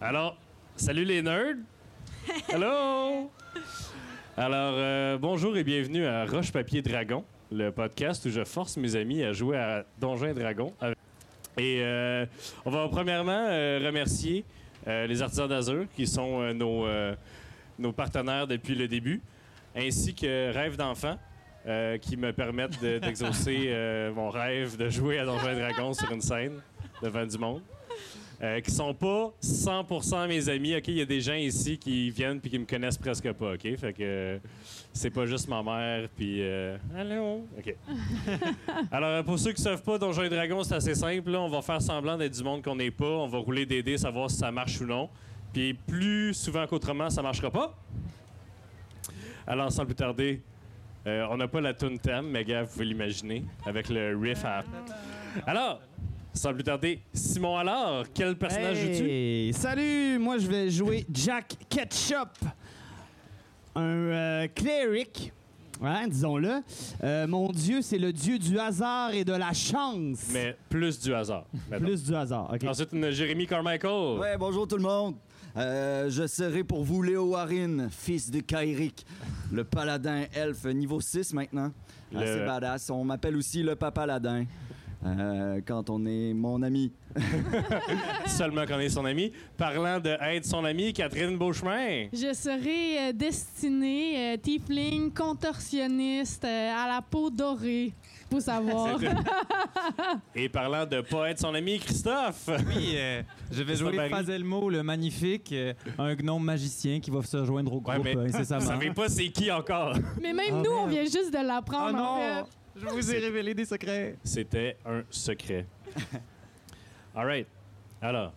Alors, salut les nerds! Hello! Alors, euh, bonjour et bienvenue à Roche Papier Dragon, le podcast où je force mes amis à jouer à Donjons et Dragons. avec- Et euh, on va premièrement euh, remercier euh, les artisans d'Azur qui sont euh, nos, euh, nos partenaires depuis le début, ainsi que Rêve d'enfant euh, qui me permettent de- d'exaucer euh, mon rêve de jouer à Donjons et Dragons sur une scène devant du monde euh, qui sont pas 100% mes amis. OK, il y a des gens ici qui viennent puis qui me connaissent presque pas, OK? Fait que euh, c'est pas juste ma mère puis euh, allô. OK. Alors euh, pour ceux qui savent pas Donjons et Dragons, c'est assez simple, là. on va faire semblant d'être du monde qu'on n'est pas, on va rouler des dés savoir si ça marche ou non. Puis plus souvent qu'autrement, ça marchera pas. Alors sans plus tarder, euh, on n'a pas la tune thème, mais gars, vous pouvez l'imaginer avec le riff à... Alors, sans plus tarder, Simon alors, quel personnage joues-tu? Hey, Salut, moi je vais jouer Jack Ketchup, un euh, cleric. Ouais, disons-le. Euh, mon dieu, c'est le dieu du hasard et de la chance. Mais plus du hasard. mettons. Plus du hasard, Ah, ok. Ensuite, on a Jérémy Carmichael. Ouais, bonjour tout le monde. Euh, je serai pour vous Léo Warren, fils de Kairik, le paladin elfe niveau 6 maintenant. Le- Assez badass. On m'appelle aussi le papa ladin euh, quand on est mon ami. Seulement qu'on est son ami. Parlant de être son ami, Catherine Beauchemin. Je serai euh, destinée euh, tiefling, contorsionniste, euh, à la peau dorée, pour savoir. Et parlant de pas être son ami, Christophe. Oui, euh, je vais Christophe jouer Barry. Fazelmo, le magnifique, euh, un gnome magicien qui va se joindre au Ouais, groupe mais- euh, Vous incessamment. savez pas c'est qui encore. Mais même Ah, nous, on merde. vient juste de Oh Ah, l'apprendre. en non! Je vous ai révélé des secrets! C'était un secret. All right. Alors,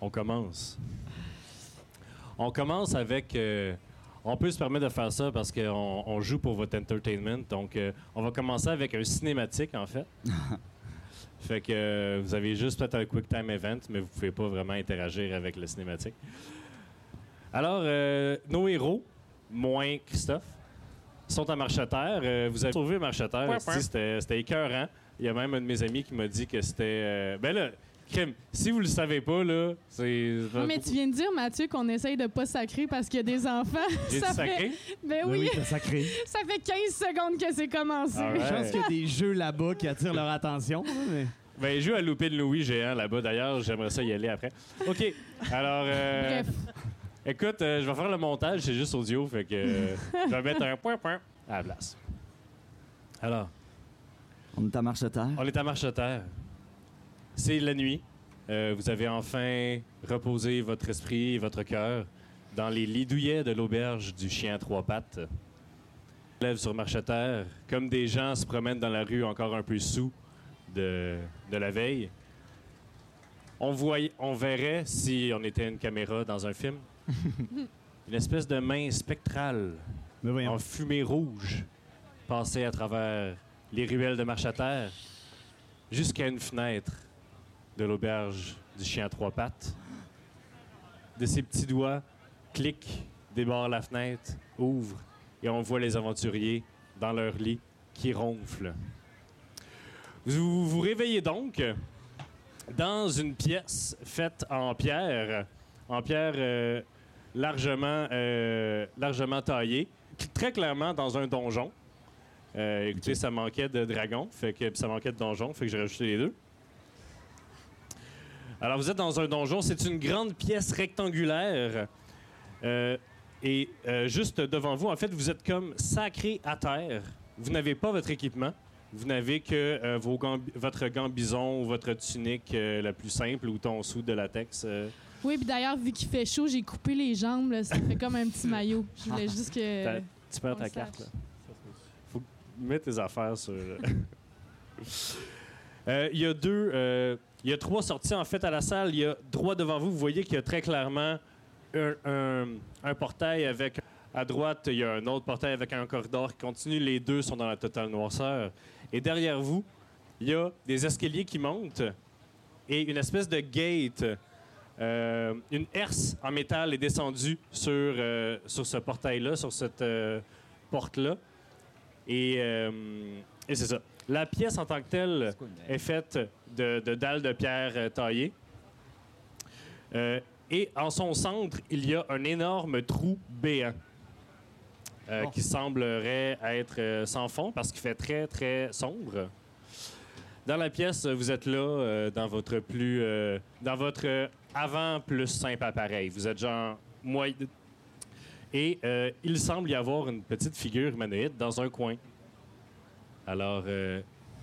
on commence. On commence avec... euh, on peut se permettre de faire ça parce qu'on on joue pour votre entertainment. Donc, euh, on va commencer avec un cinématique, en fait. fait que euh, vous avez juste peut-être un quick time event, mais vous pouvez pas vraiment interagir avec le cinématique. Alors, euh, nos héros, moins Christophe, sont en marche à terre. Euh, vous avez trouvé marche à terre. Esti, C'était c'était écœurant. Il y a même un de mes amis qui m'a dit que c'était. euh, ben là, crime, si vous le savez pas, là, c'est. fait. Mais tu viens de dire, Mathieu, qu'on essaye de pas sacrer parce qu'il y a des enfants. J'ai dit fait... sacré. Ben Ben oui, oui, c'est sacré. ça fait 15 secondes que c'est commencé. Ah Je ouais. pense qu'il y a des jeux là-bas qui attirent leur attention. hein, mais- Ben, il joue à Loupé de Louis géant là-bas. D'ailleurs, j'aimerais ça y aller après. OK. Alors, euh, Bref, écoute, euh, je vais faire le montage. C'est juste audio. Fait que euh, je vais mettre un point, point à la place. Alors, On est à marche à terre. on est à marche à terre. C'est la nuit. Euh, vous avez enfin reposé votre esprit et votre cœur dans les lits douillets de l'auberge du chien à trois pattes. Lève sur marche à terre, comme des gens se promènent dans la rue encore un peu sous de, de la veille. On, voy- on verrait, si on était une caméra dans un film, une espèce de main spectrale Mais voyons. en fumée rouge passer à travers les ruelles de marche à terre jusqu'à une fenêtre de l'auberge du chien à trois pattes. De ses petits doigts, clic, débarre la fenêtre, ouvre, et on voit les aventuriers dans leur lit qui ronflent. Vous vous réveillez donc dans une pièce faite en pierre, en pierre euh, largement, euh, largement taillée, cl- très clairement dans un donjon. Euh, écoutez, ça manquait de dragon, fait que puis ça manquait de donjon, fait que j'ai rajouté les deux. Alors vous êtes dans un donjon, c'est une grande pièce rectangulaire. Euh, et euh, juste devant vous, en fait, vous êtes comme sacré à terre. Vous n'avez pas votre équipement. Vous n'avez que euh, vos gambi- votre gambison ou votre tunique euh, la plus simple ou ton sou de latex. euh. oui, puis d'ailleurs, vu qu'il fait chaud, j'ai coupé les jambes, là, ça fait comme un petit maillot. Je voulais juste que. Ta- tu perds Euh, on ta le carte. Là. sache. Faut mettre tes affaires sur. Euh, euh, Il y a deux, euh, il y a trois sorties en fait à la salle. Il y a droit devant vous, vous voyez qu'il y a très clairement un, un- un portail avec. À droite, il y a un autre portail avec un corridor qui continue. Les deux sont dans la totale noirceur. Et derrière vous, il y a des escaliers qui montent et une espèce de gate. Euh, une herse en métal est descendue sur, euh, sur ce portail-là, sur cette euh, porte-là. Et, euh, et c'est ça. La pièce en tant que telle est faite de, de dalles de pierre euh, taillées. Euh, Et en son centre, il y a un énorme trou béant euh, Oh. qui semblerait être euh, sans fond parce qu'il fait très, très sombre. Dans la pièce, vous êtes là euh, dans votre plus. euh, dans votre euh, avant plus simple appareil. Vous êtes genre. Moi, et euh, il semble y avoir une petite figure humanoïde dans un coin. Alors, euh,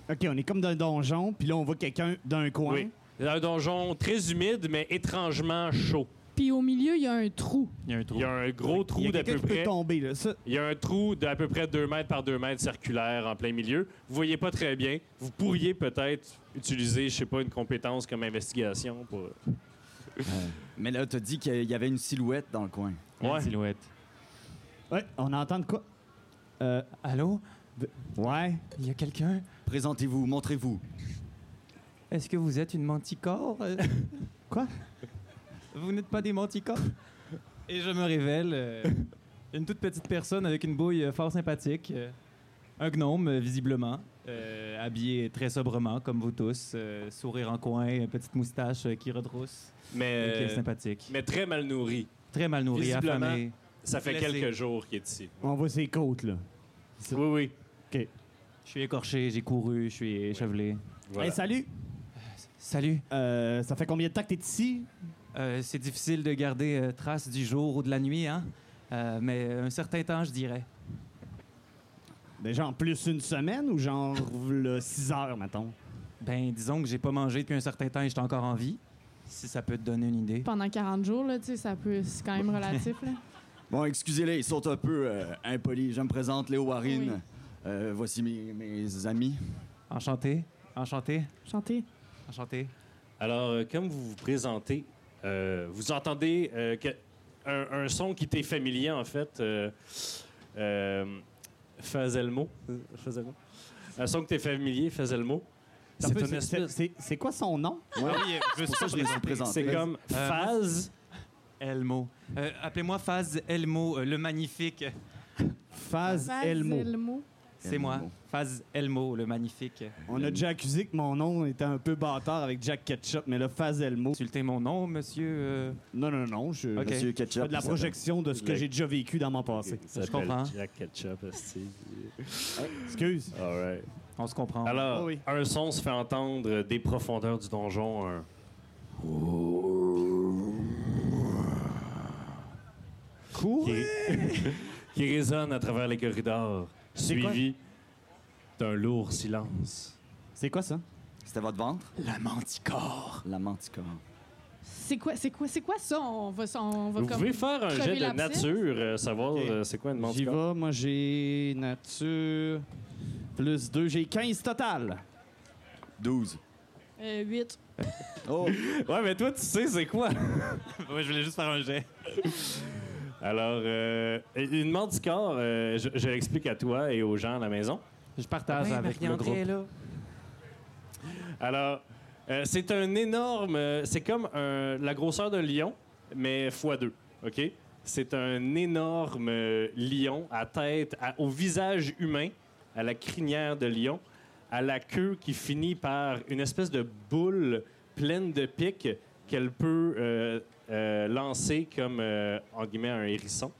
OK, on est comme dans un donjon, puis là, on voit quelqu'un d'un coin. oui. Un donjon très humide, mais étrangement chaud. Puis au milieu, il y a un trou. Il y a un trou. Il y a un gros trou Il y a d'à quelqu'un peu qui peut près. tomber, là. Ça, Il y a un trou d'à peu près 2 mètres par 2 mètres circulaire en plein milieu. Vous voyez pas très bien. Vous pourriez peut-être utiliser, je sais pas, une compétence comme investigation pour. Mais là, t'as dit qu'il y avait une silhouette dans le coin. Il y a une Ouais. silhouette. ouais, on entend de quoi? Euh, Allô? ouais. Il y a quelqu'un? Présentez-vous, montrez-vous. Est-ce que vous êtes une manticore? Euh, Quoi? Vous n'êtes pas des manticores? Et je me révèle euh, une toute petite personne avec une bouille euh, fort sympathique. euh, un gnome, euh, visiblement, euh, habillé très sobrement, comme vous tous. euh, sourire en coin, euh, petite moustache euh, qui redrousse. Mais, et qui est sympathique. mais très mal nourri. Très mal nourri, visiblement- affamé. Ça fait Blessé. quelques jours qu'il est ici. On voit ses côtes, là. Oui, oui. Je suis écorché, j'ai couru, je suis échevelé. Voilà. Hey, salut! Salut. Euh, ça fait combien de temps que t'es ici? Euh, c'est difficile de garder euh, trace du jour ou de la nuit, hein? Euh, mais un certain temps, je dirais. Ben, genre plus une semaine ou genre 6 heures, mettons? Ben, disons que j'ai pas mangé depuis un certain temps et j'étais encore en vie. Si ça peut te donner une idée. Pendant 40 jours, là, tu sais, ça peut... C'est quand même relatif, là. Bon, excusez-les, ils sont un peu euh, impolis. Je me présente, Léo Warine. Oui. Euh, voici mes, mes amis. Enchanté, enchanté, Chanter. enchanté. Alors, euh, comme vous vous présentez, euh, vous entendez euh, que- un, un son qui t'est familier, en fait. Euh, euh, faisais le mot. Euh, faisais le mot. Un son qui t'est familier, faisais le mot. Attends un C'est peu, une espèce. c'est- c'est quoi son nom? Ouais. je pour ça que je me suis présenté. C'est comme Euh, phase. Elmo. Euh, Appelez-moi Faz Elmo, euh, le magnifique. Faz Elmo. Elmo. C'est Elmo. moi, Faz Elmo, le magnifique. On a déjà accusé que mon nom était un peu bâtard avec Jack Ketchup, mais là, Faz Elmo. Insultez mon nom, monsieur. euh, Non, non, non, je Ok. Monsieur je Ketchup. fais de la il s'appelle. projection de ce que Le- j'ai déjà vécu dans mon passé. Ça Je comprends. s'appelle Jack Ketchup, esti. Excuse. All right. On se comprend. Alors, Oh oui. un son se fait entendre des profondeurs du donjon. un- Cool. qui, qui résonne à travers les corridors, C'est quoi? suivi d'un lourd silence. C'est quoi ça? C'était votre ventre? la manticore. La manticore. C'est quoi, c'est quoi, c'est quoi ça? On va, on va Vous comme... pouvez faire un jet crever de l'abcès? nature, euh, savoir Ok. euh, c'est quoi une J'y manticore. vais, moi j'ai nature plus 2, j'ai 15 total. 12. Euh, 8. Oh! Ouais, mais toi, tu sais c'est quoi. Moi, je voulais juste faire un jet. Alors, euh, une manticore, euh, je, je l'explique à toi et aux gens à la maison. Je partage avec le groupe. Alors, euh, c'est un énorme... euh, c'est comme un- la grosseur d'un lion, mais fois deux, OK? C'est un énorme euh, lion à tête, à- au visage humain, à la crinière de lion, à la queue qui finit par une espèce de boule pleine de pics qu'elle peut euh, euh, lancer comme, euh, en guillemets, un hérisson.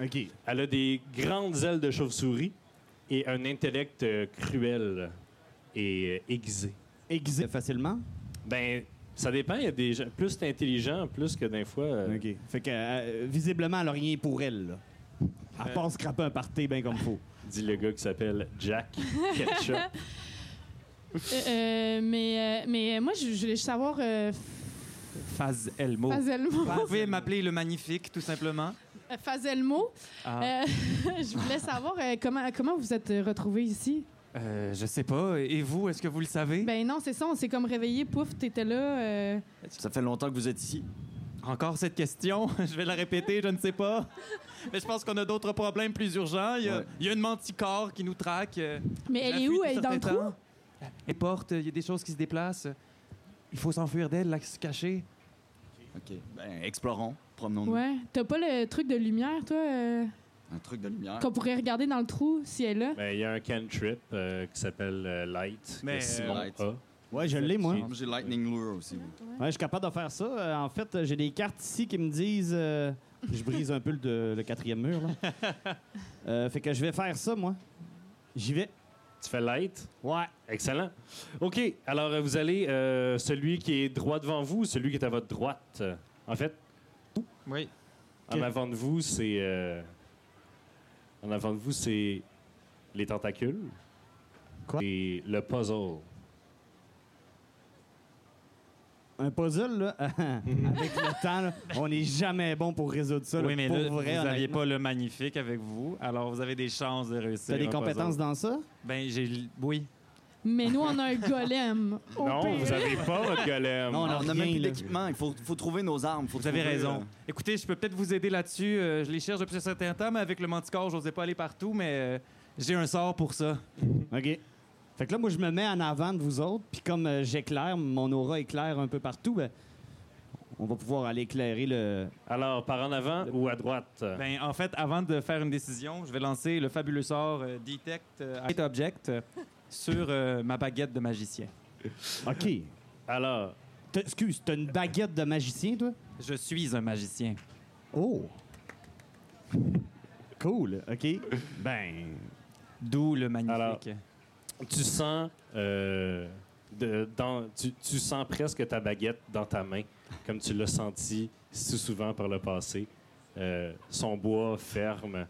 OK. Elle a des grandes ailes de chauve-souris et un intellect euh, cruel et euh, aiguisé. Aiguisé facilement. Ben, ça dépend. Il y a des gens plus t'es intelligent, plus que des fois. euh, OK. Fait que euh, visiblement, elle a rien pour elle. Là. Elle Euh. part scraper un party bien comme faut. Dit le gars qui s'appelle Jack Ketchup. Euh, mais, euh, mais euh, moi, je, je voulais juste savoir, euh, Faz Oh. Elmo. Faz Elmo. Ah. Vous pouvez m'appeler le magnifique, tout simplement. Euh, Faz Elmo. Ah. Euh, je voulais savoir euh, comment, comment vous êtes retrouvés ici. Euh, je sais pas. Et vous, est-ce que vous le savez? Ben non, c'est ça, on s'est comme réveillé, pouf, t'étais là. euh, Ça fait longtemps que vous êtes ici. Encore cette question. je vais la répéter, je ne sais pas. Mais je pense qu'on a d'autres problèmes plus urgents. Il y a, Ouais. il y a une manticore qui nous traque. euh, Mais je la elle est fuis où? depuis Elle est dans le certain trou? temps. Elle porte, il y a des choses qui se déplacent. Il faut s'enfuir d'elle, là, se cacher. OK. Ben, explorons. Promenons-nous. Ouais. T'as pas le truc de lumière, toi, euh, Un truc de Ah. lumière. qu'on pourrait regarder dans le trou si elle est là? Ben, il y a un cantrip euh, qui s'appelle euh, Light. Mais, que Simon euh, Light. a. Ouais, je l'ai, moi. J'ai Lightning Lure aussi. oui. Ouais, je suis capable de faire ça. Euh, en fait, j'ai des cartes ici qui me disent. euh, je brise un peu le, de- le quatrième mur, là. Euh, fait que je vais faire ça, moi. J'y vais. Tu fais light. Ouais. Excellent. OK. Alors, euh, vous allez, euh, celui qui est droit devant vous, ou celui qui est à votre droite. Euh, En fait, Oui. en avant de vous, c'est. euh, en avant de vous, c'est. Les tentacules. Quoi? Et le puzzle. Un puzzle, là, avec le temps, là, on n'est jamais bon pour résoudre ça. là, Oui, mais pour là, vrai, vous n'aviez honnêtement. pas le magnifique avec vous, alors vous avez des chances de réussir. T'as des un compétences puzzle. dans ça? Ben, j'ai. l- Oui. Mais nous, on a un golem. au non, pire. vous n'avez pas votre golem. Non, Ah, a on n'a rien, même plus là. d'équipement. Il faut, faut trouver nos armes. Faut Vous avez trouver, raison. euh, Écoutez, je peux peut-être vous aider là-dessus. Euh, je les cherche depuis un certain temps, mais avec le manticore, je n'osais pas aller partout, mais euh, j'ai un sort pour ça. OK. Fait que là, moi, je me mets en avant de vous autres, puis comme euh, j'éclaire, mon aura éclaire un peu partout, ben, on va pouvoir aller éclairer le... Alors, par en avant ou à droite? Ben, en fait, avant de faire une décision, je vais lancer le fabuleux sort euh, Detect euh, Hide Object euh, sur euh, ma baguette de magicien. OK. Alors, T'as- Excuse, t'as une baguette de magicien, toi? Je suis un magicien. Oh! Cool, OK. Ben, D'où le magnifique. Alors- tu sens... euh, de- dans, tu, tu sens presque ta baguette dans ta main, comme tu l'as senti si souvent par le passé. Euh, son bois ferme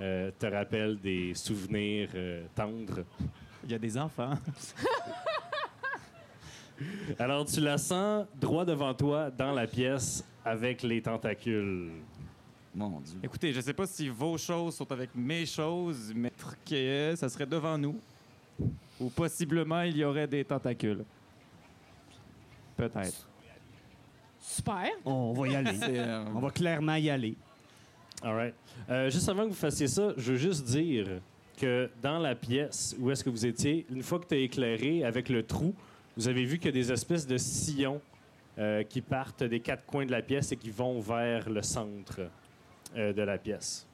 euh, te rappelle des souvenirs euh, tendres. Il y a des enfants. Alors, tu la sens droit devant toi dans la pièce avec les tentacules. Mon Dieu. Écoutez, je sais pas si vos choses sont avec mes choses, mais tr- que, euh, ça serait devant nous. Ou possiblement, il y aurait des tentacules. Peut-être. Super. on va y aller. C'est, euh, on va clairement y aller. All right. Euh, juste avant que vous fassiez ça, je veux juste dire que dans la pièce où est-ce que vous étiez, une fois que tu as éclairé avec le trou, vous avez vu qu'il y a des espèces de sillons euh, qui partent des quatre coins de la pièce et qui vont vers le centre euh, de la pièce.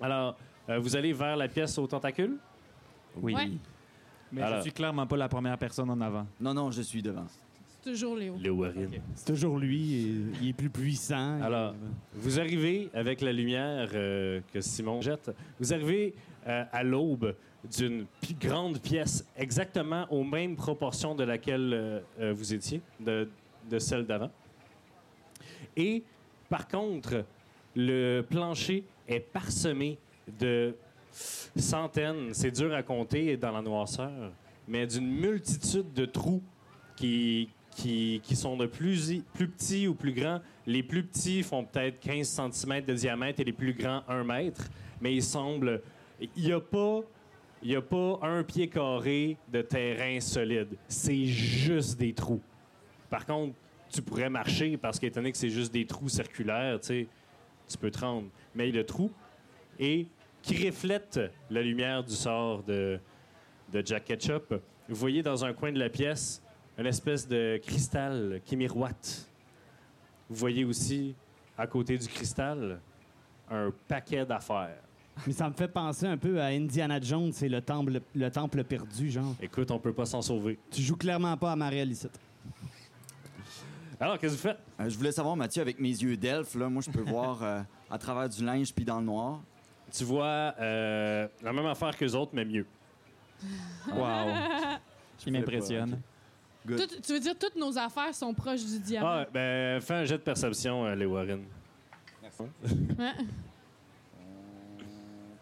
Alors, euh, vous allez vers la pièce aux tentacules? Oui. Ouais. Mais Alors- je suis clairement pas la première personne en avant. Non, non, je suis devant. C'est toujours Léo. Le Warren. C'est toujours lui, et- il est plus puissant. Alors, vous arrivez avec la lumière euh, que Simon jette. Vous arrivez euh, à l'aube d'une pi- grande pièce, exactement aux mêmes proportions de laquelle euh, euh, vous étiez, de, de celle d'avant. Et par contre, le plancher est parsemé de centaines, c'est dur à compter dans la noirceur, mais d'une multitude de trous qui, qui, qui sont de plus, i- plus petits ou plus grands. Les plus petits font peut-être 15 cm de diamètre et les plus grands 1 mètre, mais il semble. Il n'y a pas. Il y a pas un pied carré de terrain solide. C'est juste des trous. Par contre, tu pourrais marcher parce qu'étant donné que c'est juste des trous circulaires, tu sais, tu peux te rendre. Mais le trou et qui reflète la lumière du sort de, de Jack Ketchup, vous voyez dans un coin de la pièce une espèce de cristal qui miroite. Vous voyez aussi, à côté du cristal, un paquet d'affaires. Mais ça me fait penser un peu à Indiana Jones, c'est le temple, le temple perdu, genre. Écoute, on peut pas s'en sauver. Tu joues clairement pas à Marielle ici. Alors, qu'est-ce que vous faites? Euh, je voulais savoir, Mathieu, avec mes yeux d'elfe, là, moi, je peux voir euh, à travers du linge puis dans le noir. Tu vois euh, la même affaire que les autres, mais mieux. Wow. Je Il voulais m'impressionne. Good. Tout- tu veux dire toutes nos affaires sont proches du diamant? Ah, ben, fais un jet de perception, euh, les Warren. Hein? pas,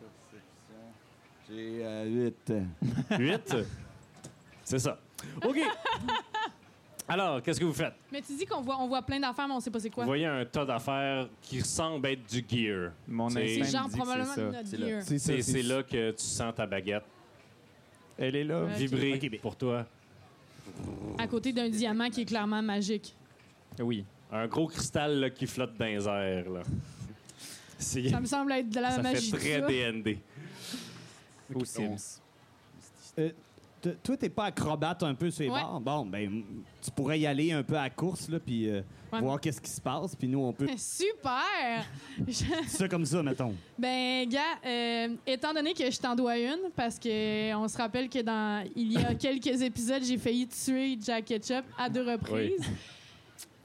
ok. J'ai euh, 8. 8? C'est ça. OK. Alors, qu'est-ce que vous faites? Mais tu dis qu'on voit, on voit plein d'affaires, mais on sait pas c'est quoi. Vous voyez un tas d'affaires qui semble être du gear. Mon C'est- c'est instinct me genre dit que probablement c'est ça. notre C'est là. gear. C'est c'est là que tu sens ta baguette Elle est là. Ok. vibrer pour toi. À côté d'un diamant qui est clairement magique. Oui. Un gros cristal là, qui flotte dans les airs. là. C'est- Ça me semble être de la ça magie. fait très ça. DND. Ou Sims. t- toi, t'es pas acrobate un peu sur les Ouais. bords. Bon, ben, tu pourrais y aller un peu à la course, là, puis euh, Ouais. voir qu'est-ce qui se passe. Puis nous, on peut. Super! Je- ça comme ça, mettons. Ben, gars, euh, étant donné que je t'en dois une, parce que on se rappelle que dans il y a quelques épisodes, j'ai failli tuer Jack Ketchup à deux reprises.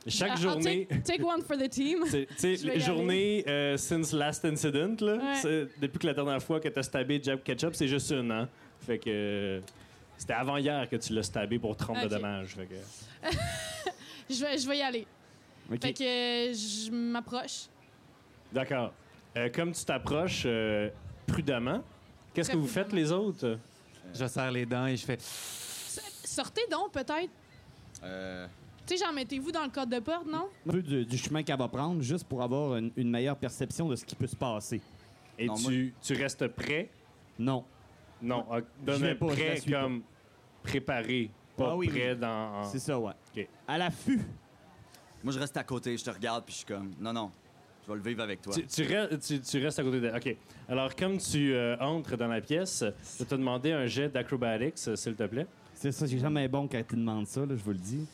Chaque Ah, I'll journée. Take, take one for the team. c'est- Tu Je vais sais, y journée euh, since last incident, là. Ouais. c'est- Depuis que la dernière fois que t'as stabé Jab Ketchup, c'est juste une, hein? Fait que. euh, C'était avant hier que tu l'as stabé pour 30 de Ok. dommages. Fait que... Je vais, je vais y aller. OK. Fait que euh, je m'approche. D'accord. Euh, comme tu t'approches euh, prudemment, qu'est-ce que Très vous faites les autres? Je serre les dents et je fais. S- Sortez donc, peut-être. Euh, Tu sais, j'en mettez-vous dans le code de porte, non? Un peu du, du chemin qu'elle va prendre, juste pour avoir une, une meilleure perception de ce qui peut se passer. Et Non, tu, tu restes prêt? Non. Non, euh, donne vais un pas, je la prêt suis comme préparé, pas Ah oui, prêt oui. dans. C'est ça, ouais. OK. À l'affût. moi, je reste à côté, je te regarde, puis je suis comme, non, non, je vais le vivre avec toi. Tu, tu re- tu- tu restes à côté d'elle. OK. Alors, comme tu euh, entres dans la pièce, je vais te demander un jet d'acrobatics, euh, s'il te plaît. C'est ça, j'ai jamais bon quand tu demandes ça, là, je vous le dis.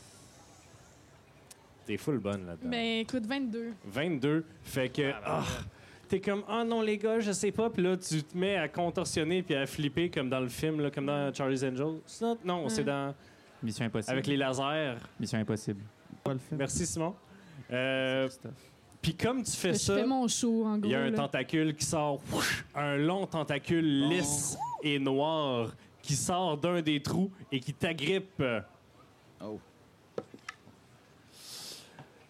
T'es full bonne là-dedans. Ben, écoute, 22. 22. Fait que. ah, T'es comme, ah non, les gars, je sais pas. Puis là, tu te mets à contorsionner puis à flipper comme dans le film, là, comme dans Charlie's Angels. C'est not- Non, c'est dans. Mission impossible. Avec les lasers. Mission impossible. Pas le film. Merci, Simon. Euh, Christophe. puis comme tu fais Je ça. fais mon show, en gros. Il y a un là. tentacule qui sort, whoosh, un long tentacule lisse et noir qui sort d'un des trous et qui t'agrippe. Oh.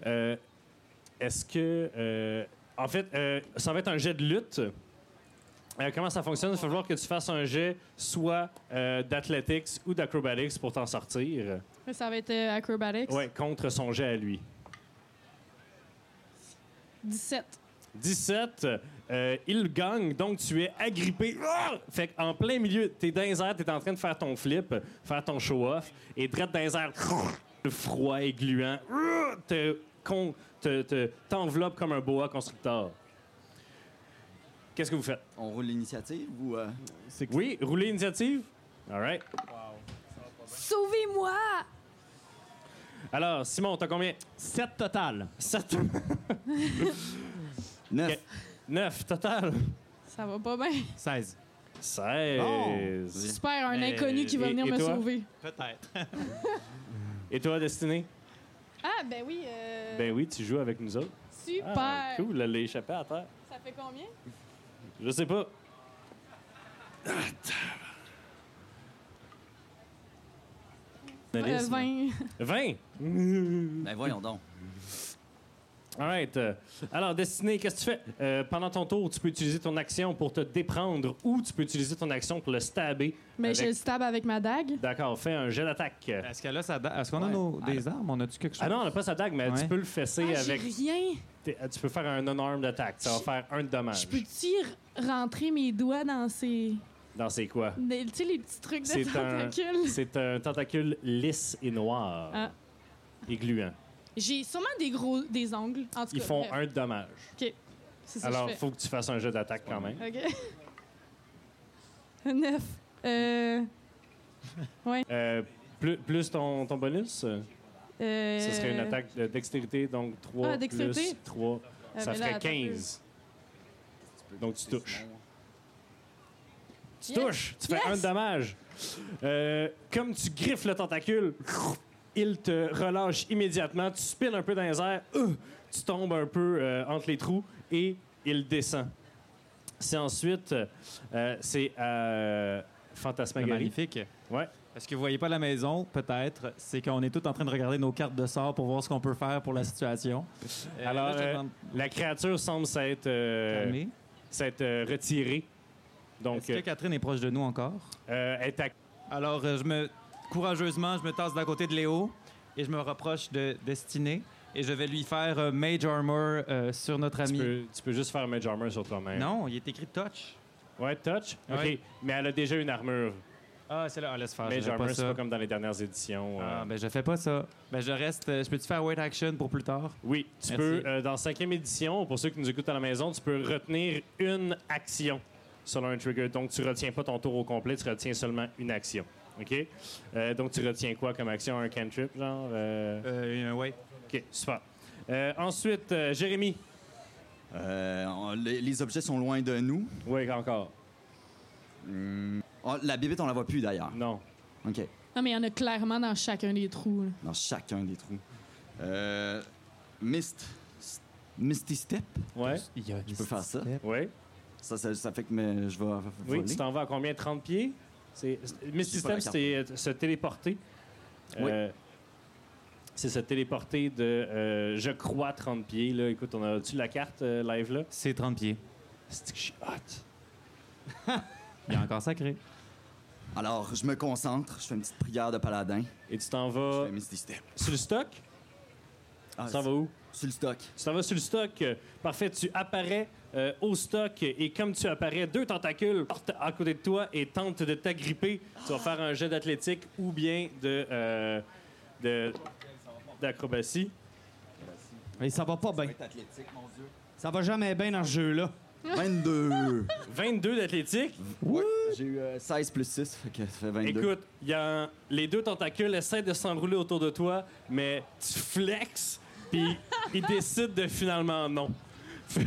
Euh, Est-ce que. euh, en fait, euh, ça va être un jet de lutte. Euh, comment ça fonctionne? Il va falloir que tu fasses un jet soit euh, d'athletics ou d'acrobatics pour t'en sortir. Ça va être euh, acrobatics. Ouais, contre son jet à lui. 17. 17. euh, il gagne, donc tu es agrippé. Ah! Fait qu'en plein milieu, t'es dans les airs, t'es en train de faire ton flip, faire ton show-off, et drette dans les airs, le froid et gluant, ah, te con- te- te- t'enveloppe comme un boa constructeur. Qu'est-ce que vous faites? On roule l'initiative ou. euh, Oui, roulez initiative? All right. Sauvez-moi! Alors, Simon, t'as combien? 7 total. 7, Neuf. Ok. 9 total. Ça va pas bien. 16. 16. Super, un Euh, inconnu qui va et- venir et me toi? sauver. Peut-être. Et toi, Destiné? Ah, ben oui. euh, Ben oui, tu joues avec nous autres. Super! Ah, cool, elle l'a échappé à terre. Ça fait combien? Je sais pas. Euh, 20. 20? Ben voyons donc. All right. Euh, Alors, Destiné, qu'est-ce que tu fais? Euh, pendant ton tour, tu peux utiliser ton action pour te déprendre ou tu peux utiliser ton action pour le stabber. Mais Avec- je le stab avec ma dague. D'accord, fais un jet d'attaque. Euh, Est-ce qu'elle a sa da- Est-ce qu'on a Ouais. nos- des armes On a-tu quelque chose Ah non, on n'a pas sa dague, mais Ouais. tu peux le fesser Ah, j'ai avec. rien. t'es- euh, Tu peux faire un non-armed attack. Ça va Je- faire un de dommage. Je peux-tu rentrer mes doigts dans ces... Dans c'est quoi? des- Tu sais, les petits trucs de C'est un- tentacules? C'est un tentacule lisse et noir. Ah. Et gluant. J'ai sûrement des gros... des ongles. En tout Ils cas, font bref, un de dommage. C'est ça Alors, que je il fais. faut que tu fasses un jet d'attaque quand même. OK. Neuf. Euh... Euh, plus, plus ton, ton bonus, euh, euh, ce serait une attaque de dextérité, donc 3 Ah, dextérité. plus 3, Ah, ça mais là, ferait attends un peu. 15. Donc tu touches. Tu Yes! touches, tu fais Yes! un de dommage. Euh, comme tu griffes le tentacule, il te relâche immédiatement, tu spins un peu dans les airs, euh, tu tombes un peu euh, entre les trous et il descend. C'est ensuite, euh, euh, c'est à Le Fantasmagorie. Magnifique. Ouais. Est-ce que vous voyez pas la maison, peut-être, c'est qu'on est tous en train de regarder nos cartes de sort pour voir ce qu'on peut faire pour la situation. Euh, Alors, là, je te euh, demande- La créature semble s'être euh, Calmez. s'être euh, retirée. Donc, Est-ce que Catherine est proche de nous encore? euh, elle t'a- euh, Alors, euh, je me courageusement, je me tasse d'un côté de Léo et je me rapproche de Destinée et je vais lui faire euh, Mage Armor euh, sur notre tu, ami. peux, tu peux juste faire Mage Armor sur toi-même. Non, il est écrit Touch. Ouais, touch. OK. Ouais. Mais elle a déjà une armure. Ah, c'est là. Ah, laisse faire. je Mage fais Armor, pas c'est pas ça. comme dans les dernières éditions. euh. Ah, ben je fais pas ça. Ben je reste. euh, je peux-tu faire Wait Action pour plus tard? Oui, tu Merci. peux, euh, dans cinquième édition, pour ceux qui nous écoutent à la maison, tu peux retenir une action selon un trigger. Donc, tu retiens pas ton tour au complet, tu retiens seulement une action. OK? Euh, donc, tu retiens quoi comme action? Un cantrip, genre? euh? Euh, ouais. OK, super. Euh, ensuite, euh, Jérémy. Euh, on- les, les objets sont loin de nous. Oui, encore. Oh, la bibite, on la voit plus d'ailleurs. Non. OK. Non, mais il y en a clairement dans chacun des trous. là. Dans chacun des trous. Euh, mist. s- Misty Step. Hein? Ouais. Je peux faire ça. Oui. Ça, ça, ça fait que mais, je vais Oui, voler. tu t'en vas à combien? 30 pieds? C'est... Misty J'ai pas Step, la c'est euh, se téléporter. Oui. Euh, c'est se téléporter de, euh, je crois, 30 pieds. Là. Écoute, on a-tu la carte euh, live là? C'est 30 pieds. C'est que je suis hot. Il est encore sacré. Alors, je me concentre. Je fais une petite prière de paladin. Et tu t'en Je vas fais Misty Step. sur le stock? Ah, tu t'en vas Ah. où? Sur le stock. Tu t'en vas sur le stock. euh, Parfait, tu apparais euh, au stock et comme tu apparais, deux tentacules portent à côté de toi et tentent de t'agripper. Tu vas faire un jet d'athlétique ou bien de, euh, de- d'acrobatie. Mais ça va pas bien. athlétique, mon Dieu. Ça va jamais bien dans ce jeu-là. 22. 22 d'athlétique. Ouais, J'ai eu euh, 16 plus 6, fait que ça fait 22. Écoute, il y a un- les deux tentacules essaient de s'enrouler autour de toi, mais tu flexes, puis ils décident de finalement non.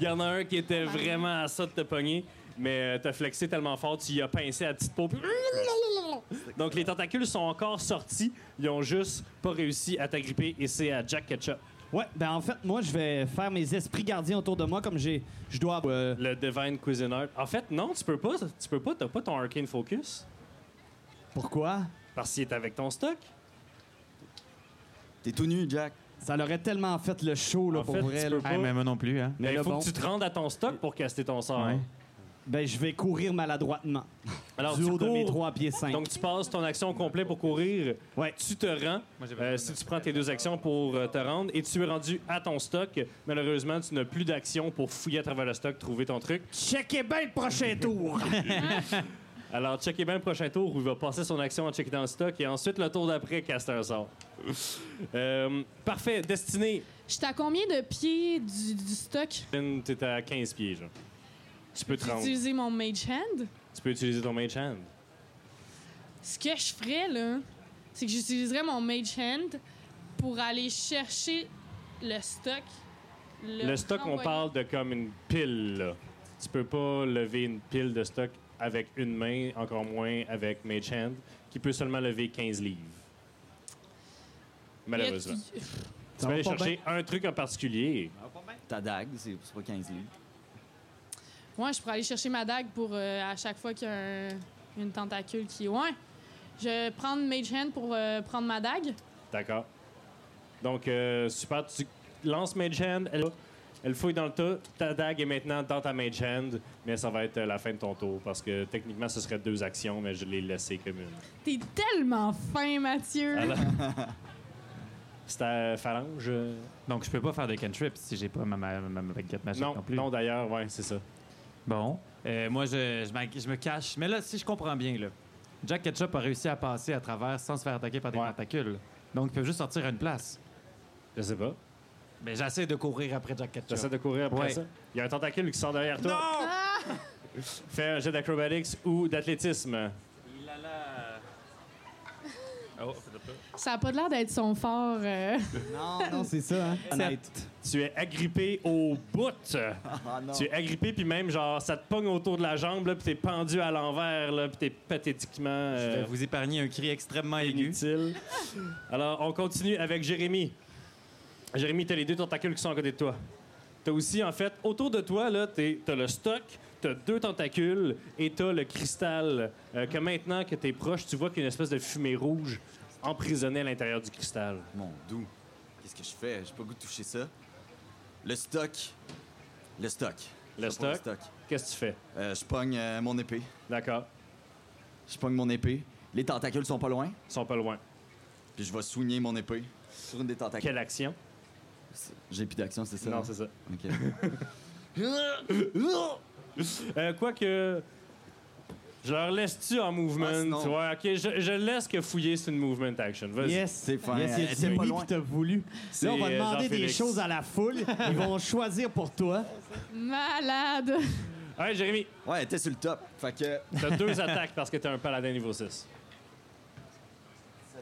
Il y en a un qui était vraiment à ça de te pogner, mais euh, t'as flexé tellement fort, tu y as pincé à petite peau. puis- Donc les tentacules sont encore sortis, ils ont juste pas réussi à t'agripper, et c'est à Jack Ketchup. Ouais, ben en fait, moi, je vais faire mes esprits gardiens autour de moi comme j'ai. Je dois. euh, Le Divine Cuisiner. En fait, non, tu peux pas, tu peux pas, t'as pas ton Arcane Focus, pourquoi? parce qu'il est avec ton stock. T'es tout nu, Jack. Ça l'aurait tellement fait le show, là, En pour fait, vrai. tu là. peux pas. moi non plus, hein. Il Mais là, faut bon. que tu te rendes à ton stock pour caster ton sort. Ouais. Ben, je vais courir maladroitement. Alors, du tu haut de mes cours. trois pieds cinq. Donc, tu passes ton action au complet pour courir. Ouais. Tu te rends, euh, si tu prends tes deux actions pour euh, te rendre, et tu es rendu à ton stock. Malheureusement, tu n'as plus d'action pour fouiller à travers le stock, trouver ton truc. Checkez bien le prochain tour! Alors, checkez bien le prochain tour où il va passer son action en checker dans le stock, et ensuite, le tour d'après, caster un sort. Euh, parfait, destiné. J'étais à combien de pieds du, du stock? T'es à 15 pieds, genre. Tu peux te J'ai rendre. utilisé mon mage hand. Tu peux utiliser ton mage hand. Ce que je ferais, là, c'est que j'utiliserais mon mage hand pour aller chercher le stock. Le stock, on renvoyer. parle de comme une pile. Là. Tu peux pas lever une pile de stock avec une main, encore moins avec Mage Hand, qui peut seulement lever 15 livres. Malheureusement. Y a- Tu vas aller va pas chercher un truc en particulier. Ta dague, c'est c'est pas 15 livres. Ouais, je pourrais aller chercher ma dague pour euh, à chaque fois qu'il y a un- une tentacule qui. Ouais. Je vais prendre mage hand pour euh, prendre ma dague. D'accord. Donc, euh, super. Tu lances Mage Hand. Elle, elle fouille dans le tas. Ta dague est maintenant dans ta Mage Hand, mais ça va être euh, la fin de ton tour parce que techniquement, ce serait deux actions, mais je l'ai laissé comme une. T'es tellement fin, Mathieu. Alors- C'est ta phalange. euh? Donc, je peux pas faire de cantrip si j'ai pas ma, ma, ma, ma baguette magique non, Non, plus. non d'ailleurs, ouais, c'est ça. Bon. Euh, moi, je, je, m'en- je me cache. Mais là, si je comprends bien, là, Jack Ketchup a réussi à passer à travers sans se faire attaquer par des Ouais. tentacules. Donc, il peut juste sortir à une place. Je sais pas. Mais j'essaie de courir après Jack Ketchup. T'essaies de courir après Ouais. ça? Il y a un tentacule qui sort derrière toi. Non! Fais un jet d'acrobatics ou d'athlétisme. Ça a pas l'air d'être son fort. euh. Non, non, c'est ça, hein. Honnête. Tu es agrippé au bout. Ah non. Tu es agrippé, puis même, genre, ça te pogne autour de la jambe, là, puis t'es pendu à l'envers, là, puis t'es pathétiquement Je euh, vais vous épargner un cri extrêmement aigu. inutile. Alors, on continue avec Jérémy. Jérémy, t'as les deux tentacules qui sont à côté de toi. T'as aussi, en fait, autour de toi, là, t'es- t'as le stock, t'as deux tentacules et t'as le cristal. euh, que maintenant que t'es proche, tu vois qu'il y a une espèce de fumée rouge emprisonnée à l'intérieur du cristal. Mon doux. Qu'est-ce que je fais? J'ai pas le goût de toucher ça. Le stock. Le stock. Le Je prends stock, qu'est-ce que tu fais? Euh, je pogne euh, mon épée. D'accord, Je pogne mon épée. Les tentacules sont pas loin. ils sont pas loin. Puis je vais soigner mon épée sur une des tentacules. Quelle action? J'ai plus d'action, c'est ça? Non, c'est ça. OK. Euh, Quoique, je leur laisse-tu en movement? Ah, sinon- Tu vois, OK, je, je laisse que fouiller, c'est une movement action. Vas-y. Yes, C'est fin. Yes, Elle il y a était du pas oui, loin. puis t'as voulu. C'est, Là, on va euh, demander des Jean-Félix. choses à la foule. Ils vont choisir pour toi. Malade. Ouais, Jérémy, Ouais, elle était sur le top. Fait que. t'as deux attaques parce que t'es un paladin niveau 6.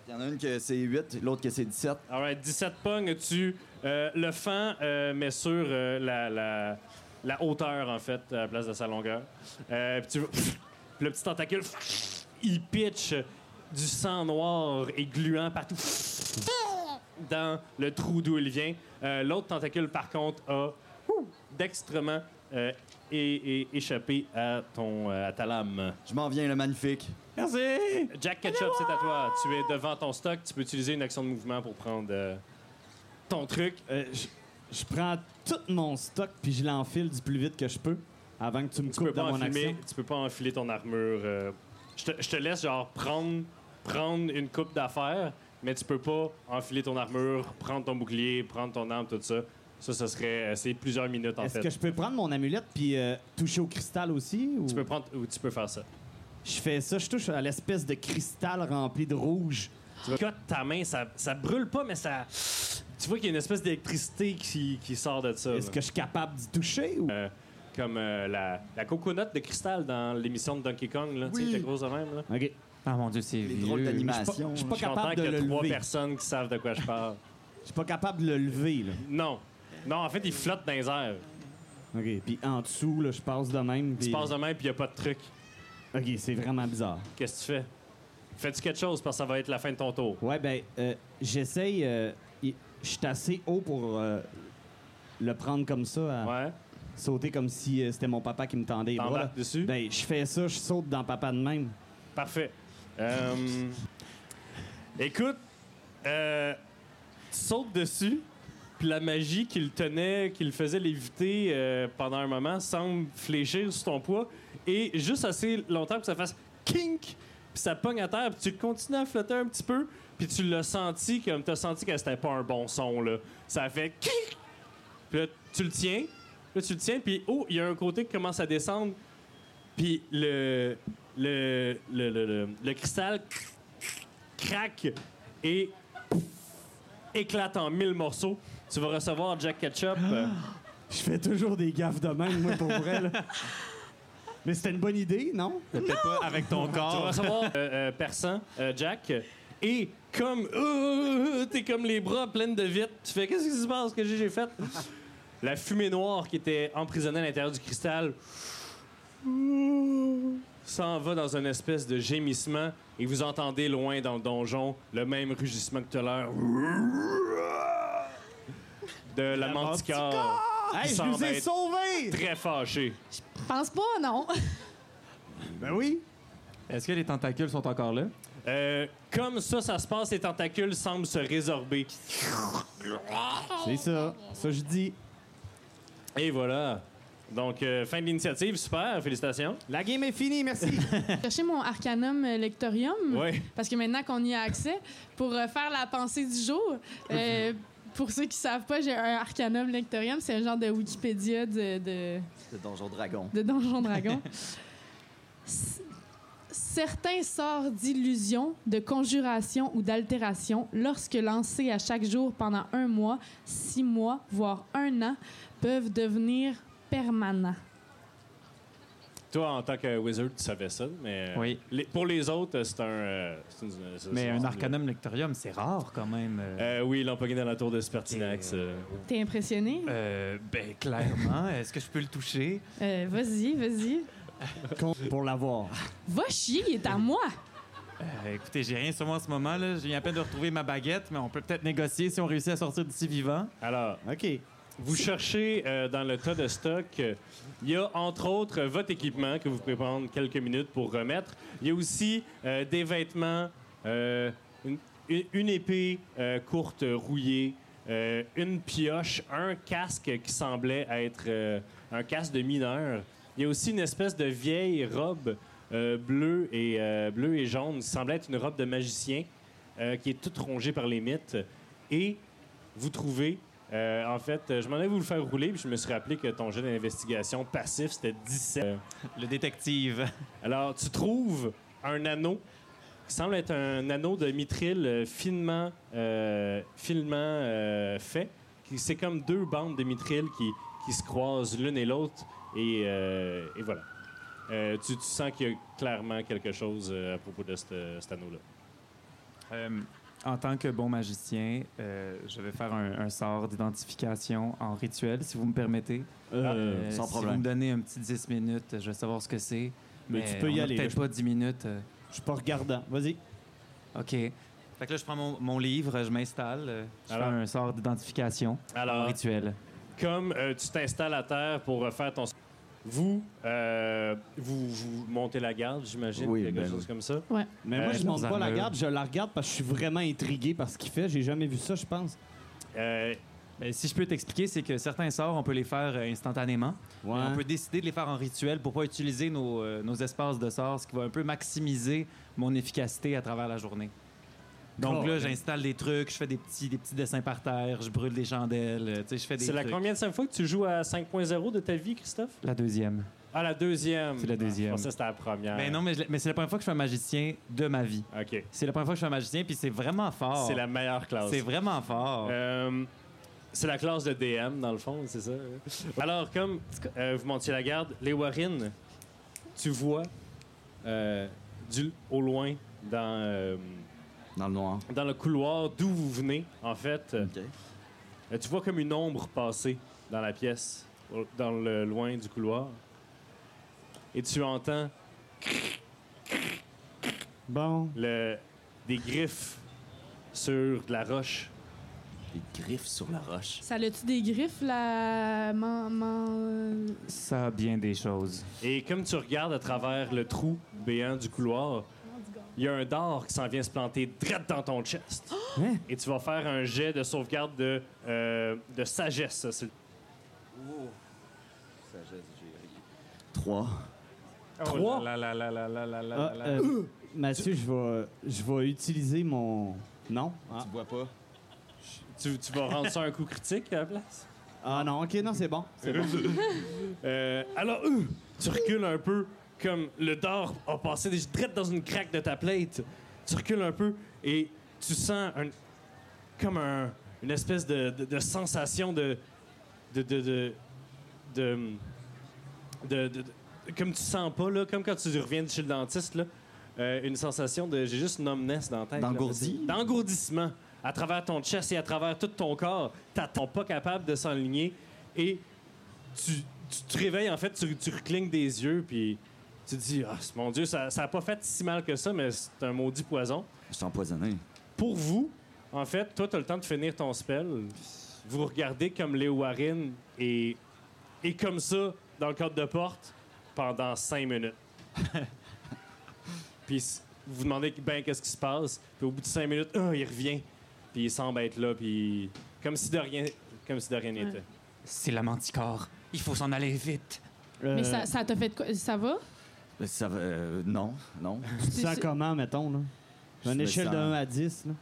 Il y en a une que c'est 8, l'autre que c'est 17. Alright, 17 pognes, tu euh, le fends, euh, mais sur euh, la, la- la hauteur, en fait, à la place de sa longueur. Euh, puis tu vois- puis le petit tentacule, il pitch du sang noir et gluant partout dans le trou d'où il vient. Euh, L'autre tentacule, par contre, a ouh, dextrement euh, é- é- échappé à, ton, euh, à ta lame. Je m'en viens, le magnifique. Merci! Jack Ketchup, c'est à toi. Tu es devant ton stock. Tu peux utiliser une action de mouvement pour prendre euh, ton truc. Euh, je, je prends tout mon stock puis je l'enfile du plus vite que je peux avant que tu me Tu peux coupes pas dans mon enfiler, action. tu peux pas enfiler ton armure. euh, je, te, je te laisse genre prendre, prendre une coupe d'affaires, mais tu peux pas enfiler ton armure, prendre ton bouclier, prendre ton arme, tout ça. Ça, ce serait euh, c'est plusieurs minutes en Est-ce fait. que je peux prendre mon amulette puis euh, toucher au cristal aussi? Ou... Tu peux prendre ou tu peux faire ça. Je fais ça, je touche à l'espèce de cristal rempli de rouge. Tu cotes ta main, ça, ça brûle pas, mais ça. Tu vois qu'il y a une espèce d'électricité qui, qui sort de ça. Est-ce là. que je suis capable d'y toucher? Ou... Euh, comme euh, la, la coconut de cristal dans l'émission de Donkey Kong, là, tu sais, Oui. t'es grosse de même. Là. OK. Ah mon dieu, c'est Les drôles vieux. d'animation. Je suis pas Je comprends capable de qu'il y le a trois lever. personnes qui savent de quoi je parle. Je suis pas capable de le lever. Là. Non. Non, en fait, il flotte dans les airs. OK. Puis en dessous, là, je passe de même. Tu puis- passes de main puis il n'y a pas de truc. OK, c'est vraiment bizarre. Qu'est-ce que tu fais? Fais-tu quelque chose parce que ça va être la fin de ton tour? Ouais, ben, euh, j'essaye. euh, y- je suis assez haut pour euh, le prendre comme ça, à Ouais. sauter comme si euh, c'était mon papa qui me tendait les bras. là. T'embarques dessus? Ben, je fais ça, je saute dans papa de même. Parfait. Euh, écoute, euh, tu sautes dessus, puis la magie qui le tenait, qui le faisait léviter euh, pendant un moment, semble fléchir sous ton poids, et juste assez longtemps que ça fasse kink, puis ça pogne à terre, puis tu continues à flotter un petit peu, puis tu l'as senti, comme t'as senti que c'était pas un bon son, là. Ça fait kink, puis là, tu le tiens, là, tu le tiens, puis oh, il y a un côté qui commence à descendre, puis le, le, le, le, le- le cristal craque et éclate en mille morceaux. Tu vas recevoir Jack Ketchup. euh, Je fais toujours des gaffes de même, moi, pour vrai. là. Mais c'était une bonne idée, non? Peut-être pas avec ton tu vas corps. recevoir euh, euh, Persan, euh, Jack. Et comme. euh, T'es comme les bras pleins de vitres. Tu fais Qu'est-ce qui se passe? Qu'est-ce que j'ai fait? La fumée noire qui était emprisonnée à l'intérieur du cristal s'en va dans une espèce de gémissement et vous entendez loin dans le donjon le même rugissement que tout à l'heure de la, manticore Hey, je Ah! Ça nous va ai être- sauvés! très fâchée. Pense pas, non. Ben oui. Est-ce que les tentacules sont encore là? Euh, comme ça, ça se passe, les tentacules semblent se résorber. C'est ça. Ça, je dis. Et voilà. Donc, euh, fin de l'initiative, super, félicitations. La game est finie, merci. Chercher mon Arcanum euh, Mm. Lectorium. Oui. parce que maintenant qu'on y a accès, pour euh, faire la pensée du jour, euh, pour ceux qui savent pas, j'ai un Arcanum Lectorium, c'est un genre de Wikipédia de, de, C'est Donjon Dragon. de Donjon Dragon. C- Certains sorts d'illusion, de conjuration ou d'altération, lorsque lancés à chaque jour pendant un mois, six mois, voire un an, peuvent devenir permanents. Toi, en tant que wizard, tu savais ça, mais euh, Oui. les- pour les autres, euh, c'est un... euh, c'est une- euh, c'est- Mais c'est- un c'est- Arcanum Lectorium, c'est rare quand même. euh. Euh, oui, ils l'ont pogné dans la tour de Spertinax. euh. T'es impressionné? Euh, ben clairement, est-ce que je peux le toucher? Euh, vas-y, vas-y. Compte pour l'avoir. Va chier, il est à moi! Euh, écoutez, j'ai rien sur moi en ce moment. là. J'ai à peine de retrouver ma baguette, mais on peut peut-être négocier si on réussit à sortir d'ici vivant. Alors, OK. vous cherchez euh, dans le tas de stock. euh, Il y a, entre autres, votre équipement que vous pouvez prendre quelques minutes pour remettre. Il y a aussi euh, des vêtements, euh, une, une- une épée euh, courte euh, rouillée, euh, une pioche, un casque qui semblait être euh, un casque de mineur. Il y a aussi une espèce de vieille robe euh, bleue, et, euh, bleue et jaune, qui semblait être une robe de magicien euh, qui est toute rongée par les mythes. Et vous trouvez. euh, en fait, euh, je m'en allais vous le faire rouler, puis je me suis rappelé que ton jet d'investigation passif, c'était 17. Euh, Le détective. alors, tu trouves un anneau qui semble être un anneau de mithril euh, finement, euh, finement euh, fait. qui- C'est comme deux bandes de mithril qui, qui se croisent l'une et l'autre Et, euh, et voilà. Euh, tu, tu sens qu'il y a clairement quelque chose euh, à propos de cette- cet anneau-là. Euh, en tant que bon magicien, euh, je vais faire un, un sort d'identification en rituel, si vous me permettez. Ah, Euh, sans Si vous problème. me donnez un petit 10 minutes, je vais savoir ce que c'est. Mais tu peux y on a aller, Peut-être là. pas 10 minutes. euh, Je suis pas regardant. Vas-y. OK. Fait que là, je prends mon, mon livre, je m'installe, euh, je Alors- fais un sort d'identification en Alors, rituel. comme euh, tu t'installes à terre pour refaire ton... Vous, euh, vous, vous montez la garde, j'imagine, Oui, quelque ben chose oui. comme ça. Mais Euh, moi, je monte nos pas la armures. garde, je la regarde parce que je suis vraiment intrigué par ce qu'il fait. J'ai jamais vu ça, je pense. Euh, Mais ben, si je peux t'expliquer, c'est que certains sorts, on peut les faire euh, instantanément. Mais Euh, On peut décider de les faire en rituel pour pas utiliser nos, euh, nos espaces de sorts, ce qui va un peu maximiser mon efficacité à travers la journée. Donc là, j'installe des trucs, je fais des petits, des petits dessins par terre, je brûle des chandelles, euh, tu sais, je fais des c'est la trucs. combien de fois que tu joues à 5.0 de ta vie, Christophe? La deuxième. Ah, la deuxième. C'est la deuxième. Ah, je pensais que c'était la première. Ben non, mais, je l'ai- mais c'est la première fois que je suis un magicien de ma vie. OK. C'est la première fois que je suis un magicien, puis c'est vraiment fort. C'est la meilleure classe. Oh. C'est vraiment fort. Euh, c'est la classe de DM, dans le fond, c'est ça. Alors, comme euh, vous montiez la garde, les Warren, tu vois euh, du, au loin, dans, euh, Dans le noir. dans le couloir d'où vous venez, en fait, euh, OK. Euh, tu vois comme une ombre passer dans la pièce, au- dans le loin du couloir. Et tu entends Bon. le, des griffes sur de la roche. Des griffes sur la roche. Ça l'a-tu des griffes, la... man- man- euh, Ça a bien des choses. Et comme tu regardes à travers le trou béant du couloir, il y a un dard qui s'en vient se planter direct dans ton chest. Hein? Et tu vas faire un jet de sauvegarde de, euh, de sagesse. ça, c'est- 3. Trois? là là là là là là là Ah, là. euh, Mathieu, je vais, je vais utiliser mon. Non? Ah, vois pas? Tu, tu vas rendre ça un coup critique à la place? Ah non, ok, non, c'est bon. C'est bon. Euh, alors, euh, tu recules un peu, comme le dard a passé des traite dans une craque de ta plate. Tu recules un peu et tu sens un, comme un- une espèce de, de- de sensation de de, de, de, de, de- de- de- Comme tu sens pas, là, comme quand tu reviens de chez le dentiste, là, euh, une sensation de. J'ai juste une omnesse dans la tête. là. D'engourdi? D'engourdissement à travers ton chest et à travers tout ton corps. T'attends pas capable de s'enligner et tu, tu te réveilles, en fait, tu, tu reclignes des yeux, puis tu te dis, ah, c'est- mon Dieu, ça n'a pas fait si mal que ça, mais c'est un maudit poison. Je suis empoisonné. Pour vous, en fait, toi, tu as le temps de finir ton spell. Vous regardez comme Léo Warren est, est comme ça dans le cadre de porte pendant cinq minutes. puis s- vous vous demandez, ben, qu'est-ce qui se passe? Puis au bout de cinq minutes, ah, il revient. Puis il semble être là, puis comme si de rien comme si de rien n'était. C'est la manticore. Il faut s'en aller vite. Euh, Mais ça ça t'a fait de quoi? Ça va? Mais Ça va- euh, non, non. Tu te sens comment, mettons, là? Je Une me échelle sens- de 1 à 10, là.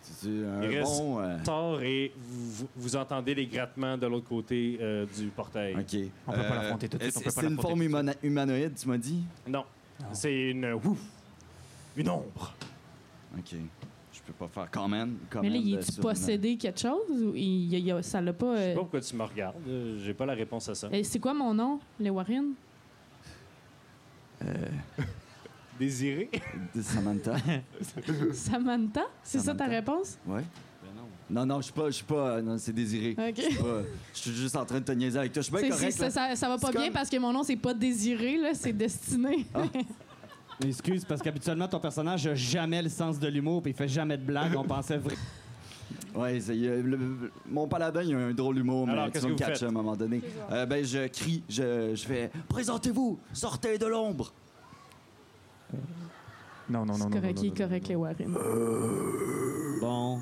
C'est un Il reste- bon... euh, tort et vous, vous- vous entendez les grattements de l'autre côté euh, du portail. OK. On peut pas l'affronter tout de suite, on c'est- peut pas C'est une l'affronter forme tout de humana- humanoïde, tu m'as dit? Non, c'est une ouf, une ombre. OK. Je peux pas faire quand même. Quand Mais là, même ben, il de- est-tu sur possédé quelque chose ou il, il- il- ça l'a pas... Je euh, sais pas pourquoi tu me regardes. euh, J'ai pas la réponse à ça. eh, C'est quoi mon nom, les Warren? Désiré. une- de Samantha. Samantha? C'est ça ta Samantha. réponse? ouais. Ben Non, non, je suis pas... Je suis pas... euh, Non, c'est désiré. OK. Je suis pas- je suis juste en train de te niaiser avec toi. Je suis bien C'est- c'est- correct, ça, là. ça, ça va pas C'est bien comme- parce que mon nom, c'est pas désiré, là, c'est destiné. Excuse, parce qu'habituellement, ton personnage a jamais le sens de l'humour, puis il fait jamais de blagues. On pensait vrai. Ouais, c'est- euh, le- mon paladin, il a un drôle d'humour, mais Alors, tu qu'est-ce vas me que vous catcher faites? à un moment donné. Euh, ben, je crie, je, je fais « Présentez-vous! Sortez de l'ombre! Non, non, non, C'est non. correct, non, il est non, non, correct, non. les Warren. Bon.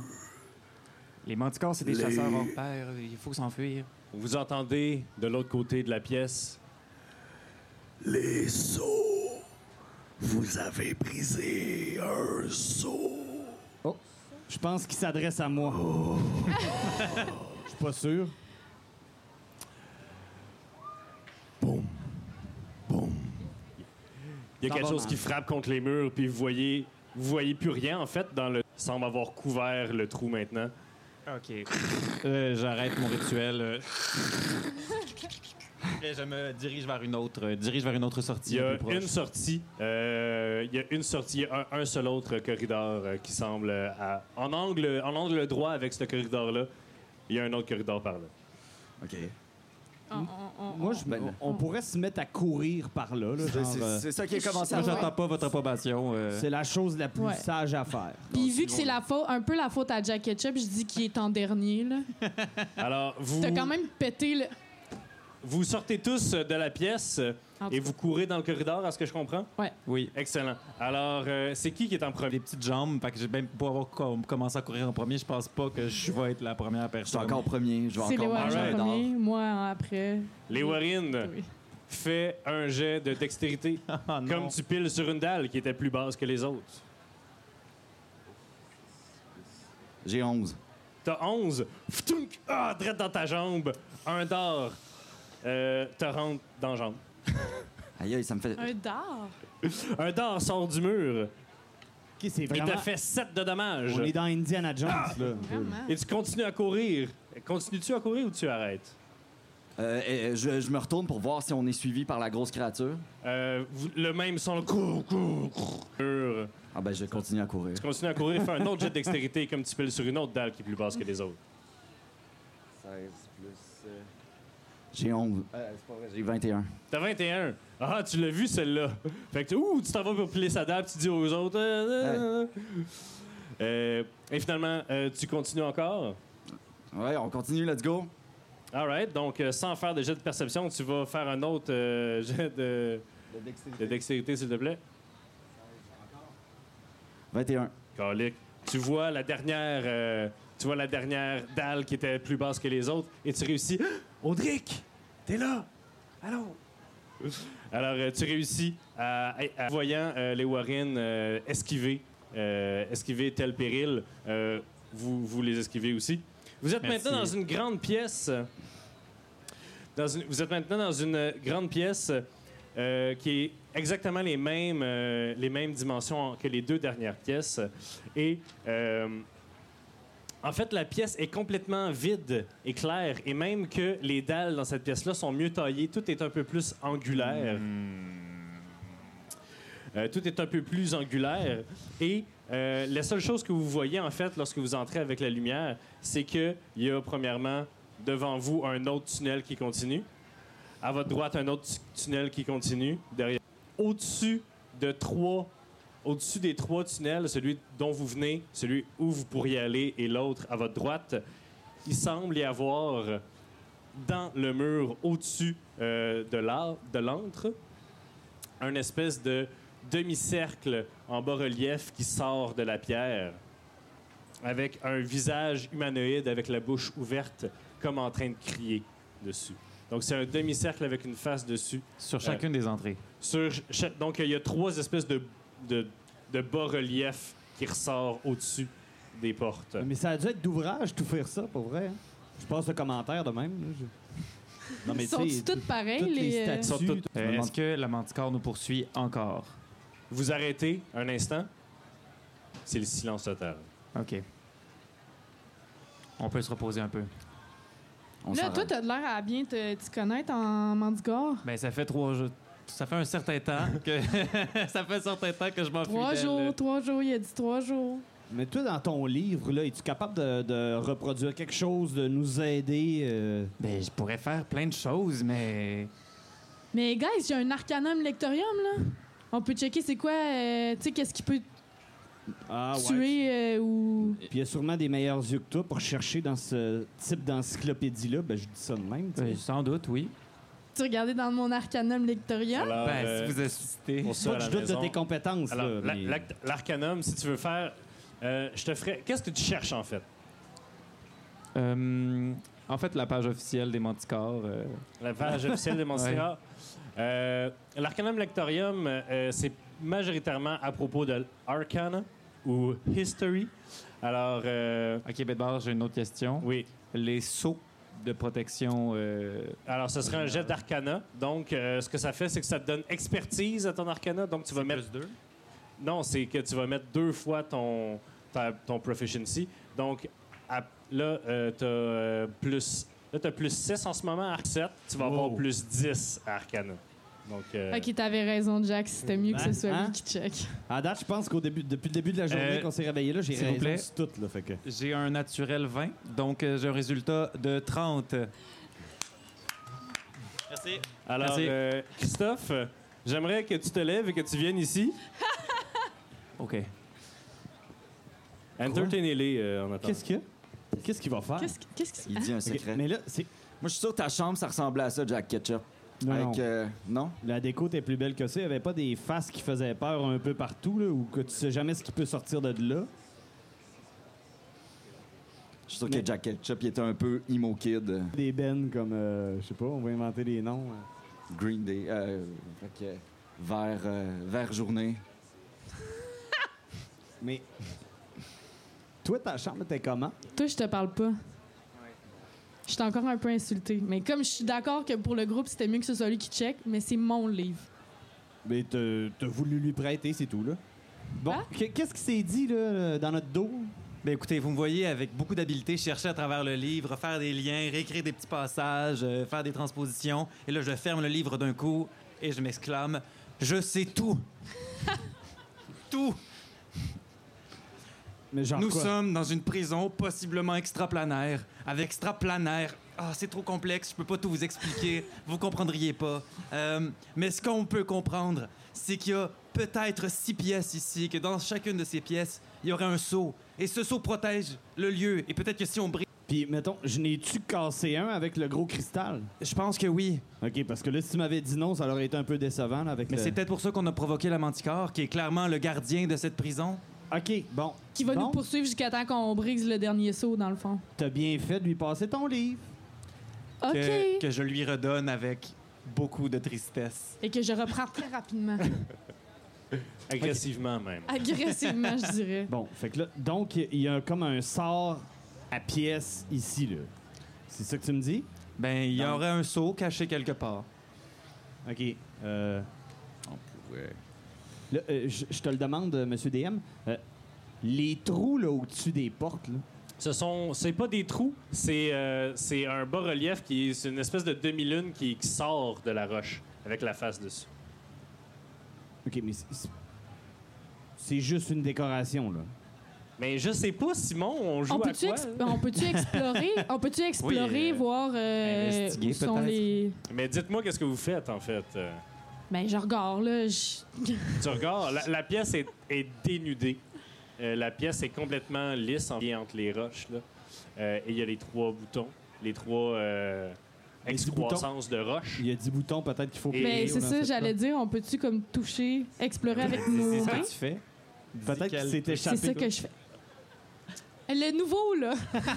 Les manticores, c'est des chasseurs hors pair. Il faut s'enfuir. Vous entendez de l'autre côté de la pièce. Les seaux. Vous avez brisé un seau. Je pense qu'il s'adresse à moi. Je suis pas sûr. Il y a Ça quelque va chose mal. qui frappe contre les murs, puis vous voyez, vous voyez plus rien en fait dans le. Semble avoir couvert le trou maintenant. OK. Euh, J'arrête mon rituel. euh, Et je me dirige vers une autre, euh, dirige vers une autre sortie. Il y la a plus proche. une sortie, euh, il y a une sortie, il y a un, un seul autre corridor euh, qui semble euh, à- en angle, en angle droit avec ce corridor-là. Il y a un autre corridor par là. OK. On- on- on- Moi, je- Ben, on, on pourrait se mettre à courir par là. là, C'est- genre, C'est euh, c'est ça qui est commencé Moi, Ah ouais. j'attends pas votre approbation. euh. c'est la chose la plus Ouais. sage à faire. Puis vu que c'est la faute, un peu la faute à Jack Ketchup, je dis qu'il est en dernier. Là. Alors, vous, T'as quand même pété le. vous sortez tous euh, de la pièce euh, En et tout vous courez dans le corridor, à ce que je comprends? Ouais. Oui. Excellent. Alors, euh, c'est qui qui est en Des premier? petites jambes, fait que j'ai même pas avoir com- commencé à courir en premier. Je pense pas que je vais être la première Je suis personne. encore premier. Je vais C'est les encore manger Alright. un Warren en dard. premier, moi après. Les Warren, Oui. fais un jet de dextérité, Ah, non. comme tu piles sur une dalle qui était plus basse que les autres. J'ai 11. T'as 11. Ftounk! Ah, drette dans ta jambe. Un d'or. Euh, te rentre dans la jambe. Aïe, aïe, ça me fait. Un dard. Ah, Un d'or sort du mur. Ok, c'est Il t'a vraiment- fait 7 de dommages. On est dans Indiana Jones, Ah! là. un peu, là. Vraiment. Et tu continues à courir. Continues-tu à courir ou tu arrêtes? Euh, et, et, je, je me retourne pour voir si on est suivi par la grosse créature. Euh, vous- le même son. Cours, cours, cours. Mur. Ah ben, je continue à courir. Tu continues à courir. Fais un autre jet de dextérité comme tu piles sur une autre dalle qui est plus basse que les autres. 16 plus. J'ai 11. Euh, c'est pas vrai, j'ai 21. T'as 21. Ah, tu l'as vu celle-là. Fait que ouh, tu t'en vas pour piler sa dalle, puis tu dis aux autres. euh, euh, euh. Euh, et finalement, euh, tu continues encore. Ouais, on continue, let's go. All right, donc euh, sans faire de jet de perception, tu vas faire un autre euh, jet de, de dextérité, s'il te plaît. 21. Calique. Tu vois la dernière, euh, tu vois la dernière dalle qui était plus basse que les autres, et tu réussis. Audric, t'es là. Allô. Alors, euh, tu réussis à, à- à- voyant euh, les Warren euh, esquiver, euh, esquiver tel péril. euh, vous, vous les esquivez aussi. Vous êtes Merci. maintenant dans une grande pièce. Dans une- vous êtes maintenant dans une grande pièce euh, qui est exactement les mêmes, euh, les mêmes dimensions que les deux dernières pièces. Et euh, en fait, la pièce est complètement vide et claire. Et même que les dalles dans cette pièce-là sont mieux taillées, tout est un peu plus angulaire. Euh, tout est un peu plus angulaire. Et euh, la seule chose que vous voyez, en fait, lorsque vous entrez avec la lumière, c'est qu'il y a, premièrement, devant vous, un autre tunnel qui continue. À votre droite, un autre tu- tunnel qui continue. Derrière. Au-dessus de trois. Au-dessus des trois tunnels, celui dont vous venez, celui où vous pourriez aller et l'autre à votre droite, il semble y avoir dans le mur au-dessus euh, de l'ar- de l'antre un espèce de demi-cercle en bas-relief qui sort de la pierre avec un visage humanoïde avec la bouche ouverte comme en train de crier dessus. Donc c'est un demi-cercle avec une face dessus. Sur chacune des entrées. Sur cha- donc il y a trois espèces de, de, de bas-relief qui ressort au-dessus des portes. Mais ça a dû être d'ouvrage, tout faire ça, pour vrai. hein. Je passe le commentaire de même. là, je- Non, mais tu Sont-ils sais, toutes pareilles, toutes les les. euh, statues, Sont toutes- tu me Euh, demandes- Est-ce que la manticore nous poursuit encore? Vous arrêtez un instant. C'est le silence total. OK. On peut se reposer un peu. On Là, s'arrête. toi, t'as de l'air à bien te, t'y connaître en Mandigore. Ben, ça fait trois jours. Ça fait un certain temps que. ça fait un certain temps que je Ah, m'enfuis. Trois d'elle. jours, trois jours, il a dit trois jours. Mais toi, dans ton livre, là, es-tu capable de, de reproduire quelque chose, de nous aider? euh? Ben, je pourrais faire plein de choses, mais. Mais guys, j'ai un Arcanum Lectorium, là. On peut checker c'est quoi, euh, tu sais, qu'est-ce qui peut Ah, ouais. tuer euh, ou. Puis il y a sûrement des meilleurs yeux que toi pour chercher dans ce type d'encyclopédie-là. Ben, je dis ça de même. tu sais. Ben, sans doute, oui. Tu regardais dans mon Arcanum Lectorium? Alors, ben, euh, si vous assistez. pour ceux Pas à que la je doute maison- de tes compétences. Alors, là, la- mais- l'act- l'arcanum, si tu veux faire, euh, je te ferai. Qu'est-ce que tu cherches en fait Euh, en fait, la page officielle des manticores. euh, La page officielle de Monstera. Euh, L'arcanum lectorium, euh, c'est majoritairement à propos de l'arcana ou history. Alors, euh, Ok, Bedbar, j'ai une autre question. oui. Les sauts de protection. euh, Alors, ce serait un jet d'arcana. Donc, euh, ce que ça fait, c'est que ça te donne expertise à ton arcana. Donc, tu vas mettre. deux. Non, c'est que tu vas mettre deux fois ton, ta- ton proficiency. Donc, à- là, tu as euh, plus Là, t'as plus 6 en ce moment, arc 7. Tu vas avoir Wow. plus 10 à Arcana. Donc, euh, Ok, t'avais raison, Jack. C'était mieux que ce soit Hein? lui qui check. À date, je pense qu'au début, depuis le début de la journée Euh, qu'on s'est réveillé, là, j'ai s'il vous raison plaît. sur tout, là, fait que. J'ai un naturel 20, donc euh, j'ai un résultat de 30. Merci. alors, Merci. euh, Christophe, euh, j'aimerais que tu te lèves et que tu viennes ici. OK. Entertainez-les euh, en attendant. Qu'est-ce que? Qu'est-ce qu'il va faire? Qu'est-ce que- qu'est-ce que Il dit un secret. Mais là, c'est. Moi, je suis sûr que ta chambre, ça ressemblait à ça, Jack Ketchup. Non, Avec, non. euh, non? La déco t'es plus belle que ça. Il n'y avait pas des faces qui faisaient peur un peu partout, là, ou que tu sais jamais ce qui peut sortir de là. Je suis sûr que Jack Ketchup, il était un peu emo kid. euh, Des bennes comme, euh, je sais pas, on va inventer des noms. hein. Green Day. Euh, fait que, vert, euh, vert journée. Mais. Toi, ta chambre, t'es comment? Toi, je te parle pas. Je suis encore un peu insultée. Mais comme je suis d'accord que pour le groupe, c'était mieux que ce soit lui qui check, mais c'est mon livre. Mais t'as t'as voulu lui prêter, c'est tout, là. Bon, Hein? que- qu'est-ce qui s'est dit, là, dans notre dos? Ben écoutez, vous me voyez avec beaucoup d'habileté chercher à travers le livre, faire des liens, réécrire des petits passages, euh, faire des transpositions. Et là, je ferme le livre d'un coup et je m'exclame Je sais tout Tout Mais genre Nous quoi? sommes dans une prison possiblement extraplanaire. Avec extraplanaire, ah, c'est trop complexe, je peux pas tout vous expliquer, vous comprendriez pas. Euh, mais ce qu'on peut comprendre, c'est qu'il y a peut-être six pièces ici, que dans chacune de ces pièces, il y aurait un seau. Et ce seau protège le lieu. Et peut-être que si on brise. Puis, mettons, je n'ai-tu cassé un avec le gros cristal? Je pense que oui. OK, parce que là, si tu m'avais dit non, ça aurait été un peu décevant, là, avec Mais le- c'est peut-être pour ça qu'on a provoqué la manticore, qui est clairement le gardien de cette prison. OK, bon. Qui va Bon, nous poursuivre jusqu'à temps qu'on brise le dernier saut, dans le fond. T'as bien fait de lui passer ton livre. OK. Que, que je lui redonne avec beaucoup de tristesse. Et que je reprends très rapidement. Agressivement même. Agressivement, je dirais. Bon, fait que là, donc, il y a comme un sort à pièce ici, là. C'est ça que tu me dis? Ben, il y Dans- aurait un seau caché quelque part. OK. Euh, On pourrait. là, euh, je je te le demande, euh, Monsieur DM. euh, les trous, là, au-dessus des portes, là. Ce sont, c'est pas des trous, c'est euh, c'est un bas-relief qui est c'est une espèce de demi-lune qui, qui sort de la roche avec la face dessus. OK, mais c'est- c'est- c'est juste une décoration, là. Mais je sais pas, Simon, on joue On à peut-tu quoi? ex- hein? on peut-tu explorer, on peut explorer Oui, euh, voir euh, investiguer où sont peut-être. les. Mais dites-moi qu'est-ce que vous faites en fait. euh. Ben, je regarde, là. je- Tu regardes, la, la pièce est, est dénudée. Euh, la pièce est complètement lisse en lien entre les roches. Là. Euh, et il y a les trois boutons, les trois euh, Les dix excroissances de roches. Il y a 10 boutons, peut-être qu'il faut... Et- Ben, Et c'est ça, j'allais dire, on peut-tu comme toucher, explorer avec nos mains? tu fais. Peut-être qu'il s'est échappé. C'est ça que je fais. Le nouveau, là.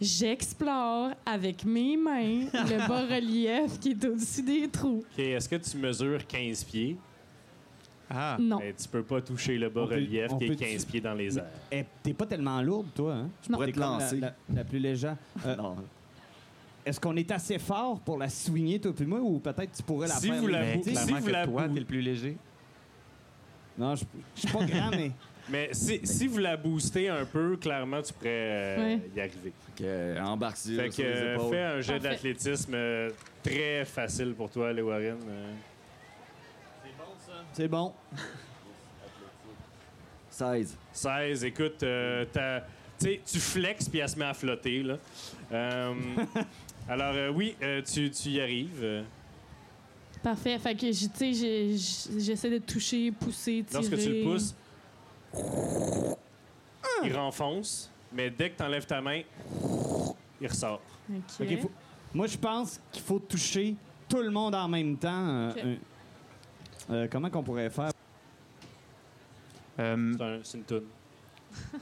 J'explore avec mes mains le bas-relief qui est au-dessus des trous. Ok, Est-ce que tu mesures 15 pieds? Ah. Non. Mais tu peux pas toucher le bas-relief on qui est peut- 15 pieds dans les airs. Eh, T'es pas tellement lourde, toi, hein? Je pourrais T'es te comme la- lancer. La, la plus légère. Euh, Non. Est-ce qu'on est assez fort pour la soigner, toi puis moi, ou peut-être tu pourrais la Si faire vous la- Mais si remonter? clairement vous que la- toi, t'es le plus léger. Non, je je suis pas grand, mais... Mais si, si vous la boostez un peu, clairement, tu pourrais euh, Ouais. y arriver. Fait que, euh, embarque sur, Fait que sur les euh, épaules. fais un jet Parfait. d'athlétisme euh, très facile pour toi, Léo Warren. euh. C'est bon. 16. 16, écoute, euh, t'as- tu sais, tu flexes puis elle se met à flotter. Là. Euh, alors, euh, oui, euh, tu, tu y arrives. euh. Parfait. Fait que, j- tu sais, j'ai- j- j'essaie de toucher, pousser, tirer. Lorsque tu le pousses, il renfonce, mais dès que tu enlèves ta main, il ressort. OK. Ok, faut- Moi, je pense qu'il faut toucher tout le monde en même temps. euh, Ok. un- euh, comment qu'on pourrait faire? Euh, C'est un- c'est une toune.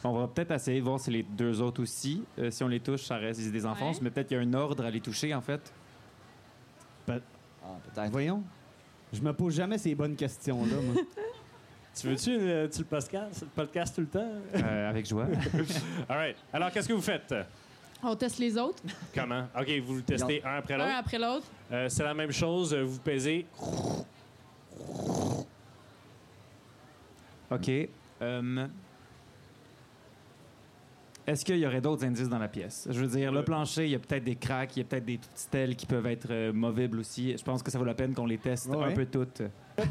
on va peut-être essayer de voir si les deux autres aussi, euh, si on les touche, ça reste ils se désenfoncent, Ouais. mais peut-être qu'il y a un ordre à les toucher, en fait. Ah, peut-être. Voyons. Je me pose jamais ces bonnes questions-là, moi. Tu veux-tu une- tu le podcast, le podcast tout le temps? Euh, avec joie. All right. Alors, qu'est-ce que vous faites? On teste les autres, Comment? OK, vous le testez un après un l'autre. après l'autre. Euh, c'est la même chose. euh, Vous pesez. OK. euh, Est-ce qu'il y aurait d'autres indices dans la pièce? Je veux dire, Euh, le plancher, il y a peut-être des cracks, il y a peut-être des petites stèles qui peuvent être euh, movibles aussi. Je pense que ça vaut la peine qu'on les teste Ouais. un peu toutes.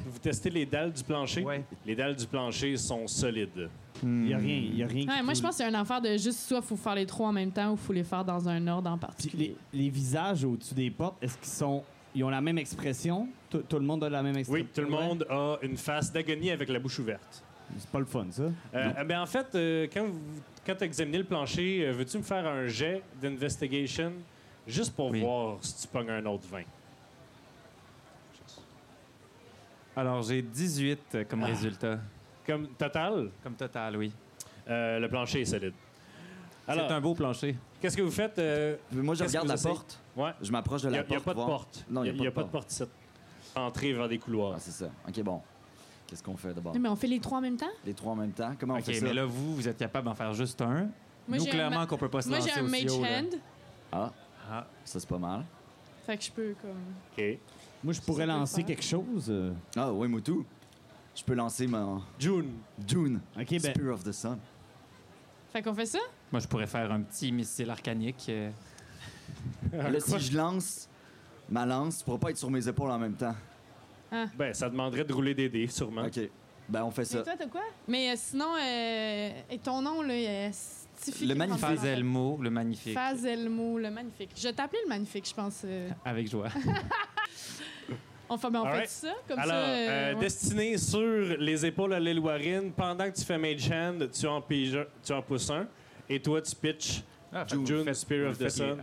Vous testez les dalles du plancher. Ouais. Les dalles du plancher sont solides. Hmm. Il n'y a rien. Il y a rien Ouais, qui moi, je coule. pense qu'il y a une affaire de juste soit faut faire les trois en même temps ou faut les faire dans un ordre en Puis particulier. les, les visages au-dessus des portes, est-ce qu'ils sont. Ils ont la même expression? Tout tout le monde a la même expression? Oui, tout le monde a une face d'agonie avec la bouche ouverte. Ouais. C'est pas le fun, ça. Euh, ben, en fait, euh, quand, vous- quand tu as examiné le plancher, euh, veux-tu me faire un jet d'investigation juste pour Oui. voir si tu pognes un autre vin? Alors, j'ai 18 euh, comme Ah. résultat. Comme total, Comme total, oui. euh, le plancher est solide. Alors, C'est un beau plancher. qu'est-ce que vous faites? euh, Moi, je Qu'est-ce que regarde vous la essayez? porte. ouais, Je m'approche de il n'y la a, porte. y a pas de voir. porte. Non, il n'y a, pas de porte ici. Entrer vers des couloirs. Ah, c'est ça. OK, bon. Qu'est-ce qu'on fait d'abord? Non, mais on fait les trois en même temps? Les trois en même temps? Comment on OK, fait ça? mais là, vous, vous êtes capable d'en faire juste un. Moi, Nous, j'ai un, clairement, ma- qu'on peut pas se moi, j'ai lancer un aussi mage haut, là. hand. Ah, Ah. ça, c'est pas mal. Fait que je peux comme. OK. Moi, je pourrais peut le lancer faire. quelque chose. euh. Ah, ouais, Moutou. Je peux lancer mon June, Dune, OK, ben. Spear of the Sun. Fait qu'on fait ça? Moi, je pourrais faire un petit missile arcanique. euh, Là, si je lance ma lance, tu pourras pas être sur mes épaules en même temps. ben, ça demanderait de rouler des dés, sûrement. OK. Ben, on fait Mais ça. toi, t'as quoi? Mais euh, sinon, euh, et ton nom, là, euh, Stifi- Le magnifique. comment on l'appelle? Fazelmo, le magnifique. Fazelmo, le magnifique. Je t'appelais le magnifique, je pense. euh. Avec joie. On fait, ben, on fait Alright. ça? Comme Alors, ça. euh, euh, ouais. destiné sur les épaules à l'Éloirine, pendant que tu fais Mage Hand, tu en, pige- tu en pousses un, et toi, tu pitches Ah, June, Spear of the Sun.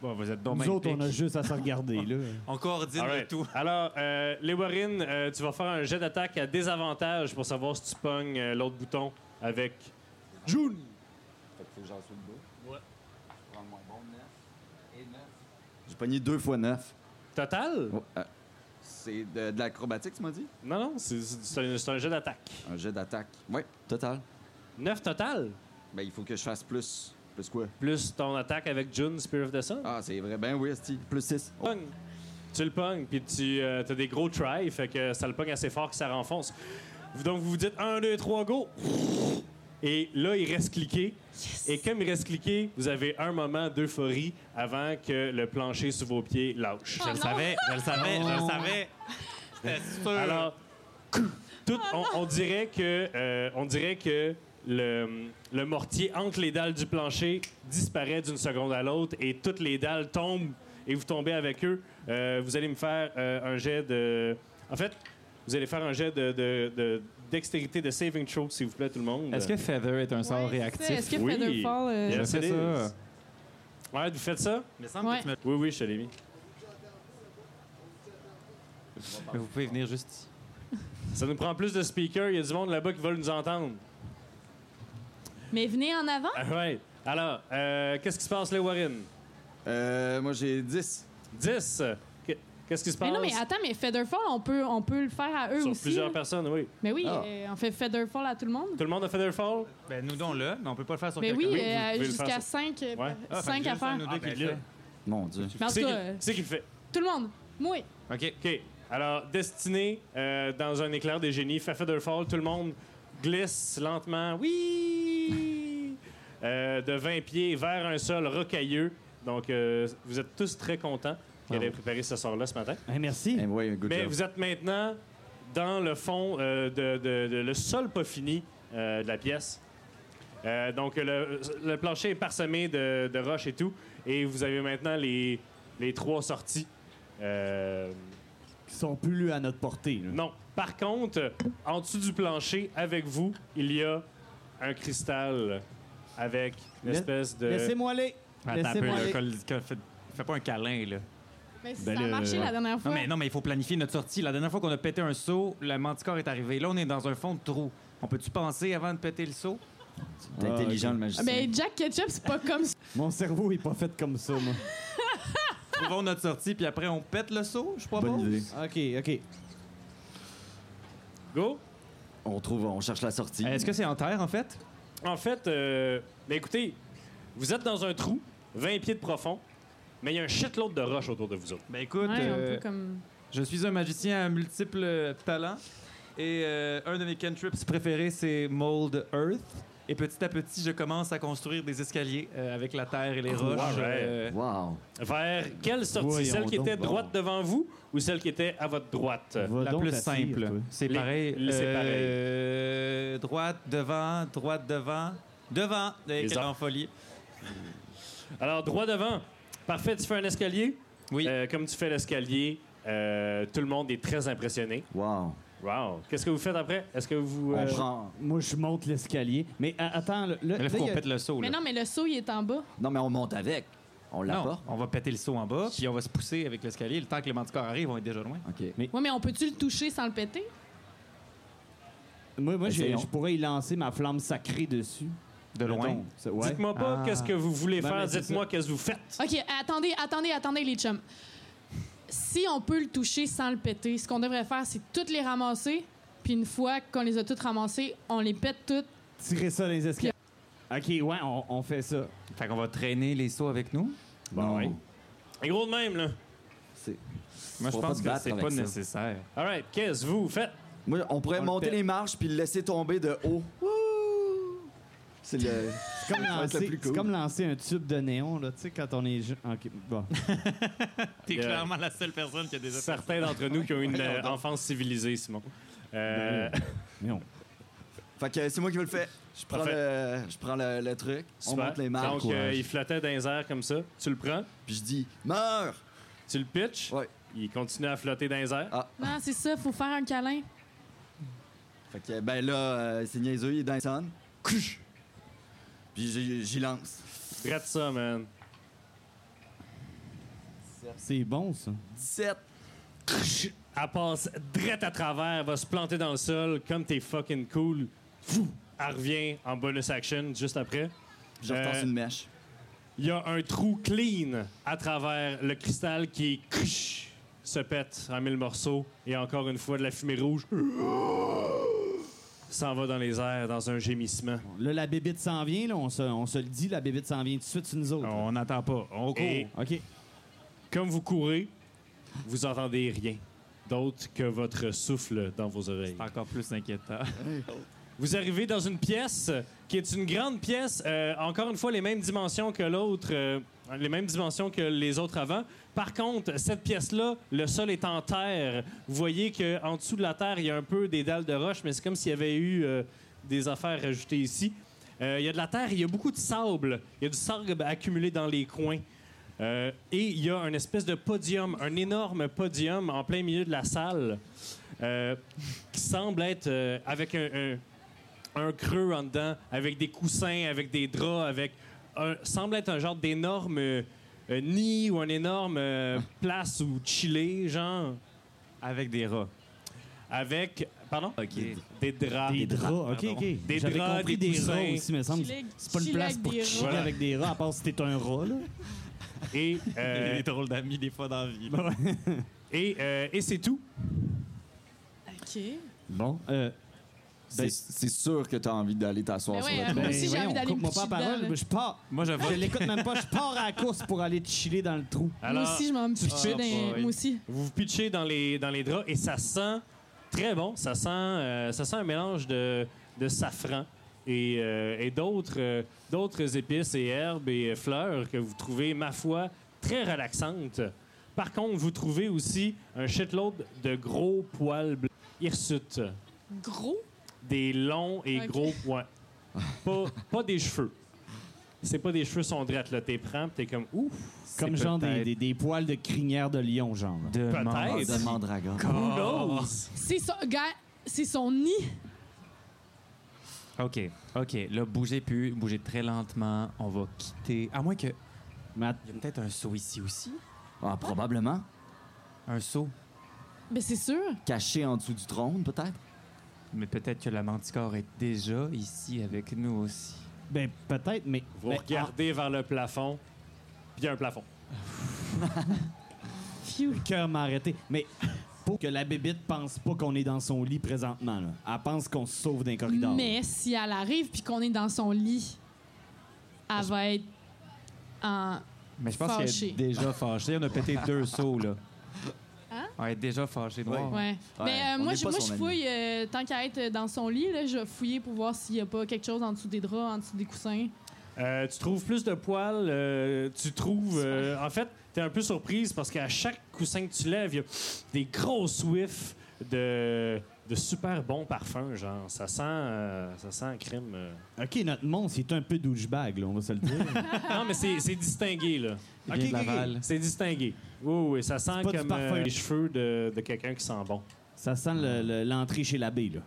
vous êtes Nous autres, on a juste à se regarder, là. ben, On coordonne All right. le tout. Alors, euh, Léwarine, euh, tu vas faire un jet d'attaque à désavantage pour savoir si tu pognes euh, l'autre bouton avec June. J'ai pogné deux fois neuf. Total? Oh, euh, c'est de, de l'acrobatique, tu m'as dit? Non, non, c'est- c'est un, c'est un jet d'attaque. Un jet d'attaque. Oui, total. 9 total, Ben, il faut que je fasse plus. Plus quoi? plus ton attaque avec June, Spear of the Sun. Ah, c'est vrai. Ben oui, esti. Plus 6. Pogne. Tu le pognes, puis tu as des gros tries, fait que ça le pogne assez fort que ça renfonce. Vous- Donc, vous vous dites 1, 2, 3, go! Et là, il reste cliqué. Et comme il reste cliqué, vous avez un moment d'euphorie avant que le plancher sous vos pieds lâche. Ah, Je le savais, je le savais, je Oh. le savais. C'était sûr. Alors, tout, on, on dirait que, euh, on dirait que le, le mortier entre les dalles du plancher disparaît d'une seconde à l'autre et toutes les dalles tombent et vous tombez avec eux. Euh, vous allez me faire euh, un jet de. En fait, vous allez faire un jet de, de- de- dextérité de saving throw, s'il vous plaît, tout le monde. est-ce que Feather est un sort Ouais, c'est ça. réactif? Est-ce que Oui. Featherfall. euh, Yes, Je fais it ça. is. Ouais, vous faites ça? Il me semble Ouais. que tu me- Oui, oui, je te l'ai mis. Mais vous pouvez venir juste ici. Ça nous prend plus de speakers. Il y a du monde là-bas qui veulent nous entendre. Mais venez en avant? Ah, ouais. Alors, euh, qu'est-ce qui se passe, les Warren? Euh, moi, j'ai 10. 10. Qu- Qu'est-ce qui se passe? Mais non, mais attends, mais Featherfall, on peut, on peut le faire à eux Sur aussi. hein. plusieurs là. personnes, oui. Mais oui, Ah. euh, on fait Featherfall à tout le monde. Tout le monde a fait their fall? Ben, nous donc là, mais on peut pas le faire sur Mais Oui, oui, vous euh, pouvez le faire jusqu'à sur- 5 Ouais. Ah, fait que juste à un faire. ou deux qui le fait. Mon Dieu. Mais en tout C'est qui, cas, euh, c'est qui le fait? tout le monde, moi, OK. OK. Alors, Destiné, euh, dans un éclair de génie, fait their fall. Tout le monde glisse lentement, oui! Euh, de 20 pieds vers un sol rocailleux. Donc, euh, vous êtes tous très contents qu'elle ait préparé ce sort-là ce matin. Hey, merci. Eh, ouais, good Mais job. vous êtes maintenant dans le fond euh, de, de- de- le sol pas fini euh, de la pièce. Euh, donc le, le plancher est parsemé de, de roches et tout, et vous avez maintenant les, les trois sorties. Euh, Ils sont plus à notre portée, là. non. Par contre, en dessous du plancher, avec vous, il y a un cristal avec une La- espèce de. Laissez-moi aller. Attends un peu, Laissez-moi là, aller. col- col- fais- fais pas un câlin, là. mais si Ben ça a là, marché ouais. la dernière fois. Non mais, non, mais il faut planifier notre sortie. La dernière fois qu'on a pété un seau, le manticore est arrivé. Là, on est dans un fond de trou. On peut-tu penser avant de péter le seau? T'es intelligent, le Ah, magicien. ben, Jack Ketchup, c'est pas comme ça. Mon cerveau est pas fait comme ça, moi. Trouvons notre sortie, puis après, on pète le seau, je crois Bonne pas. idée. OK, OK. Go! On trouve, on cherche la sortie. Euh, Est-ce que c'est en terre, en fait? En fait, euh, ben écoutez, vous êtes dans un trou, 20 pieds de profond, mais il y a un shitload de roches autour de vous autres. Ben écoute, Ouais, euh, on peut comme. je suis un magicien à multiples euh, talents. Et euh, un de mes cantrips préférés, c'est Mold Earth. Et petit à petit, je commence à construire des escaliers euh, avec la terre et les roches. alright. euh, Wow. Vers quelle sortie Voyons Celle qui donc, était bon. droite devant vous ou celle qui était à votre droite Va la donc plus la tire, simple. toi. C'est Les- pareil. les- c'est pareil. euh, droite, devant, droite, devant, devant. Les Les ar- en folie. Alors, droit devant. Parfait, tu fais un escalier. Oui. Euh, comme tu fais l'escalier, euh, tout le monde est très impressionné. Wow. Wow. Qu'est-ce que vous faites après? Est-ce que vous... euh, On prend. Moi, je monte l'escalier. Mais euh, attends, le- le- Mais là, là, faut qu'on il y a- pète le saut. Mais Oh là. non, mais le seau, il est en bas. Non, mais on monte avec. On Non, l'apporte. on va péter le saut en bas, puis on va se pousser avec l'escalier. Le temps que les manticore arrivent, on est déjà loin. OK. Oui, mais on peut-tu le toucher sans le péter? moi, moi, j'ai- Essayons. je pourrais y lancer ma flamme sacrée dessus. De loin. Mettons, ça- ouais. Dites-moi pas Ah. qu'est-ce que vous voulez Ben, faire. mais c'est Dites-moi qu'est-ce que vous faites. OK, attendez, attendez, attendez, les chums. Si on peut le toucher sans le péter, ce qu'on devrait faire, c'est toutes les ramasser, puis une fois qu'on les a toutes ramassées, on les pète toutes. Tirer ça dans les escaliers. OK, ouais, on, on fait ça. Fait qu'on va traîner les sauts avec nous. Non. oui. Et gros de même, là. C'est- Moi, je Faut pas pense te que battre c'est avec pas ça. nécessaire. All right. Qu'est-ce que vous faites? Moi, on pourrait On le monter pète. les marches puis le laisser tomber de haut. Wouh! C'est le. C'est comme, va être le lancer- plus c'est cool. comme lancer un tube de néon, là, tu sais, quand on est... je- OK, bon. T'es Yeah. clairement la seule personne qui a déjà fait Certains d'entre nous qui ont une euh, enfance civilisée, Simon. Euh, Néon. Fait que c'est moi qui vais le faire. Je prends, le, je prends le, le truc, on super. monte les marches, Donc, euh, il flottait dans les airs comme ça. Tu le prends, puis je dis meurs. tu le pitches. Ouais. Il continue à flotter dans les airs. Non, c'est ça, faut faire un câlin. Fait que ben là, euh, c'est niaiseux, il est dans les sonnes. Couch! Puis j'y- j'y lance. Traite ça, man. C'est bon, ça. 17. Elle passe drette à travers, elle va se planter dans le sol comme t'es fucking cool. Fou! Elle revient en bonus action juste après. Je Euh, retourne une mèche. Il y a un trou clean à travers le cristal qui crish, se pète en mille morceaux et encore une fois de la fumée rouge s'en va dans les airs dans un gémissement. Là, la bébite s'en vient, là, on se, on se le dit, la bébite s'en vient tout de suite sur nous autres. On n'attend pas. On court. Et OK. comme vous courez, vous entendez rien d'autre que votre souffle dans vos oreilles. C'est encore plus inquiétant. Vous arrivez dans une pièce euh, qui est une grande pièce, euh, encore une fois les mêmes dimensions que l'autre, euh, les mêmes dimensions que les autres avant. Par contre, cette pièce-là, le sol est en terre. Vous voyez que en dessous de la terre, il y a un peu des dalles de roche, mais c'est comme s'il y avait eu euh, des affaires ajoutées ici. Euh, il y a de la terre, il y a beaucoup de sable, il y a du sable accumulé dans les coins. Euh, et il y a une espèce de podium, un énorme podium en plein milieu de la salle, euh, qui semble être euh, avec un- un, un creux en dedans, avec des coussins, avec des draps, avec un, semble être un genre d'énorme euh, euh, nid ou un énorme euh, place où chiller, genre, Avec des rats. avec, pardon, OK. des draps. Ah, Des draps, OK, pardon. OK. Des J'avais draps, compris des des rats coussins. aussi, mais semble. Chiller- C'est pas une chiller place avec pour des chiller rats. avec des rats, à part si t'es un rat, là. Et, euh, des drôles d'amis des fois dans la Ben, vie. et, euh, et c'est tout. OK. Bon. Euh, C'est c'est sûr que t'as envie d'aller t'asseoir Ben sur le ouais, hein. banc. Moi aussi, j'ai envie d'aller me coupe-moi pas la pitcher dedans, parole, là. mais je pars. Moi, je Je vote. l'écoute même pas, je pars à la course pour aller chiller dans le trou. moi Alors, aussi, je m'en me pitcher Ah, dans les- boy. Moi aussi. vous vous pitchez dans les, dans les draps et ça sent très bon. Ça sent, euh, ça sent un mélange de, de safran et, euh, et d'autres, euh, d'autres épices et herbes et fleurs que vous trouvez, ma foi, très relaxantes. Par contre, vous trouvez aussi un shitload de gros poils blancs hirsutes. Gros? Des longs et Ok. gros poils. Pas, pas des cheveux. C'est pas des cheveux sont drettes, là. T'es prends, pis t'es comme ouf. Comme genre des, des, des poils de crinière de lion, genre. là. Peut-être. De mandragon. Ah. Who knows? C'est son... gars, C'est son nid. OK, OK. Là, bougez plus, bougez très lentement. On va quitter. À moins que. Mais Il y a peut-être un saut ici aussi. Ah, probablement. Un saut. Ben, c'est sûr. Caché en dessous du trône, peut-être. Mais peut-être que la manticore est déjà ici avec nous aussi. Ben, peut-être, mais. Vous mais- regardez vers le plafond, puis il y a un plafond. Phew. Le cœur m'a arrêté. Mais pour que la bébite pense pas qu'on est dans son lit présentement, là. Elle pense qu'on se sauve d'un corridor. Mais si elle arrive puis qu'on est dans son lit, elle va être en. Mais je pense qu'elle Fâchée. est déjà fâchée. On a pété deux sauts, là. Hein? Ouais, déjà fâché noir. Ouais. Mais euh, on moi, n'est je, pas moi, son je ami. fouille, euh, tant qu'à être dans son lit, là, je vais fouiller pour voir s'il n'y a pas quelque chose en dessous des draps, en dessous des coussins. Euh, tu trouves plus de poils, euh, tu trouves. euh, en fait, t'es un peu surprise parce qu'à chaque coussin que tu lèves, il y a des grosses whiffs de, de super bons parfums, genre. Ça sent, euh, ça sent crime. euh. OK, notre monstre, il est un peu douchebag, là, on va se le dire. Non, mais c'est c'est distingué, là. Il vient de Laval. C'est distingué. Oui, oui, ça sent pas du comme parfum. euh, les cheveux de, de quelqu'un qui sent bon. Ça sent le- le- l'entrée chez l'abbé, là.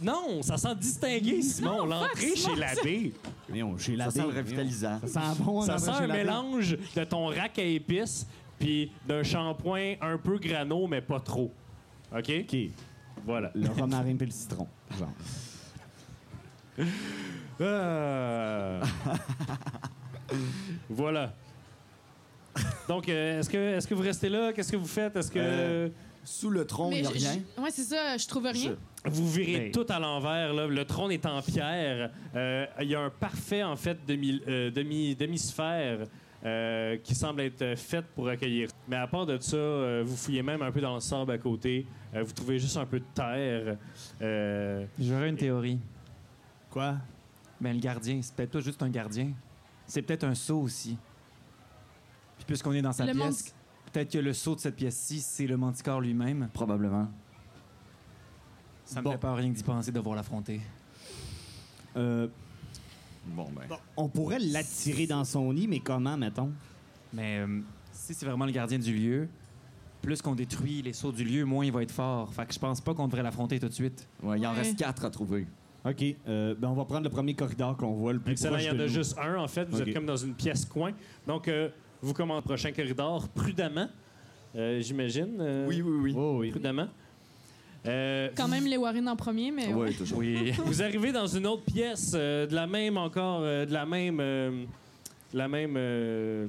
Non, ça sent distingué, Simon. L'entrée chez l'abbé. Voyons, chez Ça l'abbé. sent le voyons. revitalisant. Ça sent bon, hein, Ça l'entrée sent chez un l'abbé. mélange de ton rack à épices puis d'un shampoing un peu grano, mais pas trop. OK? OK, Voilà. le romarin puis le citron, genre. Ah. voilà. Donc, euh, est-ce que, est que vous restez là? Qu'est-ce que vous faites? Est-ce que Euh, Sous le tronc, il Mais n'y a je- rien. je- ouais, c'est ça, je trouve rien. vous virez Ben. tout à l'envers? là? Le trône est en pierre. Euh, Il y a un parfait, en fait, demi- euh, demi- demi-sphère euh, qui semble être faite pour accueillir. Mais à part de ça, euh, vous fouillez même un peu dans le sable à côté. Euh, vous trouvez juste un peu de terre. Euh, J'aurais une théorie. Quoi? Mais le gardien, c'est peut-être pas juste un gardien. C'est peut-être un sceau aussi. Puis puisqu'on est dans sa Le pièce, peut-être que le sceau de cette pièce-ci, c'est le manticore lui-même. Probablement. Ça me Bon. fait peur rien que d'y penser, devoir l'affronter. Euh, Bon, ben. on pourrait l'attirer dans son lit, mais comment, mettons? Mais euh, si c'est vraiment le gardien du lieu, plus qu'on détruit les sceaux du lieu, moins il va être fort. Fait que je pense pas qu'on devrait l'affronter tout de suite. Ouais, il en Ouais. reste quatre à trouver. OK, euh, ben on va prendre le premier corridor qu'on voit, le plus Excellent, proche il y en de a nous. juste un en fait. Vous Ok. êtes comme dans une pièce coin. Donc, euh, vous commencez le prochain corridor prudemment, euh, j'imagine. euh, Oui, oui, oui. Oh, oui. Prudemment. Euh, Quand même, les Warren en premier, mais. Oui, toujours. Oui. vous arrivez dans une autre pièce, euh, de la même encore, euh, de la même, euh, de la même euh,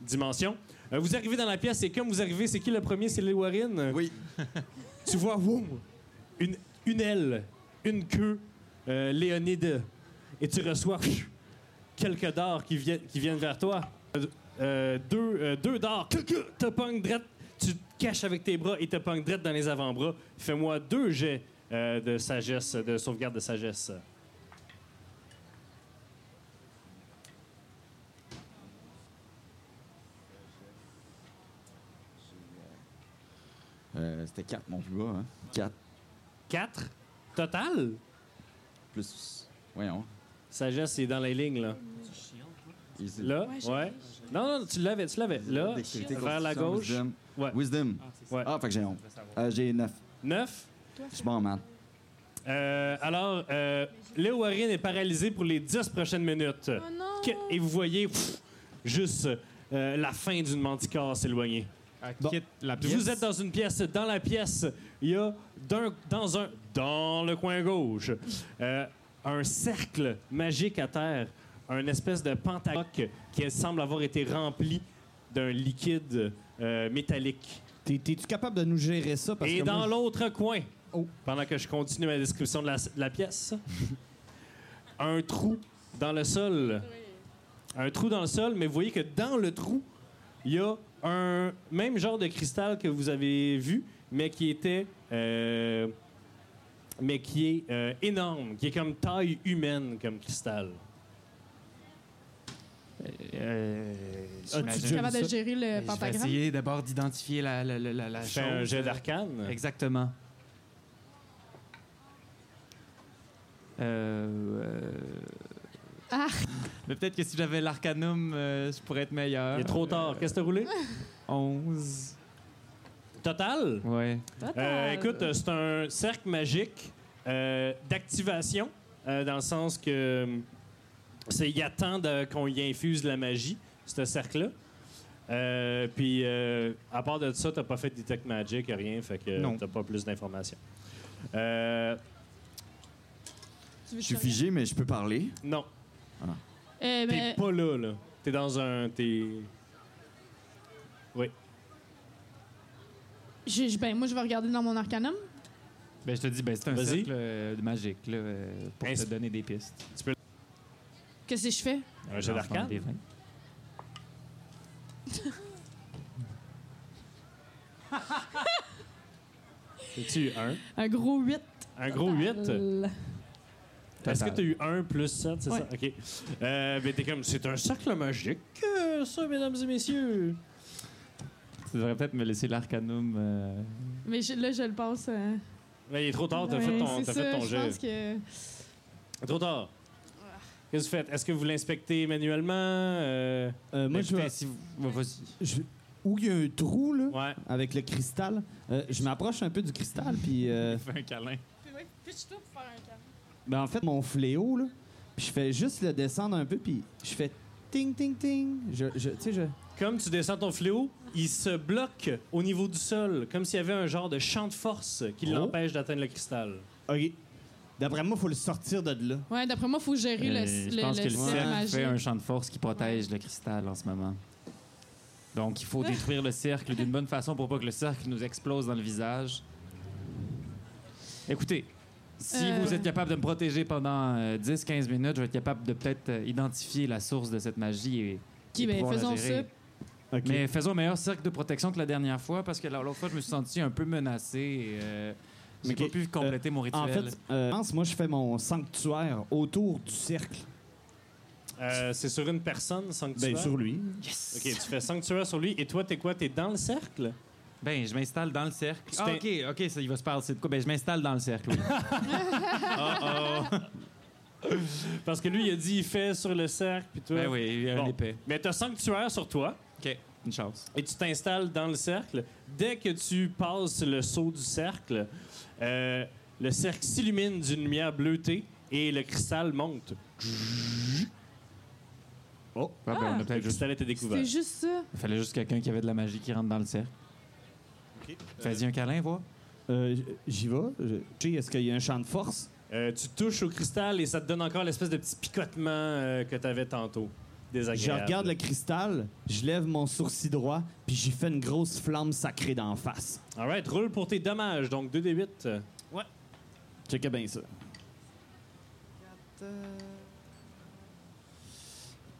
dimension. Euh, vous arrivez dans la pièce et comme vous arrivez, c'est qui le premier C'est les Warren. Oui. Tu vois, woum, une, une aile, une queue, euh, Léonide, et tu reçois pfiou, quelques dards qui viennent, qui viennent vers toi. Euh, euh, deux, euh, deux dards, que- que, te pognent drette, tu te caches avec tes bras et te pognent drette dans les avant-bras. Fais-moi deux jets euh, de sagesse, de sauvegarde de sagesse. Euh, C'était quatre, mon plus bas. Hein. Quatre Quatre total. plus. Voyons. Sagesse, c'est dans les lignes, là. Easy. Là, Ouais, j'ai- ouais. Non, non, tu l'avais, tu l'avais. Là, Dextérité, Ah, vers la constitution, gauche. Wisdom. Ouais. Wisdom. Ouais. Ah, fait que j'ai honte. Euh, j'ai neuf. Neuf. Je suis bon, man. Euh, alors, euh, Léo Warren est paralysé pour les 10 prochaines minutes. Oh non! Que- Et vous voyez pff, juste euh, la fin d'une manticore s'éloigner. Quitte la Vous êtes dans une pièce. Dans la pièce, il y a d'un- dans un dans le coin gauche euh, un cercle magique à terre, un espèce de pentagon qui semble avoir été rempli d'un liquide euh, métallique. T'es- T'es-tu capable de nous gérer ça? Parce Et que dans moi, l'autre coin, Oh. pendant que je continue ma description de la, de la pièce, un trou dans le sol. Un trou dans le sol, mais vous voyez que dans le trou, il y a un même genre de cristal que vous avez vu, mais qui était. euh, mais qui est euh, énorme, qui est comme taille humaine comme cristal. Euh, Je suis capable de gérer le Je vais pentagramme. essayer d'abord d'identifier la, la, la, la- la Fais un chose. euh, euh, jet d'arcane. Exactement. Euh, euh, Ah! Mais peut-être que si j'avais l'arcanum, euh, je pourrais être meilleur. Il est trop tard. Qu'est-ce que t'as roulé? 11. Total? Ouais. Euh, Total. écoute, euh, c'est un cercle magique euh, d'activation, euh, dans le sens que euh, c'est il attend de- qu'on y infuse de la magie, ce cercle-là. Euh, puis, euh, à part de ça, t'as pas fait de Detect Magic, rien, fait que Non. t'as pas plus d'informations. Euh, Tu veux Je que suis te regarde? figé, mais je peux parler. non, Euh, t'es ben, pas là, là. T'es dans un... T'es... je- je- ben, moi, je vais regarder dans mon arcanum. Ben, je te dis, ben, c'est un Vas-y. cercle euh, magique là, euh, pour Ins- te donner des pistes. Qu'est-ce que je fais? Un jeu L'enfant d'arcane? des vins. As-tu eu un? Un gros 8. Un gros 8? euh, Est-ce que tu as eu 1 plus 7, c'est Ouais. ça? OK. Euh, ben, t'es comme, c'est un cercle magique, euh, ça, mesdames et messieurs. Tu devrais peut-être me laisser l'arcanum. euh, Mais je- là, je le passe. euh, Mais Ben, il est trop tard, t'as ouais, fait ton, c'est t'as fait ça, ton je Ah. jet. pense que. Trop tard. Qu'est-ce que vous faites? Est-ce que vous l'inspectez manuellement? Euh, Euh, moi, je écoutez, vais- si vous- vous- vas-y. je- Où il y a un trou, là, Ouais. avec le cristal, euh, je m'approche un peu du cristal, puis... euh, Fais un câlin. Pitch-toi pour faire un câble. Ben, en fait, mon fléau, là, puis je fais juste le descendre un peu, puis je fais ting, ting, ting. Je, je, tu sais, je... Comme tu descends ton fléau, il se bloque au niveau du sol, comme s'il y avait un genre de champ de force qui Oh. l'empêche d'atteindre le cristal. OK. D'après moi, faut le sortir de là. Ouais, d'après moi, il faut gérer Euh, le, je le, pense le que le cercle cercle magique. fait un champ de force qui protège le cristal en ce moment. Donc, il faut détruire le cercle d'une bonne façon pour pas que le cercle nous explose dans le visage. Écoutez, si Euh. vous êtes capable de me protéger pendant 10-15 minutes, je vais être capable de peut-être euh, identifier la source de cette magie et, Ok, et ben, pouvoir la faisons gérer. ça. OK. Mais faisons un meilleur cercle de protection que la dernière fois parce que la- l'autre fois, je me suis senti un peu menacé. et, euh, J'ai Ok. pas pu compléter mon rituel. En fait, euh, je pense, moi, je fais mon sanctuaire autour du cercle. Euh, c'est sur une personne, sanctuaire? Ben, Ben, lui. OK, tu fais sanctuaire sur lui. Et toi, t'es quoi? T'es dans le cercle? Ben, je m'installe dans le cercle. Tu Ah, OK, t'in- OK, ça, il va se parler. C'est de quoi? Ben, je m'installe dans le cercle. oui. Parce que lui, il a dit, il fait sur le cercle, puis toi... ben oui, il y a un Bon. épais. Mais t'as sanctuaire sur toi, OK, une chance. et tu t'installes dans le cercle. Dès que tu passes le saut du cercle, euh, le cercle s'illumine d'une lumière bleutée et le cristal monte. Oh, ah, ben, on a Le peut-être juste... cristal était découvert. C'était juste ça. Il fallait juste quelqu'un qui avait de la magie qui rentre dans le cercle. euh, Fais-y un câlin, vois. Euh, J'y vais. Je- Tu sais, est-ce qu'il y a un champ de force? Euh, tu touches au cristal et ça te donne encore l'espèce de petit picotement euh, que t'avais tantôt. Je Désagréable. regarde le cristal, je lève mon sourcil droit, puis j'y fais une grosse flamme sacrée d'en face. All right, roule pour tes dommages. Donc 2d8. euh, Check bien ça. euh,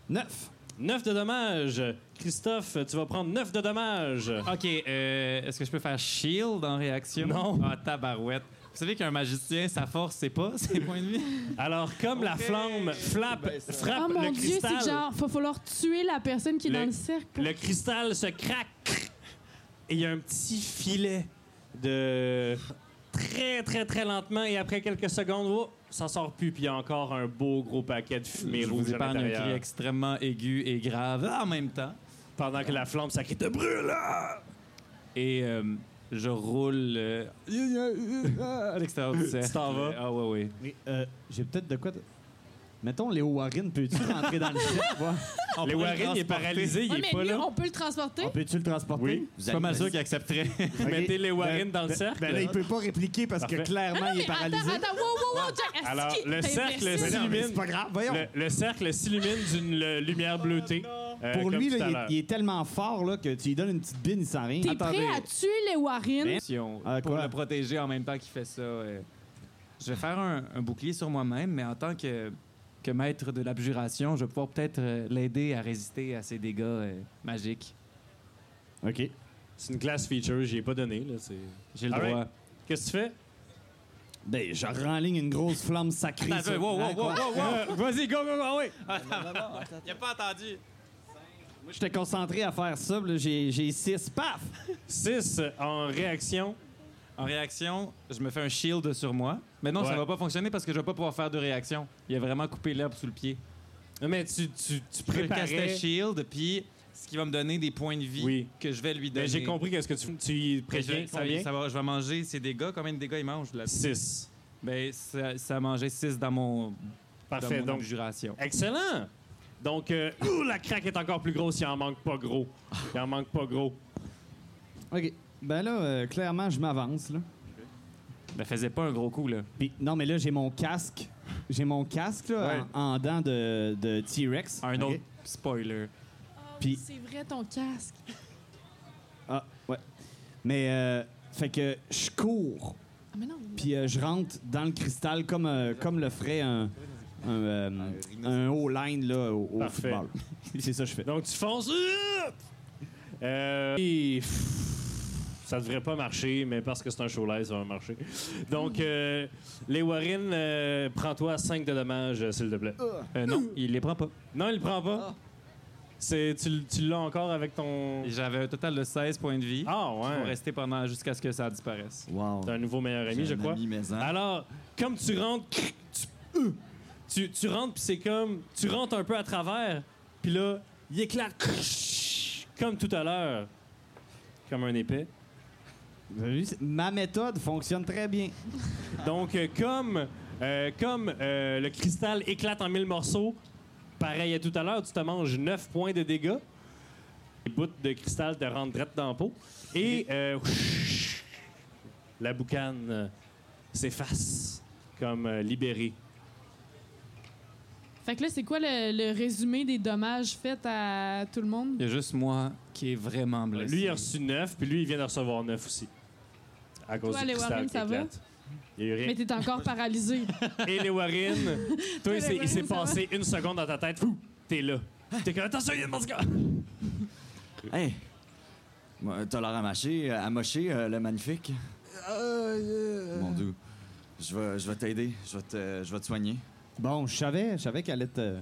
Neuf. 9 de dommages. Christophe, tu vas prendre 9 de dommages. OK, euh, est-ce que je peux faire shield en réaction? Non. Ah, tabarouette. Vous savez qu'un magicien, sa force, c'est pas ses points de vie. Alors, comme la Ok. flamme flappe, frappe Oh Ah, le mon Dieu, cristal, c'est genre, va falloir tuer la personne qui est Le- dans le cercle. pour- le cristal se craque et il y a un petit filet de très, très, très lentement et après quelques secondes, oh, ça sort plus puis il y a encore un beau gros paquet de fumée je rouge vous à épargne un cri l'intérieur. extrêmement aigu et grave en même temps. Pendant que la flamme sacrée te brûle. Et euh, je roule euh, à l'extérieur du cercle. t'en vas? Ah, ouais, ouais. Mais euh, j'ai peut-être de quoi. de- Mettons, Léo Warren, peux-tu rentrer dans le cercle? voir? Le Warren il est paralysé, il Ouais, est mais pas lui, là. on peut le transporter. On peut-tu le transporter? Oui. Vous C'est pas mal allez- sûr qu'il accepterait. Vous mettez les Warren dans le Ben- cercle. Ben là, il peut pas répliquer parce Parfait. que clairement, il est paralysé. Attends, attends, wow, wow, wow, Jack. Alors, asti, le t'es cercle, imbécile. c'est- Non, mais illumine. c'est pas grave, voyons. le, euh, le cercle s'illumine d'une le- lumière Oh, bleutée. euh, Pour comme lui, tout là, à il, l'heure. est- il est tellement fort là, que tu lui donnes une petite bine, il sent rien. T'es Attendez. prêt à tuer les Ben, Warren? si on- Ah, pour quoi? le protéger en même temps qu'il fait ça. euh, je vais faire un, un bouclier sur moi-même, mais en tant que, que maître de l'abjuration, je vais pouvoir peut-être euh, l'aider à résister à ces dégâts euh, magiques. OK. C'est une classe feature, j'y ai pas donné. là, c'est- J'ai le All droit. right. Qu'est-ce que tu fais? Ben, je renligne une grosse flamme sacrée. Hein, Attends, sur- wow, wow, wow, wow, wow. Euh, Vas-y, go, go, ah go, ouais. Il a pas entendu. Moi, j'étais concentré à faire ça, puis là, j'ai j'ai six. Paf! 6 en réaction. En réaction, je me fais un shield sur moi. Mais non, Ouais. ça va pas fonctionner parce que je vais pas pouvoir faire de réaction. Il a vraiment coupé l'herbe sous le pied. Mais tu, tu, tu Je casse préparais. shield, puis ce qui va me donner des points de vie Oui. que je vais lui donner. Mais Ben, j'ai compris qu'est-ce que tu, tu y Puis préviens. je, ça- ça va- je vais manger ses dégâts. Combien de dégâts il mange là 6. Ben, ça, ça a mangé 6 dans mon, dans Parfait. mon Donc, abjuration. excellent. Donc, euh, ouh, la craque est encore plus grosse. Il en manque pas gros. Il en manque pas gros. OK. Ben là, euh, clairement, je m'avance, là. Ben, faisait pas un gros coup, là. Puis, non, mais là, j'ai mon casque. J'ai mon casque, là, Ouais. en, en dents de, de T-Rex. Un OK. autre spoiler. Puis- Oh, C'est vrai, ton casque. Ah, ouais. Mais, euh, fait que je cours, Ah, mais non. puis euh, je rentre dans le cristal comme, euh, comme le ferait un, un, euh, un O-line, là, au, au Parfait. football. C'est ça que je fais. Donc, tu fonces. Euh, et pff, ça devrait pas marcher, mais parce que c'est un show live, ça va marcher. Donc, euh, les Warren, euh, prends-toi 5 de dommages, euh, s'il te plaît. Euh, non, il les prend pas. Non, il le prend pas. C'est, tu l- tu l'as encore avec ton. J'avais un total de 16 points de vie. Ah, Ils vont ouais. rester pendant jusqu'à ce que ça disparaisse. Wow. T'as un nouveau meilleur ami, je Un crois. ami maison. Alors, comme tu rentres, cric, tu, euh, tu, tu rentres, puis c'est comme. Tu rentres un peu à travers, puis là, il éclate. cric, Comme tout à l'heure. Comme un épée. Vous avez vu, c'est- Ma méthode fonctionne très bien. Donc, euh, comme, euh, comme euh, le cristal éclate en mille morceaux, pareil à tout à l'heure, tu te manges 9 points de dégâts. Les bouts de cristal te rentrent direct dans la peau. Et euh, la boucane euh, s'efface comme euh, libérée. Fait que là, c'est quoi le, le résumé des dommages faits à tout le monde? Il y a juste moi qui est vraiment blessé. Lui, il a reçu 9, puis lui, il vient de recevoir 9 aussi. À cause Toi, du les cristal Warren, qui ça va? éclate. Il y a eu rien. Mais t'es encore paralysé. Et les Warren, toi, il s'est- il s'est Warren, ça va? passé une seconde dans ta tête. Fou, T'es là. T'es comme, attention, il y a une monstre! Hey! Moi, T'as l'air amaché, euh, amoché, euh, le magnifique. Mon dieu. Je vais, je vais t'aider. Je vais te, je vais te soigner. Bon, je savais, je savais qu'elle était.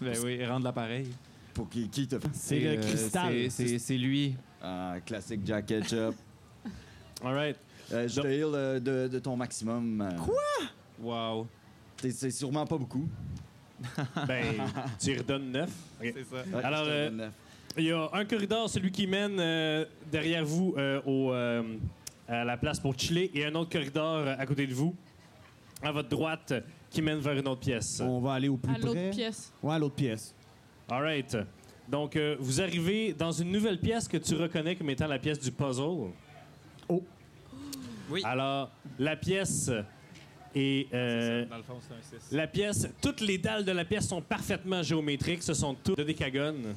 Ben oui, il rend l'appareil. Pour qui, qui te fasse. C'est le euh, c'est- cristal. c'est- C'est lui. Ah, classique Jack Ketchup. All right. Euh, je te heal euh, de, de ton maximum. Quoi? Wow. C'est sûrement pas beaucoup. Ben, tu y redonnes neuf. Ok. C'est ça. Ouais, Alors, je te euh, donne neuf. Il y a un corridor, celui qui mène euh, derrière vous euh, au, euh, à la place pour chiller, et un autre corridor euh, à côté de vous, à votre droite, euh, qui mène vers une autre pièce. On va aller au plus à l'autre près. pièce. Ouais, à l'autre pièce. All right. Donc, euh, vous arrivez dans une nouvelle pièce que tu reconnais comme étant la pièce du puzzle. Oh. Oui. Alors, la pièce est... euh, Dans le fond, c'est un 6. La pièce, toutes les dalles de la pièce sont parfaitement géométriques. Ce sont toutes de décagones.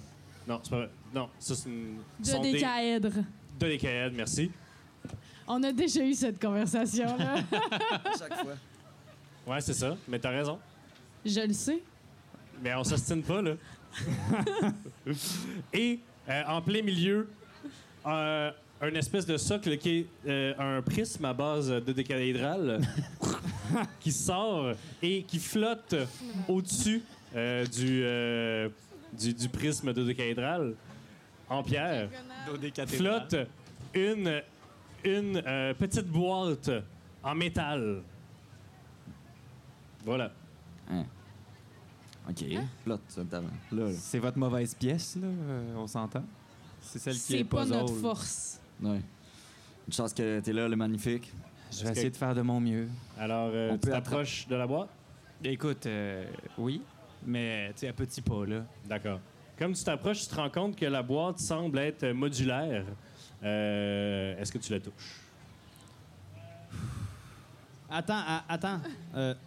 Non, c'est pas vrai. Non, ça, c'est une. ce De sont des- décaèdre. Dodécaèdre, merci. On a déjà eu cette conversation-là. Chaque fois. Ouais, c'est ça. Mais t'as raison. Je le sais. Mais on s'ostine pas, là. Et euh, en plein milieu, euh, un espèce de socle qui est euh, un prisme à base de décaédrale qui sort et qui flotte au-dessus euh, du, euh, du, du prisme de décaédrale en pierre. flotte une, une euh, petite boîte en métal. Voilà. OK. Là, tu me t'avais- Là, là. C'est votre mauvaise pièce, là, euh, on s'entend. C'est celle qui est, C'est pas puzzle. notre force. Ouais. Une chance que t'es là, le magnifique. Je vais essayer de faire de mon mieux. Alors, euh, On tu peut t'approches de la boîte? Écoute, euh, oui, mais tu sais, à petits pas, là. D'accord. Comme tu t'approches, tu te rends compte que la boîte semble être modulaire. Euh, Est-ce que tu la touches? Attends, a- attends. Euh...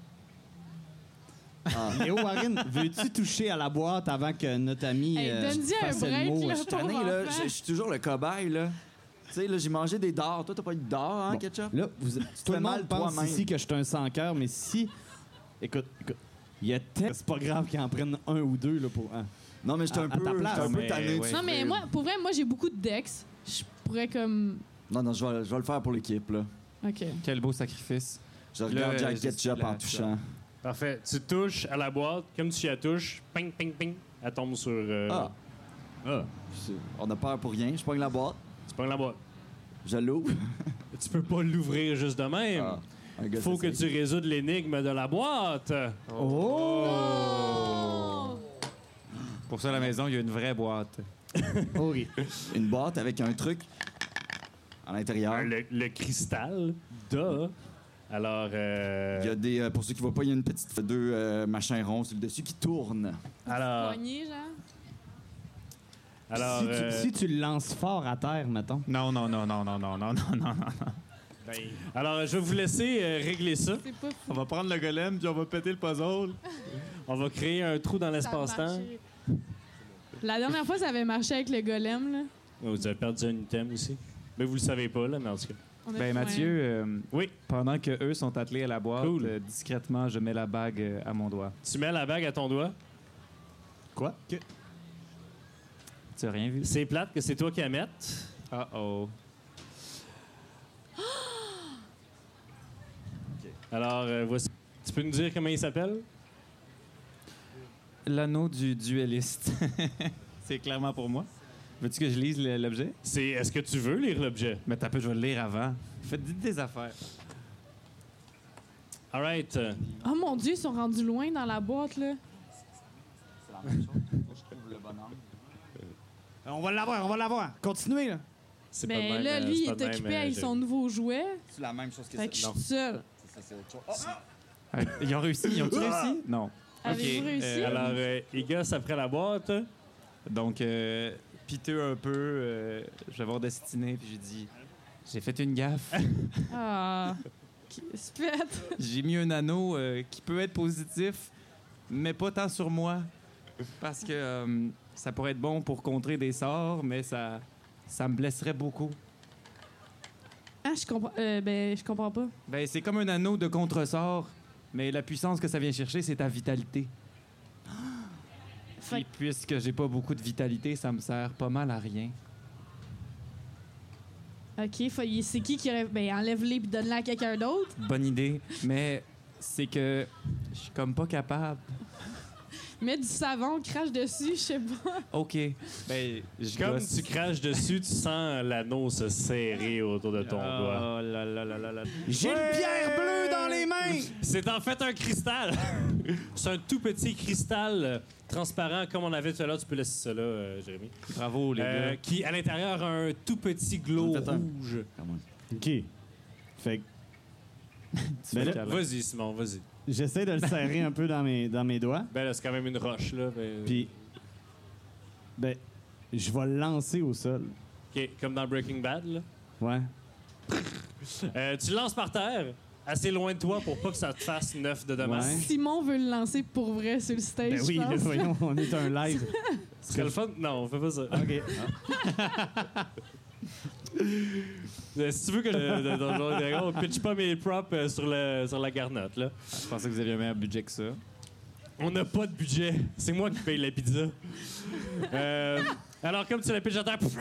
Ah. Léo Warren, veux-tu toucher à la boîte avant que notre ami Hey, euh, donne-y un fasse le break, mot? là. Je- Pauvre Tanné, là, enfant. je je suis toujours le cobaye, là. Tu sais, là, j'ai mangé des dards. Toi, t'as pas eu de dards, hein, Bon. Ketchup? Là, vous, tout le mal monde pense toi-même. ici que je suis un sans cœur, mais si... Écoute, écoute. Il y a tellement... C'est pas grave qu'il en prenne un ou deux, là, pour... hein. Non, mais j'étais À- un à peu, ta j'étais place. un peu Mais tanné. ouais. du Non, mais film. moi, pour vrai, moi, j'ai beaucoup de dex. Je pourrais comme. Non, non, je vais, je vais le faire pour l'équipe, là. OK. Quel beau sacrifice. Je regarde Là, Jack je suis Ketchup en là, touchant. Parfait. Tu touches à la boîte. Comme tu la touches, ping, ping, ping, elle tombe sur... euh, Ah! ah. Je- On a peur pour rien. Je pogne la boîte, Tu prends la boîte. je l'ouvre. Tu peux pas l'ouvrir juste de même. Ah, un gars Il faut que tu s'essaye. résoudes l'énigme de la boîte. Oh. Pour ça, à la maison, il y a une vraie boîte. Horrible. Une boîte avec un truc à l'intérieur. Ah, Le, le cristal de... Alors... euh, Il y a des... euh, pour ceux qui voient pas, il y a une petite... Deux euh, machins ronds sur le dessus qui tournent. alors... Poignée, genre. alors si, tu, euh, si tu le lances fort à terre, mettons. Non, non, non, non, non, non, non, non, non. ben, alors, je vais vous laisser euh, régler ça. C'est pas fou. On va prendre le golem, puis on va péter le puzzle. On va créer un trou dans ça a l'espace-temps. marché. La dernière fois, ça avait marché avec le golem, là. Ouais, Vous avez perdu un item aussi. Mais vous le savez pas, là, mais en tout cas. On a Ben, fait Mathieu, euh, Oui. pendant que eux sont attelés à la boîte, Cool. euh, discrètement, je mets la bague euh, à mon doigt. Tu mets la bague à ton doigt. Quoi? Tu as rien vu? C'est plate que c'est toi qui la mettes. Ah oh. Alors, euh, voici. Tu peux nous dire comment il s'appelle? L'anneau du dueliste. c'est clairement pour moi. Veux-tu que je lise le- l'objet? C'est Est-ce que tu veux lire l'objet? Mais t'as peu, je vais le lire avant. Faites dites des affaires. All right. euh, Oh mon Dieu, ils sont rendus loin dans la boîte, là. C'est la même chose. Moi, je trouve le bonhomme. On va l'avoir, on va l'avoir. Continuez, là. C'est pas de Mais même, Ben, là, euh, lui, c'est il pas est de même, occupé euh, avec j'ai- son nouveau jouet. C'est la même chose que Fait que je ça. suis seule. C'est ça, c'est autre chose. Oh, ah! Ils ont réussi? Ils ont-tu réussi? Non. Avez-vous Ok, réussi? euh, Alors, euh, il gosse après la boîte. Donc, euh, piteux un peu, euh, je vais voir Destiné, puis j'ai dit J'ai fait une gaffe. Ah. Qui- Spette. j'ai mis un anneau euh, qui peut être positif, mais pas tant sur moi. Parce que euh, ça pourrait être bon pour contrer des sorts, mais ça, ça me blesserait beaucoup. Ah, je comprends. euh, ben, je comprends pas. Ben, c'est comme un anneau de contresort, mais la puissance que ça vient chercher, c'est ta vitalité. Fait Et puisque j'ai pas beaucoup de vitalité, ça me sert pas mal à rien. OK, faut- il- c'est qui qui aurait. Ben, enlève-les puis donne-les à quelqu'un d'autre. Bonne idée, mais c'est que je suis comme pas capable. Mets du savon, crache dessus, je sais pas. OK. Ben, je Comme gosse. tu craches dessus, tu sens l'anneau se serrer autour de ton doigt. Oh là là là là là. J'ai une pierre bleue dans les mains. C'est en fait un cristal. C'est un tout petit cristal euh, transparent comme on avait tout à l'heure. Tu peux laisser ça là, euh, Jérémy. Bravo, les Euh, gars. qui, à l'intérieur, a un tout petit glow Faites un. rouge. Come on. OK. Fait que Tu mais fais là- câlin. Vas-y, Simon, vas-y. j'essaie de le serrer un peu dans mes, dans mes doigts. Ben là, c'est quand même une roche, là. ben- Puis, ben, je vais le lancer au sol. OK, comme dans Breaking Bad, là. Ouais. Euh, tu le lances par terre, assez loin de toi pour pas que ça te fasse neuf de dommage. Ouais. Simon veut le lancer pour vrai sur le stage. Ben oui, je là, pense. voyons, on est un live. Ce serait le fun. Non, on fait pas ça. OK. Euh, si tu veux que le, le Donjon et Dragon pitch pas mes props euh, sur, le, sur la garnotte, là. Je pensais que vous aviez un meilleur budget que ça. On n'a pas de budget. C'est moi qui paye la pizza. Euh, alors, comme tu la pitches à terre, pff,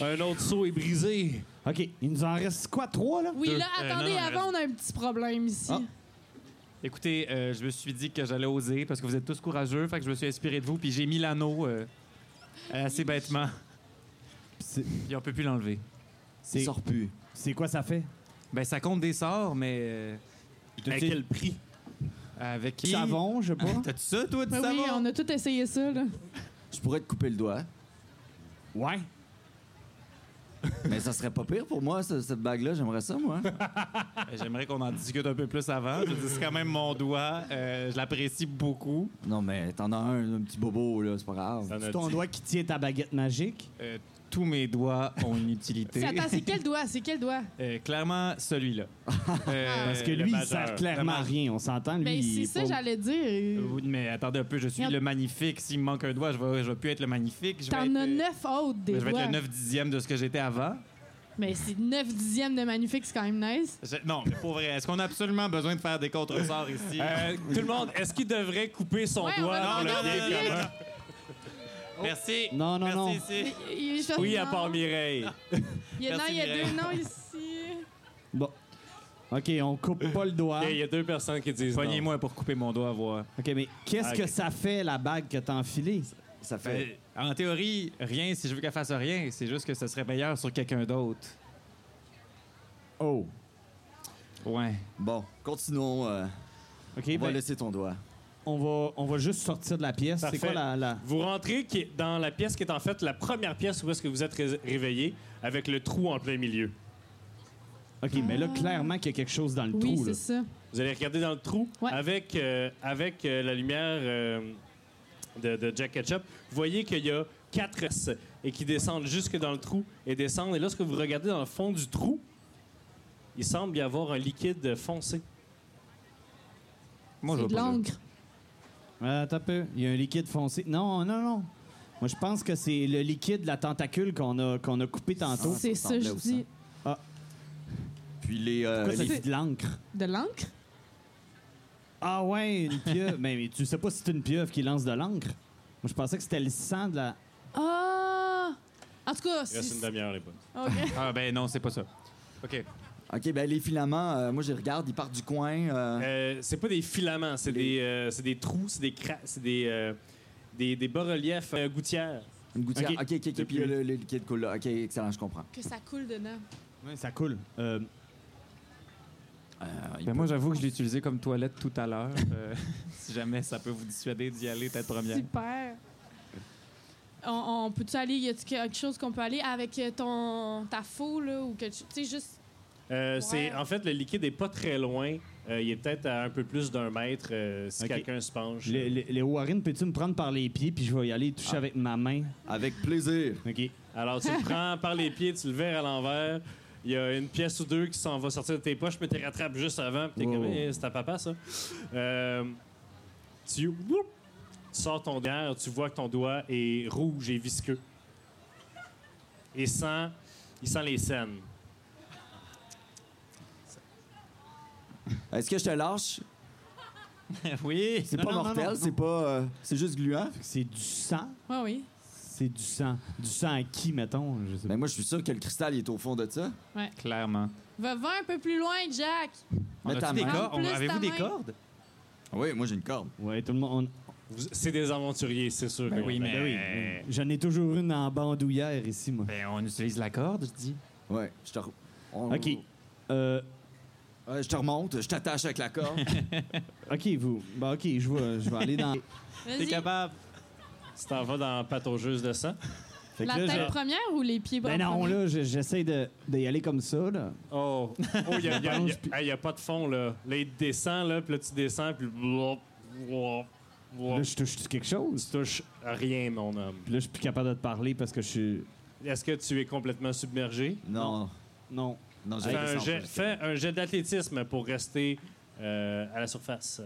un autre saut est brisé. OK, il nous en reste quoi, trois, là? Oui, Deux. là, Euh, attendez, non, non, avant, on a un petit problème ici. Ah. Écoutez, euh, je me suis dit que j'allais oser parce que vous êtes tous courageux, fait que je me suis inspiré de vous, puis j'ai mis l'anneau euh, assez bêtement, C'est- puis on peut plus l'enlever. Il C'est sort plus. c'est quoi ça fait? Ben, ça compte des sorts, mais euh, À Ben, quel prix? avec qui? Savon, je sais pas. Ah, T'as-tu ça, toi, du Ben oui, savon? on a tout essayé ça, là. Je pourrais te couper le doigt, Ouais. mais ça serait pas pire pour moi, ce- cette bague-là. J'aimerais ça, moi. Euh, J'aimerais qu'on en discute un peu plus avant. Je veux dire, c'est quand même mon doigt. euh, je l'apprécie beaucoup. Non, mais t'en as un, un petit bobo, là, c'est pas grave. C'est ton doigt qui tient ta baguette magique. Euh, tous mes doigts ont une utilité. C'est- Attends, c'est quel doigt? C'est quel doigt? Euh, clairement, celui-là. Euh, Parce que le lui, il majeur, sert clairement à vraiment. rien. On s'entend, lui. Ben, il c'est est ça, pas- j'allais dire. Oui, euh, mais attendez un peu, je suis Merde. le magnifique. S'il me manque un doigt, je vais, je vais plus être le magnifique. Je vais T'en être, as euh, neuf autres je des vais être doigts. le 9 dixième de ce que j'étais avant. Mais c'est 9 dixièmes de magnifique, c'est quand même nice. Je- non, mais pour vrai, est-ce qu'on a absolument besoin de faire des contresorts ici? Euh, tout le monde, est-ce qu'il devrait couper son Ouais, on doigt va pour le le faire bien public. commun? Merci. Non, non, non. Merci, ici. Il- il- je- Oui, à non. part Mireille. Il y a, non, Merci, il y a Mireille. deux noms ici. Bon. OK, on coupe pas le doigt. Et Il y a deux personnes qui disent non. Poignez-moi pour couper mon doigt à voir. OK, mais qu'est-ce Ah, que ok. ça fait, la bague que t'as enfilée? Ça Euh, fait. Ben, en théorie, rien si je veux qu'elle fasse rien. C'est juste que ça serait meilleur sur quelqu'un d'autre. Oh. Ouais. Bon, continuons. euh, OK, on ben, va laisser ton doigt. on, va, on va juste sortir de la pièce. C'est Parfait. quoi la... la- Vous rentrez qui- dans la pièce qui est en fait la première pièce où est-ce que vous êtes ré- réveillé avec le trou en plein milieu. OK, mais là, clairement qu'il y a quelque chose dans le Ah. Oui, trou. là. c'est ça. Vous allez regarder dans le trou Ouais. avec, euh, avec euh, la lumière euh, de, de Jack Ketchup. Vous voyez qu'il y a quatre S et qui descendent jusque dans le trou et descendent. Et lorsque vous regardez dans le fond du trou, il semble y avoir un liquide foncé. Moi, je C'est vais de pas là. l'encre. Euh, Attends un peu. Il y a un liquide foncé. Non, non, non. Moi, je pense que c'est le liquide de la tentacule qu'on a, qu'on a coupé tantôt. Ah, C'est ça ça, je ressemblait au dis. Puis les. Ah. euh, Pourquoi ça les- fait de l'encre? De l'encre? Ah ouais, une pieuvre. mais, mais tu sais pas si c'est une pieuvre qui lance de l'encre. Moi, je pensais que c'était le sang de la... Ah! En tout cas, Il reste une c'est... demi-heure, les boys. OK. Ah, ben non, c'est pas ça. OK. OK, ben les filaments, euh, moi, je les regarde, ils partent du coin. euh, Euh, c'est pas des filaments, c'est des, euh, c'est des trous, c'est des cra- c'est des, euh, des, des bas-reliefs euh, gouttières. Eh, une gouttière. ok. OK, OK, OK. Puis Depuis- le, le liquide coule là. OK, excellent, je comprends. Que ça coule dedans. Ouais, ça coule. Euh, Euh, Ah, il Ben, moi, j'avoue que je l'ai utilisé comme toilette tout à l'heure. euh, si jamais ça peut vous dissuader d'y aller, tête première. Super. On, on peut-tu aller, y a-tu quelque chose qu'on peut aller avec euh, ton, ta foule, là, ou que tu sais, juste. Euh, c'est- Ouais. En fait, le liquide est pas très loin. Euh, il est peut-être à un peu plus d'un mètre euh, si Ok. quelqu'un se penche. le- le- Léo Warren, peux-tu me prendre par les pieds puis je vais y aller Ah. toucher avec ma main? Avec plaisir. OK. Alors, tu le prends par les pieds, tu le verres à l'envers. Il y a une pièce ou deux qui s'en va sortir de tes poches, mais tu rattrapes juste avant. Puis t'es Wow. comme, Eh, c'est ta papa, ça. Euh, tu, whoop, tu sors ton doigt, tu vois que ton doigt est rouge et visqueux. Et sent, il sent les scènes. Est-ce que je te lâche? oui. C'est Non, pas non, non, non, mortel, non. c'est pas. euh, c'est juste gluant. C'est du sang. Oui, oui. C'est du sang. Du sang à qui, mettons? Je sais Mais pas. Ben, moi, je suis sûr que le cristal, il est au fond de ça. Clairement. Va, va un peu plus loin, Jack. Mets On ta a-tu des main. cordes? Prends plus On- Avez-vous ta des main. cordes? Oui, moi, j'ai une corde. Ouais, tout le monde. Vous- C'est des aventuriers, c'est sûr. Ben que- oui, mais- Ben oui, Euh. J'en ai toujours une en bandoulière ici, moi. Ben, oh. on utilise la corde, je dis. Oui, je te. re- on- OK. Euh, Ouais, je te remonte, je t'attache avec la corde. OK, vous. Ben, OK, je vais, je vais aller dans. Vas-y. capable. Tu t'en vas dans pataugeuse de sang. Fait que La là, tête je- première ou les pieds bas? Ben non, premiers? là, je- j'essaie de d'y aller comme ça, là. Oh, il n'y a, y a- pense, y a- hey, y a pas de fond, là. Là, il descend, là, puis là, tu descends, puis... blop, blop, blop. Là, je touche quelque chose. Tu touches rien, mon homme. Puis là, je suis plus capable de te parler parce que je suis. Est-ce que tu es complètement submergé? non, Non. non, Fais j'ai fait un, jet, fais un jet d'athlétisme pour rester euh, à la surface.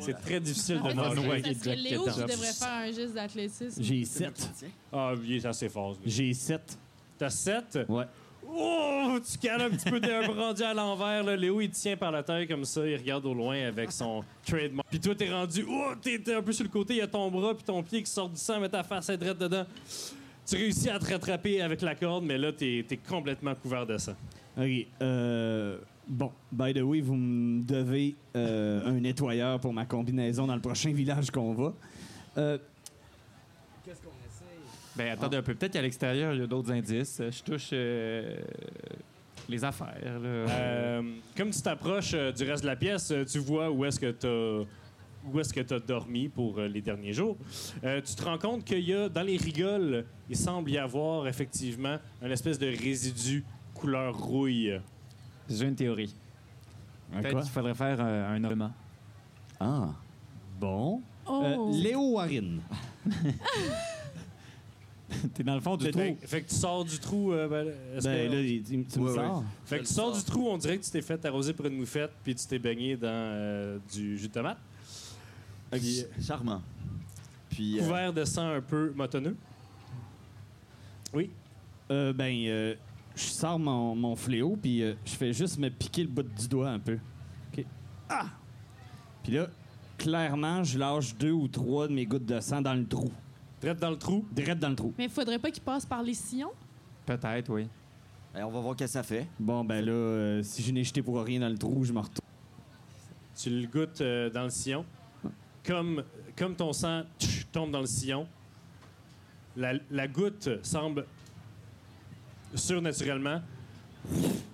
C'est très difficile de En fait, ça serait- nager. Ah, ça serait Léo qui Ketchup. devrait faire un geste d'athlétisme. J'ai 7. Ah, il est assez fort. ce gars. J'ai 7. T'as 7? Ouais. Oh, tu cales un petit peu d'un rendu à l'envers. là. Léo, il te tient par la taille comme ça. Il regarde au loin avec son trademark. Puis toi, t'es rendu... Oh, t'es t'es un peu sur le côté. Il y a ton bras puis ton pied qui sort du sang, mais ta face est drette dedans. Tu réussis à te rattraper avec la corde, mais là, t'es t'es complètement couvert de sang. OK. Euh, bon, by the way, vous me devez euh, un nettoyeur pour ma combinaison dans le prochain village qu'on va. Euh, Ben, attendez un peu. Peut-être qu'à l'extérieur, il y a d'autres indices. Je touche euh, les affaires, là. Euh, comme tu t'approches euh, du reste de la pièce, euh, tu vois où est-ce que t'as où est-ce que tu dormi pour euh, les derniers jours. Euh, tu te rends compte qu'il y a, dans les rigoles, il semble y avoir effectivement un espèce de résidu couleur rouille. J'ai une théorie. un Peut-être quoi? qu'il faudrait faire euh, un ornement. Ah. Bon. Euh, Oh. Léo Warren. T'es dans le fond du Fait- trou. Fait, fait que tu sors du trou. euh, ben, est-ce Ben que- là, il- il- tu me Ouais, sors? fait que tu sors du trou, on dirait que tu t'es fait arroser par une moufette, puis tu t'es baigné dans euh, du jus de tomate, Ah, Puis, Charmant. Puis. euh, couvert de sang un peu motonneux. Euh, ben, euh, je sors mon, mon fléau, puis euh, je fais juste me piquer le bout du doigt un peu. OK. Ah! Puis là, clairement, je lâche deux ou trois de mes gouttes de sang dans le trou. Drette dans le trou. Direct dans le trou. Mais faudrait pas qu'il passe par les sillons. Peut-être, oui. eh, on va voir qu'est-ce que ça fait. Bon, ben là, euh, si je n'ai jeté pour rien dans le trou, je me retourne. Tu le goûtes euh, dans le sillon. Comme, comme ton sang tch, tombe dans le sillon, la, la goutte semble surnaturellement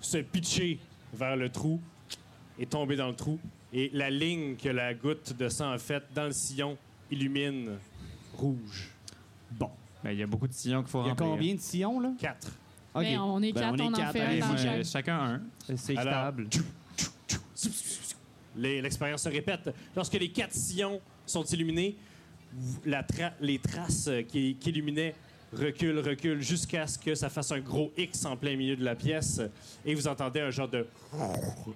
se pitcher vers le trou et tomber dans le trou. Et la ligne que la goutte de sang a faite dans le sillon illumine rouge. Bon. Ben, il y a beaucoup de sillons qu'il faut Il y a remplir. combien de sillons, là? 4. OK. Mais on est Ben, quatre, on, en quatre. fait un Allez, dans moi, chaque. chacun un. C'est Alors- équitable. Les- L'expérience se répète. Lorsque les quatre sillons sont illuminés, la tra- les traces euh, qui, qui illuminaient reculent, reculent jusqu'à ce que ça fasse un gros X en plein milieu de la pièce et vous entendez un genre de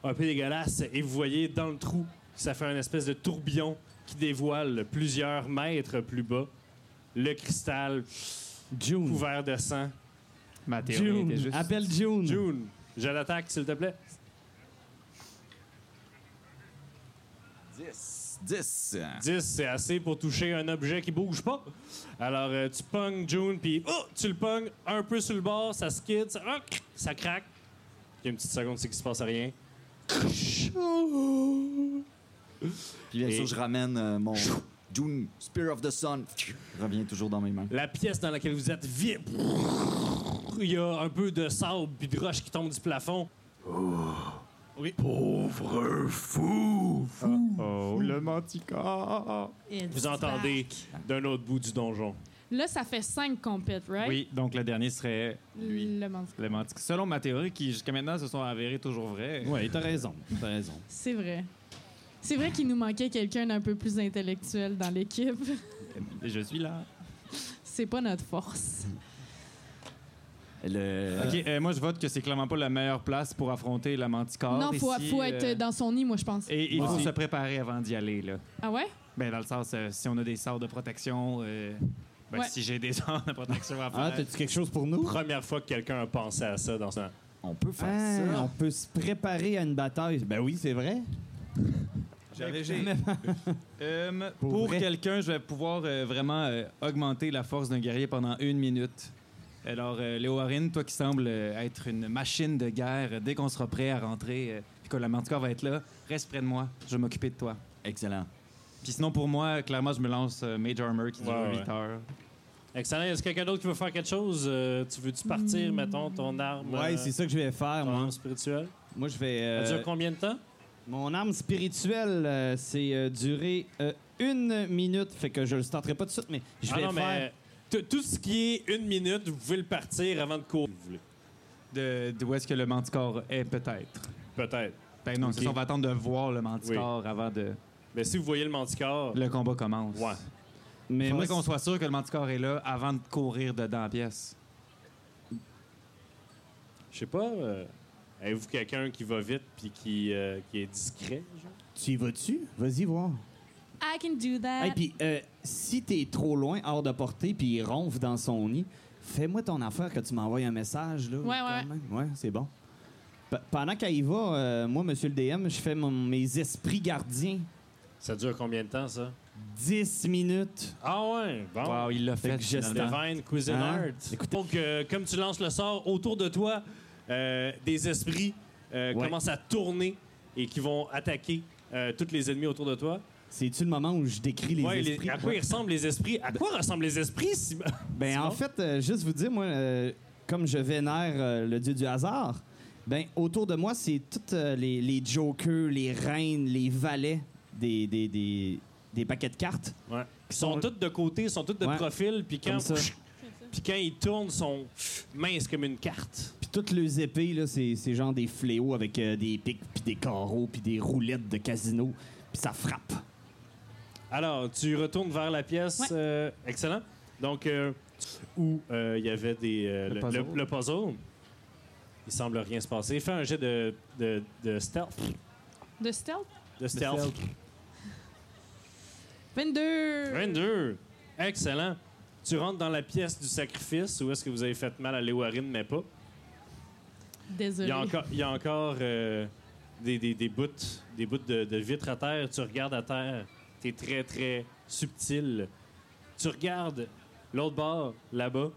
un peu dégueulasse et vous voyez dans le trou que ça fait un espèce de tourbillon qui dévoile plusieurs mètres plus bas le cristal June. couvert de sang. Ma théorie June. était juste... Appelle June. June, je l'attaque s'il te plaît. 10. 10. 10, c'est assez pour toucher un objet qui bouge pas. Alors, euh, tu pognes June, puis oh, tu le pognes un peu sur le bord, ça skid, ça, ah, ça craque. Il y a une petite seconde, c'est qu'il se passe rien. Puis bien Et- sûr, je ramène euh, mon Dune Spear of the Sun. Revient toujours dans mes mains. La pièce dans laquelle vous êtes vide. Il y a un peu de sable puis de roche qui tombe du plafond. Pauvre fou! Le manticore. Vous entendez d'un autre bout du donjon. Là, ça fait 5 qu'on pète, right? Oui, donc le dernier serait lui. Le manticore. le manticore. Selon ma théorie, qui jusqu'à maintenant se sont avérées toujours vraies. Oui, t'as raison. T'as raison. C'est vrai. C'est vrai qu'il nous manquait quelqu'un d'un peu plus intellectuel dans l'équipe. Et Je suis là. C'est pas notre force. Le... Ok, euh, moi je vote que c'est clairement pas la meilleure place pour affronter la Ah, manticore. non, faut, ici, faut euh, être dans son nid, moi, je pense. Et il faut Ouais. se préparer avant d'y aller, là. Ah ouais? Ben, dans le sens, euh, si on a des sorts de protection, euh, ben, Ouais. si j'ai des sorts de protection à faire. Ah, t'as-tu quelque chose pour nous? Première fois que quelqu'un a pensé à ça dans un. On peut faire Ah, ça. on peut se préparer à une bataille. Ben oui, c'est vrai. J'avais- j'ai- Euh, Pour pour vrai. quelqu'un, je vais pouvoir euh, vraiment euh, augmenter la force d'un guerrier pendant une minute. Alors, euh, Léo Harin, toi qui sembles euh, être une machine de guerre, euh, dès qu'on sera prêt à rentrer, euh, puis que la manticore va être là, reste près de moi. Je vais m'occuper de toi. Excellent. Puis sinon, pour moi, clairement, je me lance euh, Mage Armor qui dure Ouais, 8 heures. Excellent. Est-ce quelqu'un d'autre qui veut faire quelque chose? Euh, tu veux-tu partir, mettons, ton arme? Hmm. Ouais, euh, c'est ça que je vais faire, ton moi. arme spirituelle? Moi, je vais. euh, Ça dure combien de temps? mon arme spirituelle, euh, c'est euh, durée euh, une minute. Fait que je le starterai pas tout de suite, mais je Ah vais non, mais, faire. t- Tout ce qui est une minute, vous pouvez le partir avant de courir. si vous voulez. De- D'où est-ce que le manticore est, peut-être. Peut-être. Ben non, c'est Ok. ça, on va attendre de voir le manticore avant de... Mais si vous voyez le manticore, Le combat commence. ouais. Mais Faudrait moi, qu'on soit sûr que le manticore est là avant de courir dedans la pièce. Je sais pas. euh, Avez-vous quelqu'un qui va vite puis qui, euh, qui est discret? genre? tu y vas-tu? Vas-y voir. I can do that. Hey, puis euh, si t'es trop loin, hors de portée, puis il ronfle dans son nid, fais-moi ton affaire que tu m'envoies un message. Là, Ouais, quand ouais. même. Ouais, c'est bon. Pe- pendant qu'elle y va, euh, moi, monsieur le DM, je fais mon- mes esprits gardiens. Ça dure combien de temps, ça? 10 minutes. Ah ouais, bon. Wow, il l'a fait. que je- finalement. Divine Cuisine Hein? Arts. Écoutez- Donc, euh, comme tu lances le sort, autour de toi, euh, des esprits euh, Ouais. commencent à tourner et qui vont attaquer euh, tous les ennemis autour de toi. C'est-tu le moment où je décris les Ouais, les- esprits? à quoi ils ressemblent les esprits? À quoi ressemblent les esprits? Simon? Ben, en Simon? fait, euh, juste vous dire, moi, euh, comme je vénère euh, le dieu du hasard, ben, autour de moi, c'est toutes euh, les, les jokers, les reines, les valets des, des, des, des paquets de cartes. Ouais. Ils sont tous de côté, ils sont tous de Ouais. profil, puis quand, Comme ça. puis quand ils tournent, ils sont minces comme une carte. Puis toutes les épées, là, c'est, c'est genre des fléaux avec euh, des pics, puis des carreaux, puis des roulettes de casino. Puis ça frappe. Alors, tu retournes vers la pièce. Ouais. euh, excellent. Donc, euh, où euh, il y avait des, euh, le, Le le- le puzzle. puzzle. il semble rien se passer. Fais un jet de, de, de stealth. De stealth? De stealth. stealth. 22! 22. Excellent. Tu rentres dans la pièce du sacrifice où est-ce que vous avez fait mal à Léwarine, mais pas. Il Désolé. y a encore, il y a encore euh, des, des, des bouts, des bouts de, de vitre à terre. Tu regardes à terre. Tu es très, très subtil. Tu regardes l'autre bord, là-bas,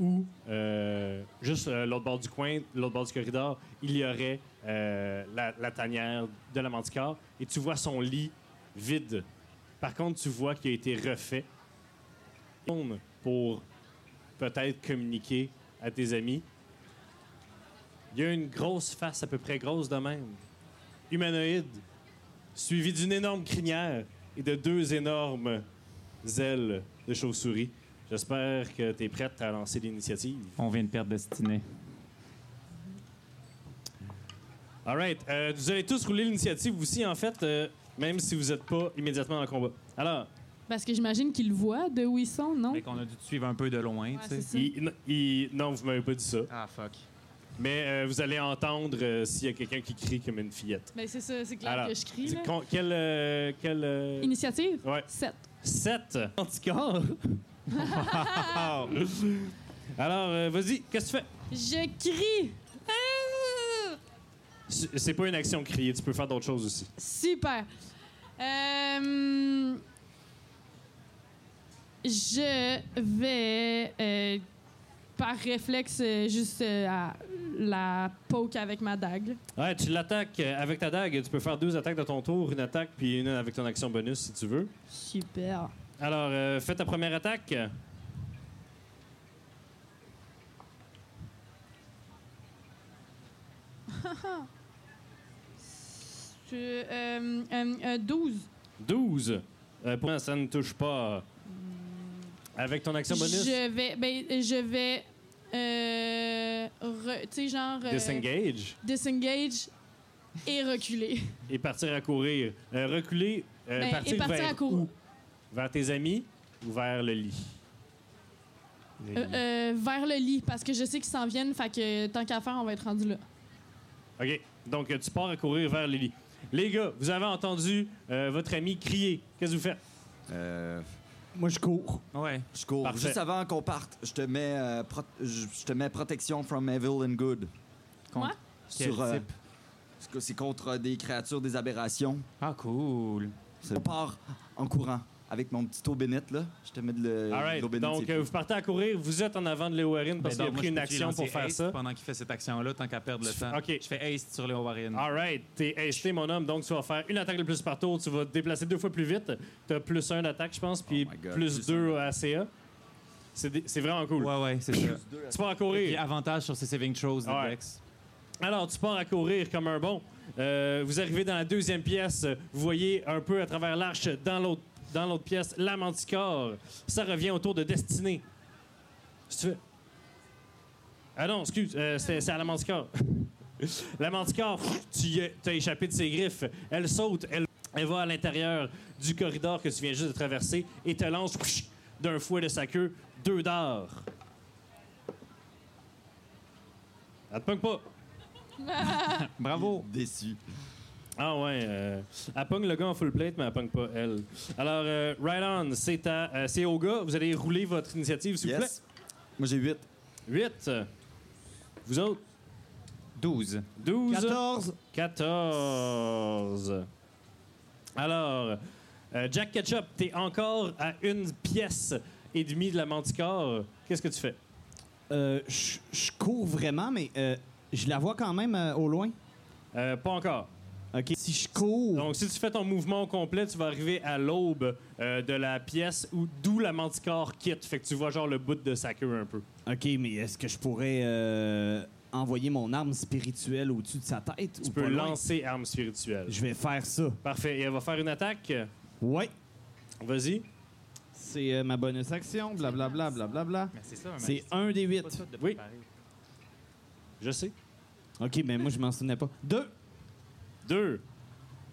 où, euh, juste euh, l'autre bord du coin, l'autre bord du corridor, il y aurait euh, la, la tanière de la manticore et tu vois son lit vide. Par contre, tu vois qu'il a été refait pour peut-être communiquer à tes amis. Il y a une grosse face à peu près grosse de même, humanoïde, suivie d'une énorme crinière et de deux énormes ailes de chauve-souris. J'espère que tu es prête à lancer l'initiative. On vient de perdre Destiné. All right. Euh, vous allez tous rouler l'initiative vous aussi, en fait, euh, même si vous n'êtes pas immédiatement en combat. Alors, Parce que j'imagine qu'ils le voient de où ils sont, non? Fait qu'on a dû te suivre un peu de loin, Ouais, tu c'est sais. ça. il- il- non, vous m'avez pas dit ça, Ah, fuck. mais euh, vous allez entendre euh, s'il y a quelqu'un qui crie comme une fillette. Ben, c'est ça, c'est clair Alors, que je crie. C'est là. con- Quel. euh, quel euh, Initiative? ouais. 7. 7. Anticorps. Alors, euh, vas-y, qu'est-ce que tu fais? Je crie! Ah! C'est c'est pas une action criée, tu peux faire d'autres choses aussi. Super. Euh, je vais, euh, par réflexe, euh, juste euh, à- la poke avec ma dague. Ouais, tu l'attaques euh, avec ta dague. Tu peux faire deux attaques de ton tour, une attaque puis une avec ton action bonus si tu veux. Super. Alors, euh, fais ta première attaque. Je- euh, euh, euh, 12. 12. Euh, pour l'instant, ça ne touche pas. Avec ton action bonus, Hmm. Je vais. Ben, je vais. euh, re- tu sais, genre. euh, disengage disengage et reculer. et partir à courir. Euh, reculer, euh, Ben, partir, et partir vers à courir. où? Vers tes amis ou vers le lit? Le Euh, lit. euh, vers le lit, parce que je sais qu'ils s'en viennent, fait que tant qu'à faire, on va être rendu là. OK. Donc, euh, tu pars à courir vers Lily. Les gars, vous avez entendu euh, votre ami crier. Qu'est-ce que vous faites? Euh, Moi, je cours. Ouais. je cours. Parfait. Juste avant qu'on parte, je te mets, euh, pro- je je te mets protection from evil and good. Moi? Quel Sur, euh, type? c'est co- c'est contre des créatures, des aberrations. Ah, cool. On part en courant avec mon petit eau bénite, là. Je te mets de le- All de right. l'eau bénite. Donc, c'est euh, cool. vous partez à courir. Vous êtes en avant de Léo Warren parce Ben qu'il a non, moi, pris je une peux-tu action lancer pour faire haste ça. Pendant qu'il fait cette action-là, tant qu'à perdre le Tu- temps. OK. Ah, Je fais haste sur les Warren. All right. T'es acheté, mon homme. Donc, tu vas faire une attaque de plus par tour. Tu vas te déplacer deux fois plus vite. T'as plus un d'attaque, je pense, puis Oh my God, plus plus deux à CA. C'est des- c'est vraiment cool. Ouais, ouais, c'est ça. Tu pars à Et courir. avantage sur ses saving throws de Ouais. Dex. Alors, tu pars à courir comme un bon. Euh, vous arrivez dans la deuxième pièce. Vous voyez un peu à travers l'arche, dans l'autre, dans l'autre pièce, la manticore. Ça revient autour de Destinée. Qu'est-ce que tu fais? Ah non, excuse, euh, c'est, c'est à la manticore. la manticore, pff, tu y es- t'as échappé de ses griffes. Elle saute, elle, elle va à l'intérieur du corridor que tu viens juste de traverser et te lance pff, d'un fouet de sa queue deux dards. Elle te pogne pas. Bravo. Déçu. Ah ouais. Euh, elle pogne le gars en full plate, mais elle pogne pas elle. Alors, euh, right on, c'est à- euh, c'est au gars. Vous allez rouler votre initiative, s'il Yes. Moi, j'ai 8. vous plaît. 8. Vous autres, 12. 12. 14. 14. Alors, euh, Jack Ketchup, t'es encore à une pièce et demie de la manticore. Qu'est-ce que tu fais? Euh, je je cours vraiment, mais euh, je la vois quand même euh, au loin. Euh, pas encore. OK. Si je cours. Donc, si tu fais ton mouvement au complet, tu vas arriver à l'aube euh, de la pièce où d'où la manticore quitte. Fait que tu vois genre le bout de sa queue un peu. OK, mais est-ce que je pourrais euh, envoyer mon arme spirituelle au-dessus de sa tête? Tu peux lancer arme spirituelle. Je vais faire ça. Parfait. Et elle va faire une attaque. Ouais. Vas-y. C'est euh, ma bonus action, blablabla, blablabla. Mais c'est ça, mais C'est un des pas 8. ça de Oui. préparer. Je sais. OK, mais moi, je m'en souvenais pas. Deux. Deux.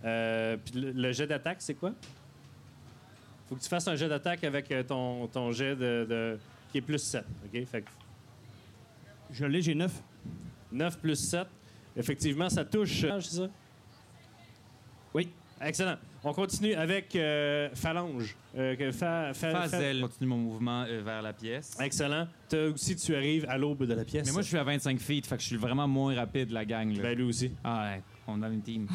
Euh, puis le, le jet d'attaque, c'est quoi? Faut que tu fasses un jet d'attaque avec euh, ton, ton jet de, de- qui est plus 7. OK? Fait que Je l'ai, j'ai neuf. 9 plus 7. Effectivement, ça touche. euh, c'est ça? Oui. Excellent. On continue avec euh, Phalange. Euh, que fa- fa- fa- Fazel continue mon mouvement euh, vers la pièce. Excellent. Toi aussi, tu arrives à l'aube de la pièce. Mais moi, je suis à 25 feet, fait que je suis vraiment moins rapide, la gang. Là. Ben, lui aussi. Ah ouais, on a une team.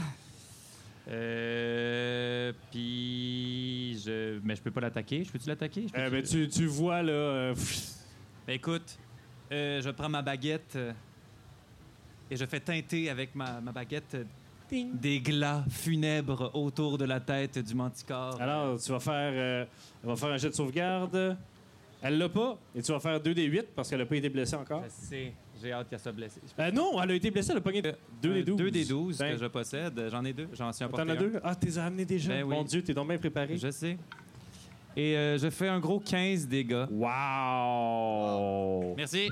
Euh, puis je mais je peux pas l'attaquer, je peux tu l'attaquer Je peux-tu- Euh, ben, tu, tu vois, là. euh, pff, Ben, écoute, euh, je prends ma baguette euh, et je fais teinter avec ma, ma baguette euh, des glas funèbres autour de la tête du manticore. Ah, Alors, tu vas faire, euh, elle va faire un jet de sauvegarde. Elle l'a pas, et tu vas faire 2 des 8 parce qu'elle a pas été blessée encore. Je sais, j'ai hâte qu'elle soit blessée. Euh, non, elle a été blessée, elle a pogné 2 des 12. 2 Euh, des 12 Ben, que je possède, j'en ai deux, j'en suis apporté T'en as un. deux? Ah, t'es amené déjà. Ben oui. Mon Dieu, t'es donc bien préparé. Je sais. Et euh, je fais un gros 15 dégâts. Wow! Merci.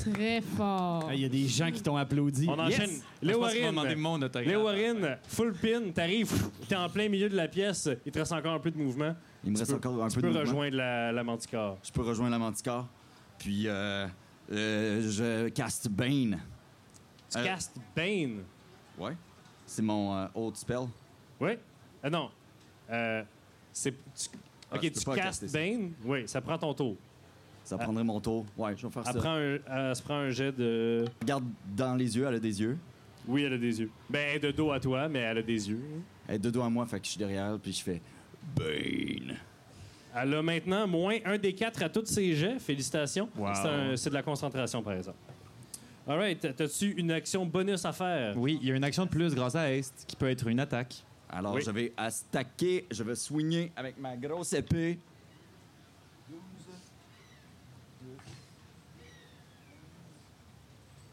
Très fort. Ah, Il y a des gens qui t'ont applaudi. Oh. On Yes! enchaîne. Léo Léo Ils m'ont demandé Warren. mon autographe. Léo Warren, full pin, t'arrives, pff, t'es en plein milieu de la pièce, il te reste encore un peu de mouvement. Il me Tu reste peux- encore un Tu peu de peux mouvement. rejoindre la, la manticore. Je peux rejoindre la Manticore. Puis, euh, euh, je caste Bane. Tu Euh. castes Bane. Ouais. C'est mon euh, old spell. Oui? Ah non. Euh, c'est, tu- Ah, ok, je peux tu pas castes caster ça. Bane. Oui, ça prend ton tour. Ah. Ça prendrait mon tour. Ouais, je vais faire Elle, ça. prend un, elle se prend un jet de. Regarde dans les yeux, elle a des yeux. Oui, elle a des yeux. Ben, elle est de dos à toi, mais elle a des yeux. Elle est de dos à moi, fait que je suis derrière elle, puis je fais Bane. Elle a maintenant moins un des quatre à tous ses jets. Félicitations. C'est, un- c'est de la concentration, par exemple. All right, t'as-tu une action bonus à faire? Oui, il y a une action de plus grâce à Haste qui peut être une attaque. Alors, Oui. je vais attaquer, je vais swinguer avec ma grosse épée.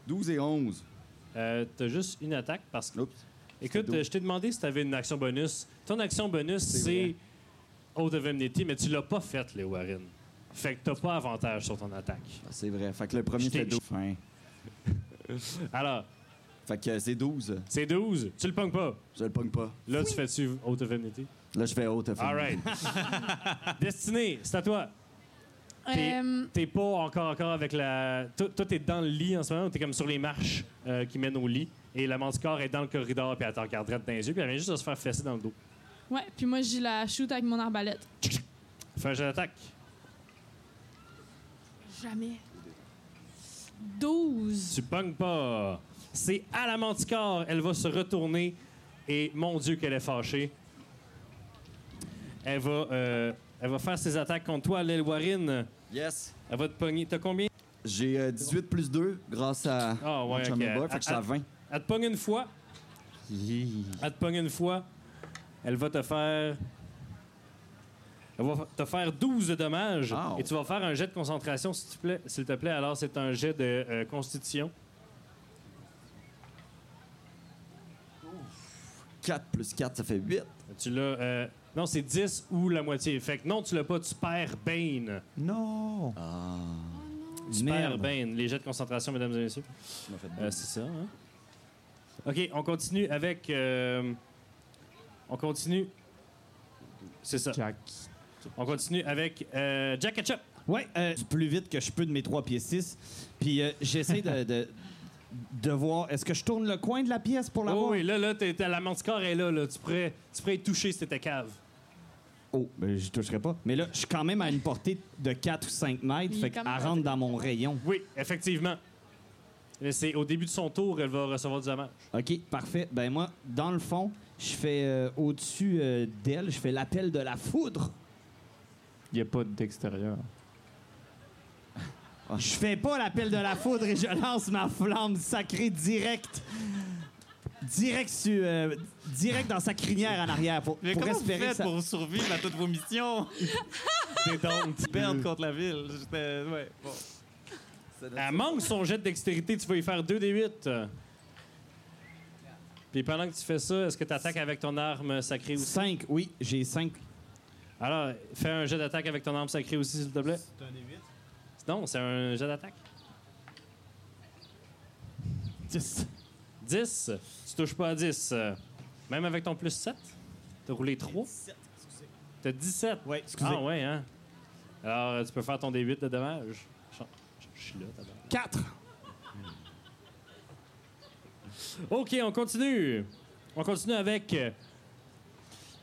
12 et 11. Euh, t'as juste une attaque parce que. Oups. Écoute, doux. euh, je t'ai demandé si t'avais une action bonus. Ton action bonus, c'est Oath of Enmity, mais tu l'as pas faite, les Warren. Fait que t'as pas avantage sur ton attaque. Ah, C'est vrai. Fait que le premier Je t'ai- fait 12. Fin. Alors, Fait que c'est 12. c'est 12. Tu le ponges pas. Je le pogne pas. Là, tu fais-tu Oath of Enmity? Là, je fais haute. à fond. All right. Destiné, c'est à toi. T'es- Euh, T'es pas encore encore avec la. Toi, toi, t'es dans le lit en ce moment, ou t'es comme sur les marches euh, qui mènent au lit. Et la manticore est dans le corridor, puis elle te regarde droit dans les yeux, puis elle vient juste de se faire fesser dans le dos. ouais, puis moi, j'ai la shoot avec mon arbalète. Fais un jeu d'attaque. Jamais. 12. Tu pognes pas. C'est à la manticore. Elle va se retourner. Et mon Dieu, qu'elle est fâchée. Elle va, euh, elle va faire ses attaques contre toi, l'aile Warren. Yes. Elle va te pogner. T'as combien? J'ai euh, 18 plus 2 grâce à Ah, ouais, mon chum ok. là-bas, Fait que je suis à Ah, 20. Elle te pogne une fois. Elle te pogne une fois. Elle va te faire. Elle va te faire 12 de dommages. Wow. Et tu vas faire un jet de concentration, s'il te plaît. S'il te plaît. Alors, c'est un jet de euh, constitution. 4 plus 4, ça fait 8. Tu l'as. euh, non, c'est 10 ou la moitié. Fait que non, tu l'as pas. Tu perds Bane. Non! Ah. Tu perds Bane. Les jets de concentration, mesdames et messieurs. Euh, c'est ça, hein? OK, on continue avec. euh, on continue. C'est ça. Jack. On continue avec euh, Jack Ketchup. Ouais, euh, plus vite que je peux de mes 3 pieds 6. Puis euh, j'essaie de, de, de voir. Est-ce que je tourne le coin de la pièce pour la Oh voir? oui, là, là, t'es- t'es- la manticore est là, là. Tu pourrais, tu pourrais y toucher si t'étais cave. Oh, ben, j'y toucherai pas. Mais là, je suis quand même à une portée de 4 ou 5 mètres. Il est Fait quand qu'elle même rentre dans mon rayon. Oui, effectivement. Mais C'est au début de son tour, elle va recevoir du dommage. OK, parfait. Ben moi, dans le fond, je fais euh, au-dessus euh, d'elle, je fais l'appel de la foudre. Il n'y a pas d'extérieur. Je fais pas l'appel de la foudre et je lance ma flamme sacrée direct. Direct sur, euh, direct dans sa crinière en arrière pour, Mais pour comment vous espérer faites que ça- pour survivre à toutes vos missions? Des dents. Perdre contre la ville. J'étais- Ouais, bon. Elle manque son jet de dextérité, tu vas y faire 2 des 8. Puis pendant que tu fais ça, est-ce que tu attaques avec ton arme sacrée aussi? 5, oui, j'ai 5. Alors, fais un jet d'attaque avec ton arme sacrée aussi, s'il te plaît. C'est un des 8? Non, c'est un jet d'attaque. Dix. 10. Tu touches pas à 10. Euh, Même avec ton plus 7. T'as roulé 3. T'as 17. Oui, Ah ouais, hein? Alors, euh, tu peux faire ton D8 de dommage. Je je- je suis là, tabarnak. 4. OK, on continue. On continue avec... euh,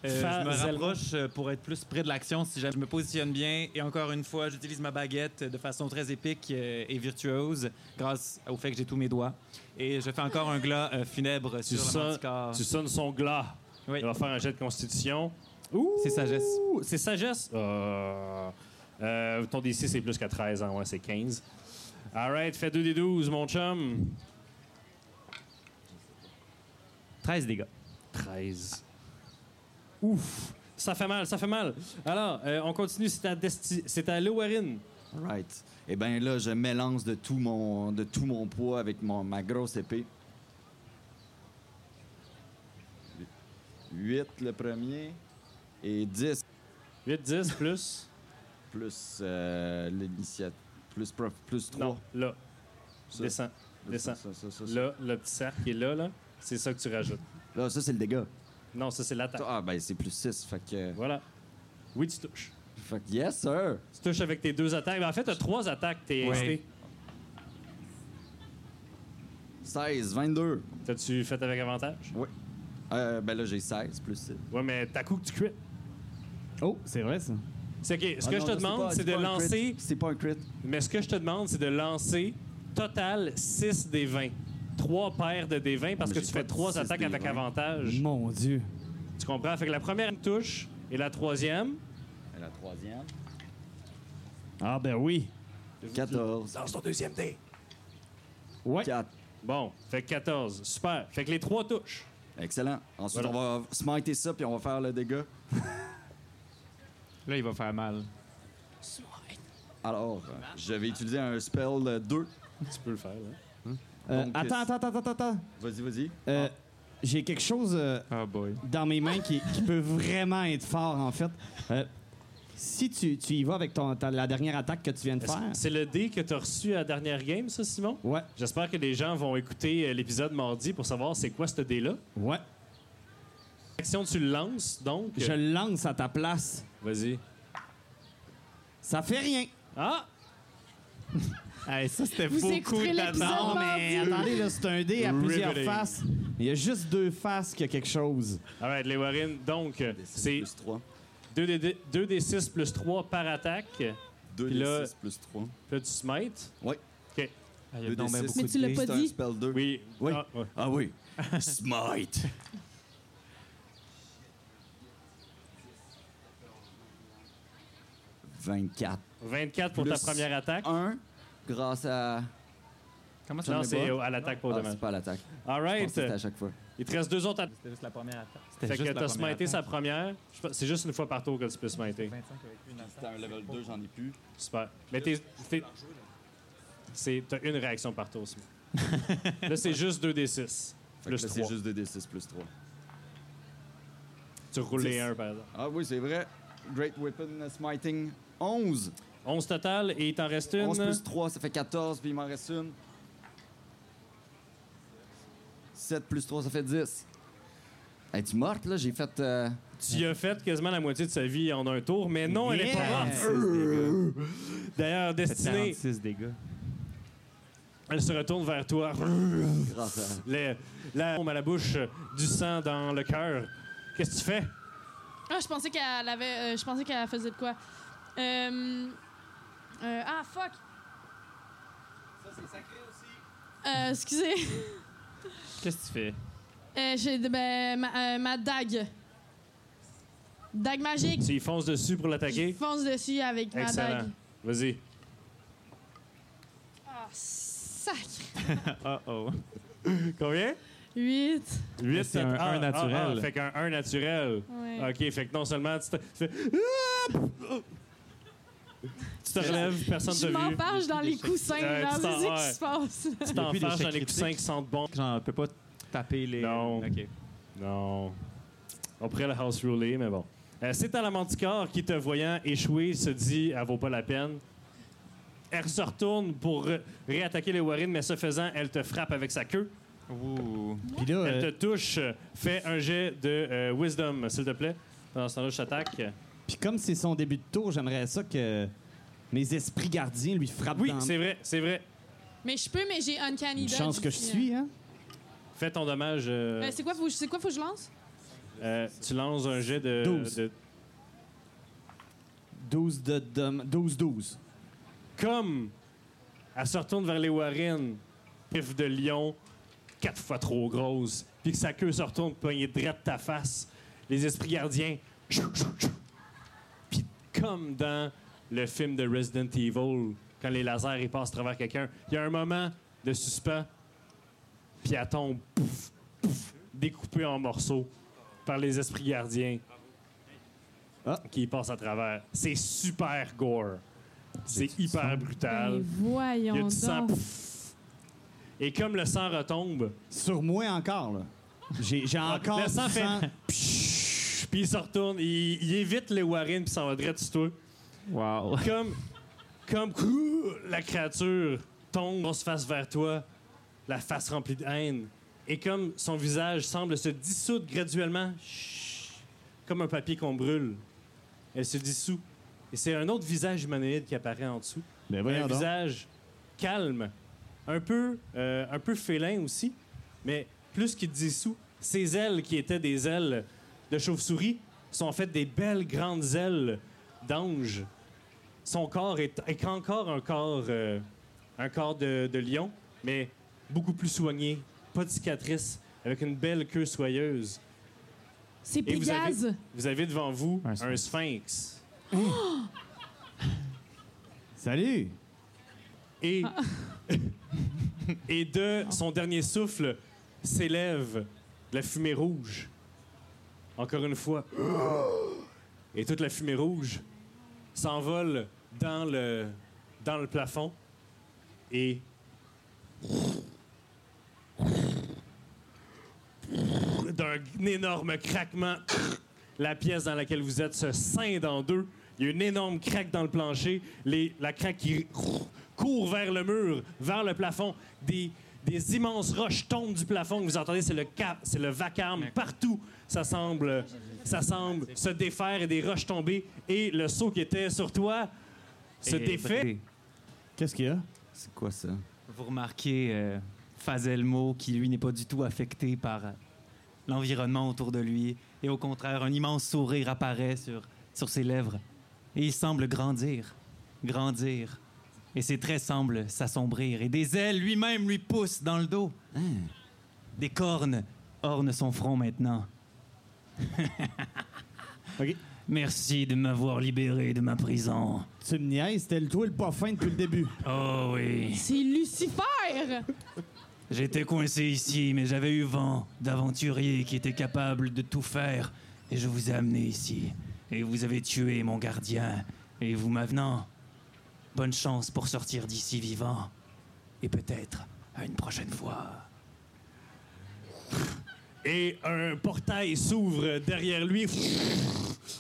je me Fazel- rapproche euh, pour être plus près de l'action si jamais je me positionne bien. Et encore une fois, j'utilise ma baguette de façon très épique euh, et virtuose grâce au fait que j'ai tous mes doigts. Et je fais encore un glas euh, funèbre Tu, sur sonnes- le manticore. tu sonnes son glas. Oui. Il va faire un jet de constitution. C'est sagesse. Ouh, C'est sagesse. Euh, euh, ton DC, c'est plus que 13. Hein? Ouais, c'est 15. All right, fais 2 des 12, mon chum. 13 dégâts. 13. Ouf! Ça fait mal, ça fait mal. Alors, euh, on continue. C'est à, Desti- c'est à Lowarin. All right. Eh bien là, je mélange de tout mon, de tout mon poids avec mon, ma grosse épée. 8 le premier et 10 8, 10 plus. plus euh, l'initiative. Plus, prof- plus 3. Non, là. Ça. Descends. Là, descends. ça, ça, ça, ça. Là, le petit cercle qui est là, là. C'est ça que tu rajoutes. Là, ça, c'est le dégât. Non, ça, c'est l'attaque. Ah, ben c'est plus 6. Fait que, Voilà. Oui, tu touches. fait que yes, sir. Tu touches avec tes deux attaques. Ben, en fait, tu as trois attaques, t'es Oui. insté. 16, 22. T'as-tu fait avec avantage? Oui. Euh, ben là, j'ai 16 plus 6. Ouais, mais t'as coup que tu crit. Oh, c'est vrai ça. C'est que ce Ah que non, je là, te demande, pas- c'est de pas un lancer. crit. C'est pas un crit. Mais ce que je te demande, c'est de lancer total 6 des 20. Trois paires de des 20 parce Mais que j'ai tu pas fais dit trois six attaques des Mhm. avec 20. avantage. Mon dieu. Tu comprends? Fait que la première touche et la troisième. Et La troisième. Ah ben oui. 14. Ah Lance ton deuxième dé. Ouais. 4. Bon, fait que 14. Super. Fait que les trois touches. Excellent. Ensuite, Voilà. on va smiter ça, puis on va faire le dégât. Là, il va faire mal. Alors, euh, je vais utiliser un spell euh, 2. Tu peux le faire, là. Euh, Donc, attends, c'est- attends, attends, attends, attends. Vas-y, vas-y. Euh, J'ai quelque chose euh, Oh boy. dans mes mains qui, qui peut vraiment être fort, en fait. Euh, si tu, tu y vas avec ton, ta- la dernière attaque que tu viens de Est-ce- faire. C'est le dé que t'as reçu à la dernière game, ça, Simon? Ouais, J'espère que les gens vont écouter euh, l'épisode mardi pour savoir c'est quoi ce dé-là. ouais. Action, tu le lances, donc. Je le lance à ta place. Vas-y. Ça fait rien. Ah! Hey, ça, c'était Vous beaucoup écouterez d'avance. l'épisode Non, mais mardi. attendez, là, c'est un dé à plusieurs Riveting. faces. Il y a juste deux faces qu'il y a quelque chose. All right, les Warren, donc, euh, c'est 3. 2d6 plus 3 par attaque. Puis 2 Puis là- d 6 plus 3. là, tu smites. Ah, il y a Deux donc des ben six. beaucoup Mais de tu l'as dés. pas C'est un dit. spell 2. Oui. Oui. Ah, ouais. Ah oui. Smite. Vingt-quatre. 24 pour Plus ta première attaque. Un, grâce à... Comment ça Non, j'en ai c'est pas. euh, à l'attaque pour Ah, demain. c'est pas à l'attaque. All Je right. pensais que c'était à chaque fois. Il te reste deux autres attaques. C'était juste la première attaque. C'était Fait que juste t'as la première smité sa attaque. première. Je pense- C'est juste une fois par tour que tu peux smiter. 25 avec une attaque. C'était un level 2, j'en ai plus. Super. Mais t'es. t'es- c'est- T'as une réaction par tour, Simon. là, c'est juste 2d6. Fait que Plus là, 3. c'est juste 2d6 plus 3. Tu roules les Dix. 1, par exemple. Ah oui, c'est vrai. Great Weapon Smiting, 11. 11 total et il t'en reste une. 11 plus 3, ça fait 14, puis il m'en reste une. 7 plus 3, ça fait 10. Es-tu morte, là? J'ai fait... euh, Tu y as fait quasiment la moitié de sa vie en un tour, mais non, elle est pas morte. D'ailleurs, Destinée, 46 dégâts. elle se retourne vers toi. grâce à... Les- la bombe à la bouche, euh, du sang dans le cœur. Qu'est-ce que tu fais? Ah, je pensais qu'elle avait. euh, je pensais qu'elle faisait de quoi. Euh, euh, ah, fuck! Ça, c'est sacré aussi. Euh, excusez. Qu'est-ce que tu fais? Euh, J'ai de- ben, ma, euh, ma dague. Dague magique. Tu y fonces dessus pour Je l'attaquer? fonce dessus avec ma Excellent. dague. Vas-y. Ah, sacré! Oh oh. Combien? 8. 8, c'est un un naturel. ah, fait qu'un 1 naturel. Ouais. OK, fait que non seulement tu te tu fais... Tu te relèves, personne Je ne t'a vu. m'embarge dans les coussins, Ouais, là. Euh, tu t'en- Vous savez ce ouais. qui se passe? Tu Il y a plus t'enfarges d'échecs dans les critiques. coussins qui sentent bon. Genre, on peut pas taper les. Non. Ok. Non. On pourrait le house ruler, mais bon. Euh, c'est à la Manticore qui, te voyant échouer, se dit Elle vaut pas la peine. Elle se retourne pour euh, réattaquer les Warren, mais ce faisant, elle te frappe avec sa queue. Ouh. Puis là, Elle euh, te touche. Euh, Fais un jet de euh, Wisdom, s'il te plaît. Dans ce temps-là, je t'attaque. puis comme c'est son début de tour, j'aimerais ça que mes esprits gardiens lui frappent Oui, dans c'est vrai, c'est vrai. Mais je peux, mais j'ai Uncanny une Dodge chance que je ici, suis, hein? Fais ton dommage. euh, hein. Euh, c'est quoi, faut, c'est quoi faut que je lance? euh, tu lances un jet de. Douze. de- 12 de dom- 12 12. comme elle se retourne vers les Warren, pif de lion, quatre fois trop grosse, puis que sa queue se retourne poignée droite ta face, les esprits gardiens, chou, chou, chou. puis comme dans le film de Resident Evil, quand les lasers ils passent à travers quelqu'un, il y a un moment de suspens, puis elle tombe, pouf, pouf, découpée en morceaux par les esprits gardiens Ah. qui y passent à travers. C'est super gore. C'est hyper brutal. Ben, voyons euh, Il y a du donc. sang. pff. Et comme le sang retombe, Sur moi encore, là. J'ai j'ai encore le du sang Ah, fait sang. psh, puis il se retourne, il, il évite les Warren puis s'en va direct sur toi. Wow. Comme, comme cou, la créature tombe, on se face vers toi, la face remplie de haine. Et comme son visage semble se dissoudre graduellement, chut, comme un papier qu'on brûle, elle se dissout. Et c'est un autre visage humanoïde qui apparaît en dessous. Ben voyons un donc. visage calme, un peu, euh, un peu félin aussi, mais plus qu'il dissout. Ses ailes, qui étaient des ailes de chauve-souris, sont en fait des belles grandes ailes d'ange. Son corps est, est encore un corps, euh, un corps de, de lion, mais beaucoup plus soigné, pas de cicatrice, avec une belle queue soyeuse. C'est Et vous avez- Pégase. Vous avez devant vous Un un, sphinx. sphinx. Salut! et, et de son dernier souffle s'élève la fumée rouge. Encore une fois. Et toute la fumée rouge s'envole dans le, dans le plafond et d'un énorme craquement, la pièce dans laquelle vous êtes se scinde en deux. Il y a une énorme craque dans le plancher. Les- la craque qui court vers le mur, vers le plafond. Des, des immenses roches tombent du plafond. Vous entendez, c'est le, cap, c'est le vacarme partout. Ça semble, ça semble se défaire et des roches tomber. Et le seau qui était sur toi Eh, se défait. Qu'est-ce qu'il y a? C'est quoi Euh, ça? Vous remarquez euh, Fazelmo qui, lui, n'est pas du tout affecté par euh, l'environnement autour de lui. Et au contraire, un immense sourire apparaît sur, sur ses lèvres. Et il semble grandir, grandir. Et ses traits semblent s'assombrir. Et des ailes lui-même lui poussent dans le dos. Hein? Des cornes ornent son front maintenant. Ok. Merci de m'avoir libéré de ma prison. Tu me niaises, c'était le toi le pas fin depuis le début. Oh oui. C'est Lucifer! J'étais coincé ici, mais j'avais eu vent d'aventuriers qui étaient capables de tout faire, et je vous ai amené ici. Et vous avez tué mon gardien, et vous maintenant, bonne chance pour sortir d'ici vivant, et peut-être à une prochaine fois. Et un portail s'ouvre derrière lui.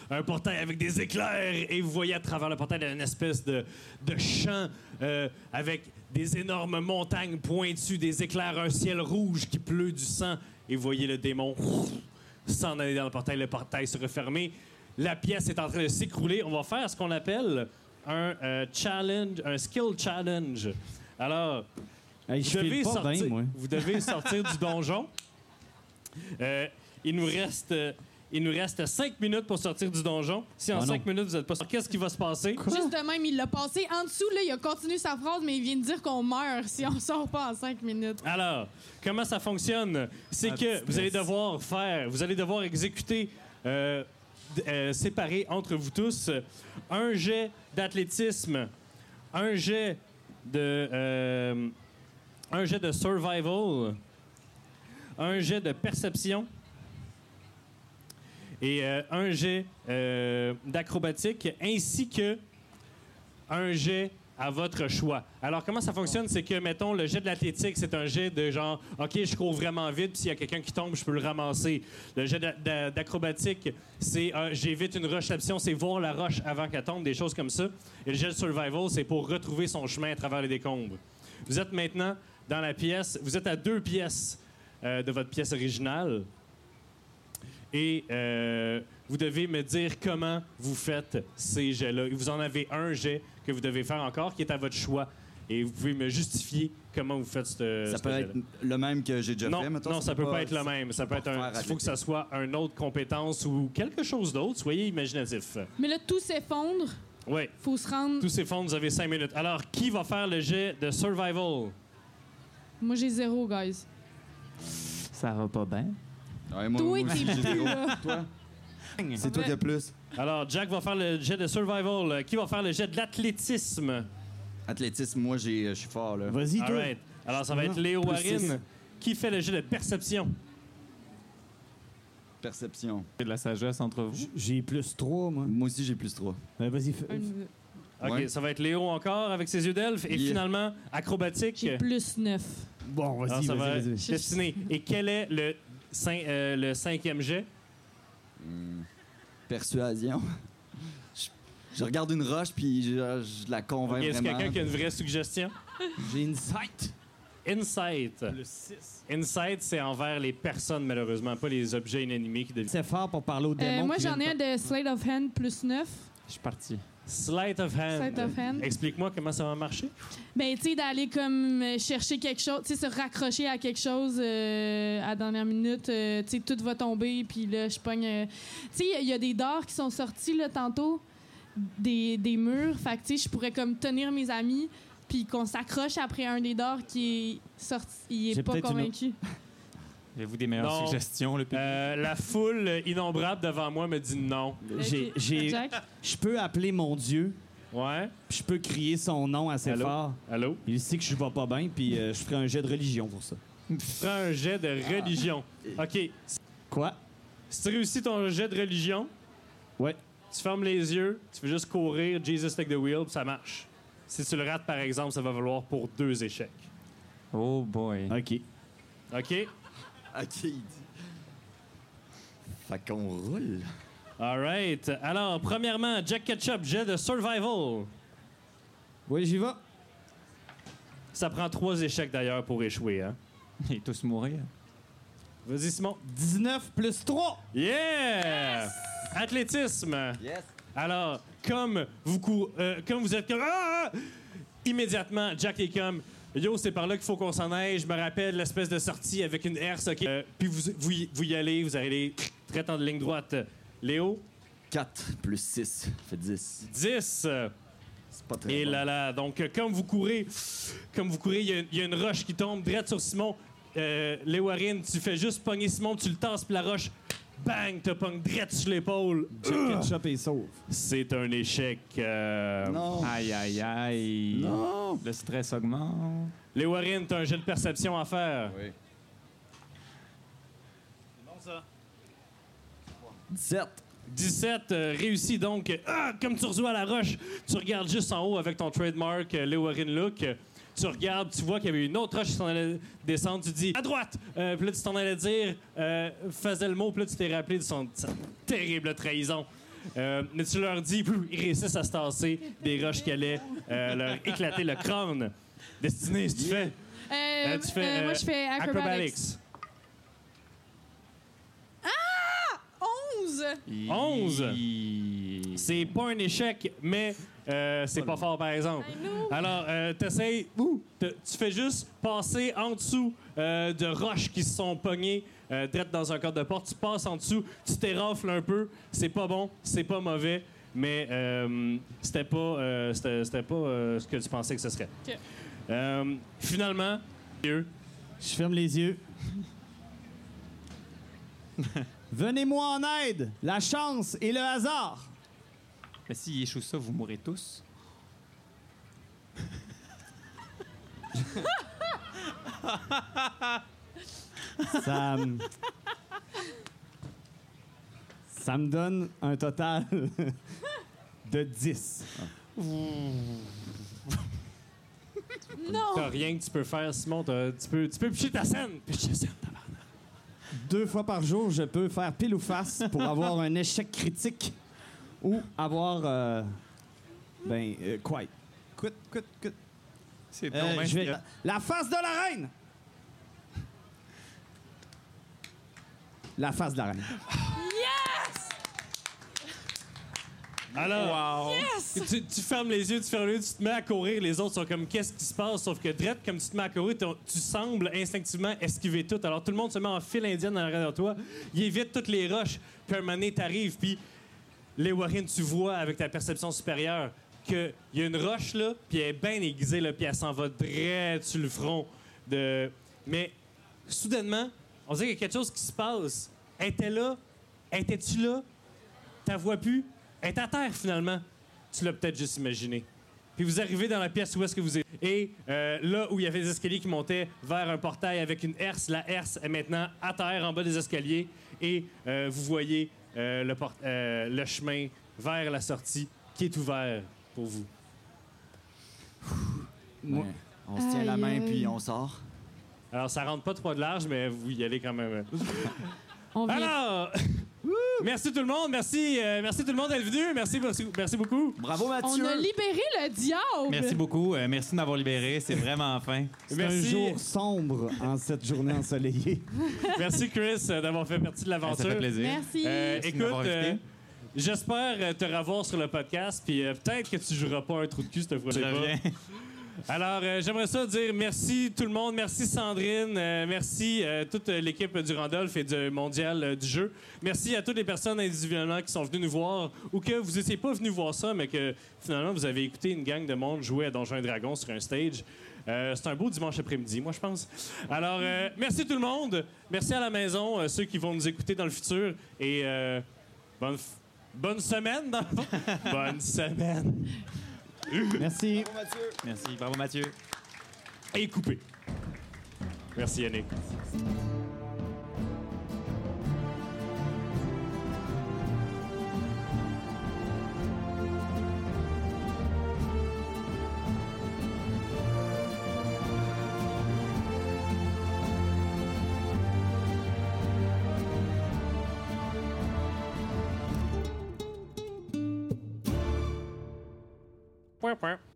Un portail avec des éclairs. Et vous voyez à travers le portail une espèce de, de champ euh, avec des énormes montagnes pointues, des éclairs, un ciel rouge qui pleut du sang. Et vous voyez le démon s'en aller dans le portail. Le portail se refermer. La pièce est en train de s'écrouler. On va faire ce qu'on appelle un euh, challenge, un skill challenge. Alors, Hey, vous file devez, pas sortir, bien, moi. vous devez sortir du donjon. Euh, il nous reste. euh, il nous reste 5 minutes pour sortir du donjon. Si en Ah non. 5 minutes vous n'êtes pas sorti, qu'est-ce qui va se passer? Juste de même, il l'a passé. En dessous, là, il a continué sa phrase, mais il vient de dire qu'on meurt si on sort pas en cinq minutes. Alors, comment ça fonctionne? C'est que vous allez devoir faire, vous allez devoir exécuter, euh, d- euh, séparer entre vous tous, euh, un jet d'athlétisme, un jet de, euh, un jet de survival, un jet de perception et euh, un jet euh, d'acrobatique, ainsi que un jet à votre choix. Alors, comment ça fonctionne? C'est que, mettons, le jet de l'athlétique, c'est un jet de genre, OK, je cours vraiment vite, puis s'il y a quelqu'un qui tombe, je peux le ramasser. Le jet d'a- d'a- d'acrobatique, c'est euh, j'évite une roche d'absion, c'est voir la roche avant qu'elle tombe, des choses comme ça. Et le jet de survival, c'est pour retrouver son chemin à travers les décombres. Vous êtes maintenant dans la pièce, vous êtes à deux pièces euh, de votre pièce originale. Et euh, vous devez me dire comment vous faites ces jets-là. Vous en avez un jet que vous devez faire encore qui est à votre choix. Et vous pouvez me justifier comment vous faites ce, Ça ce peut jet-là. être le même que j'ai déjà Non, fait, mettons, non, ça peut pas, être le ça- même. Ça peut être un. refaire Il faut que avec- ça soit une autre compétence ou quelque chose d'autre. Soyez imaginatif. Mais là, tout s'effondre. Oui. Faut se rendre. Tous ces fonds, vous avez cinq minutes. Alors, qui va faire le jet de survival? Moi, j'ai zéro, guys. Ça va pas bien. Ouais, moi, Toi, moi aussi, t'es j'ai plus, zéro. là. Toi? C'est toi qui as plus. Alors, Jack va faire le jet de survival. Euh, Qui va faire le jet de l'athlétisme? Athlétisme, moi, j'ai- euh, je suis fort, là. Vas-y, All toi. right. Alors, ça va être Léo Plus Warren. six. Qui fait le jet de perception? Perception. de la sagesse entre vous. J- J'ai plus 3, moi. Moi aussi, j'ai plus 3. Ben, vas-y, f- Un- OK, Ouais. ça va être Léo encore avec ses yeux d'elfe. Et Yeah. finalement, acrobatique. J'ai plus neuf. Bon, Alors, vas-y, Ah, ça va vas-y, être vas-y. destiné. Et quel est le, cin- euh, le cinquième jet? Persuasion. Je, je regarde une roche, puis je, je la convainc Est-ce vraiment. quelqu'un qui a une vraie suggestion? J'ai une sight. Insight. Le 6. Insight, c'est envers les personnes, malheureusement, pas les objets inanimés qui deviennent. C'est fort pour parler au Euh, démon. moi, qui j'en ai vient un de Slate of Hand plus neuf. Je suis parti. Sleight of hand. Sleight of hand. Explique-moi comment ça va marcher. Ben, tu sais, d'aller comme euh, chercher quelque chose, tu sais, se raccrocher à quelque chose euh, à la dernière minute, euh, tu sais, tout va tomber, puis là, je pogne. euh, Tu sais, il y a des dards qui sont sortis, là, tantôt, des, des murs. Fait que, tu sais, je pourrais comme tenir mes amis, puis qu'on s'accroche après un des dards qui est sorti. Il J'ai est pas peut-être une convaincu. Avez-vous des meilleures Non. suggestions, le public? Euh, la foule innombrable devant moi me dit non. J'ai- Ok. j'ai- Jack, Je peux appeler mon dieu Ouais. Puis je peux crier son nom assez Allô? fort. Allô? Il sait que je vais pas bien, puis euh, je ferai un jet de religion pour ça. Prends un jet de religion. OK. Quoi? Si tu réussis ton jet de religion, Ouais. tu fermes les yeux, tu fais juste courir, Jesus take the wheel, puis ça marche. Si tu le rates, par exemple, ça va valoir pour deux échecs. Oh boy. OK. OK? OK, il dit. Fait qu'on roule. All right. Alors, premièrement, Jack Ketchup, jet de survival. Oui, j'y vais. Ça prend trois échecs d'ailleurs pour échouer. Hein? Ils tous mourir. Vas-y, Simon. 19 plus 3. Yeah! Athlétisme. Yes. Alors, comme vous, cou- euh, comme vous êtes comme. Ah! ah! Immédiatement, Jack est comme. Yo, c'est par là qu'il faut qu'on s'en aille. Je me rappelle l'espèce de sortie avec une herse, OK? Euh, puis vous, vous, y- vous y allez, vous allez très en ligne droite. Léo, 4 plus 6 fait 10. 10. euh, C'est pas très Et bon. là là, donc euh, comme vous courez, comme vous courez, il y a- il y, a une roche qui tombe direct sur Simon. Euh, Léwarine, tu fais juste pogner Simon, tu le tasses, puis la roche, bang, te pogne direct sur l'épaule. Ketchup est sauve. C'est un échec. euh, Non. Aïe, aïe, aïe. Non. Le stress augmente. Léwarine, t'as un jeu de perception à faire. Oui. 17. 17, euh, réussi donc. euh, ah, comme tu reçois la roche, tu regardes juste en haut avec ton trademark euh, Léwarine Look. euh, tu regardes, tu vois qu'il y avait une autre roche qui s'en allait descendre. Tu dis à droite. Euh, puis là, tu t'en allais dire, euh, faisais le mot. Puis là, tu t'es rappelé de son, de sa terrible trahison. Euh, mais tu leur dis, puis ils réussissent à se tasser des roches qui allaient euh, leur éclater le crâne. Destiné, si tu fais. Euh, Euh, tu fais, euh, moi, je fais acrobatics. Acrobatics. 11! 11. C'est pas un échec, mais euh, c'est pas fort, par exemple. I know. Alors, euh, t'essayes... Ouh, te- Tu fais juste passer en dessous euh, de roches qui se sont pognées euh, drette dans un cadre de porte. Tu passes en dessous, tu t'érafles un peu. C'est pas bon, c'est pas mauvais, mais euh, c'était pas, euh, c'était, c'était pas euh, ce que tu pensais que ce serait. Ok. Euh, finalement, Dieu, Je ferme les yeux. Venez-moi en aide, la chance et le hasard. Mais s'il échoue ça, vous mourrez tous. Ça me... Ça me donne un total de 10. Non! t'as rien que tu peux faire, Simon. t'as- tu peux, tu peux picher ta scène. Picher ta scène. Deux fois par jour, je peux faire pile ou face pour avoir un échec critique ou avoir... euh, ben, euh, quoi? Quit, quit, quit. Eh, C'est Euh, je vais- La face de la reine! La face de la reine. Alors, tu, tu fermes les yeux, tu fermes les yeux, tu te mets à courir. Les autres sont comme, qu'est-ce qui se passe? Sauf que Drette, comme tu te mets à courir, ton- tu sembles instinctivement esquiver tout. Alors, tout le monde se met en file indienne en arrière de toi. Il évite toutes les roches. Puis, un moment donné, t'arrives, puis les Warren, tu vois avec ta perception supérieure qu'il y a une roche, là, puis elle est bien aiguisée, là, puis elle s'en va direct sur le front. De... Mais soudainement, on dirait qu'il y a quelque chose qui se passe. Elle était là, Elle était-tu là? T'as vois plus, elle est à terre finalement. Tu l'as peut-être juste imaginé. Puis vous arrivez dans la pièce où est-ce que vous êtes. Et euh, là où il y avait des escaliers qui montaient vers un portail avec une herse, la herse est maintenant à terre en bas des escaliers. Et euh, vous voyez euh, le, port- euh, le chemin vers la sortie qui est ouvert pour vous. Moi- Ouais. On se tient la Aïe, main aïe. puis on sort. Alors ça rentre pas trois de large, mais vous y allez quand même. On vient. Alors, merci tout le monde, merci, euh, merci tout le monde d'être venu, merci, merci, merci beaucoup. Bravo Mathieu. on a libéré le diable! Merci beaucoup. euh, merci de m'avoir libéré. C'est vraiment fin. C'est un Merci. jour sombre en cette journée ensoleillée. Merci Chris euh, d'avoir fait partie de Ça l'aventure. fait plaisir. Merci. Euh, Merci de écoute, m'avoir invité. euh, j'espère euh, te revoir sur le podcast, puis euh, peut-être que tu joueras pas un trou de cul cette fois-là. Je reviens. Alors, euh, j'aimerais ça dire merci tout le monde, merci Sandrine, euh, merci euh, toute euh, l'équipe du Randolph et du Mondial euh, du jeu. Merci à toutes les personnes individuellement qui sont venues nous voir ou que vous n'étiez pas venus voir ça, mais que finalement vous avez écouté une gang de monde jouer à Donjons et Dragons sur un stage. Euh, c'est un beau dimanche après-midi, moi, je pense. Alors, euh, merci tout le monde. Merci à la maison, euh, ceux qui vont nous écouter dans le futur. Et euh, bonne, f- bonne semaine. dans le fond. bonne semaine. Merci. Merci. Bravo, Mathieu. Et coupé. Merci, Yannick. Point, point.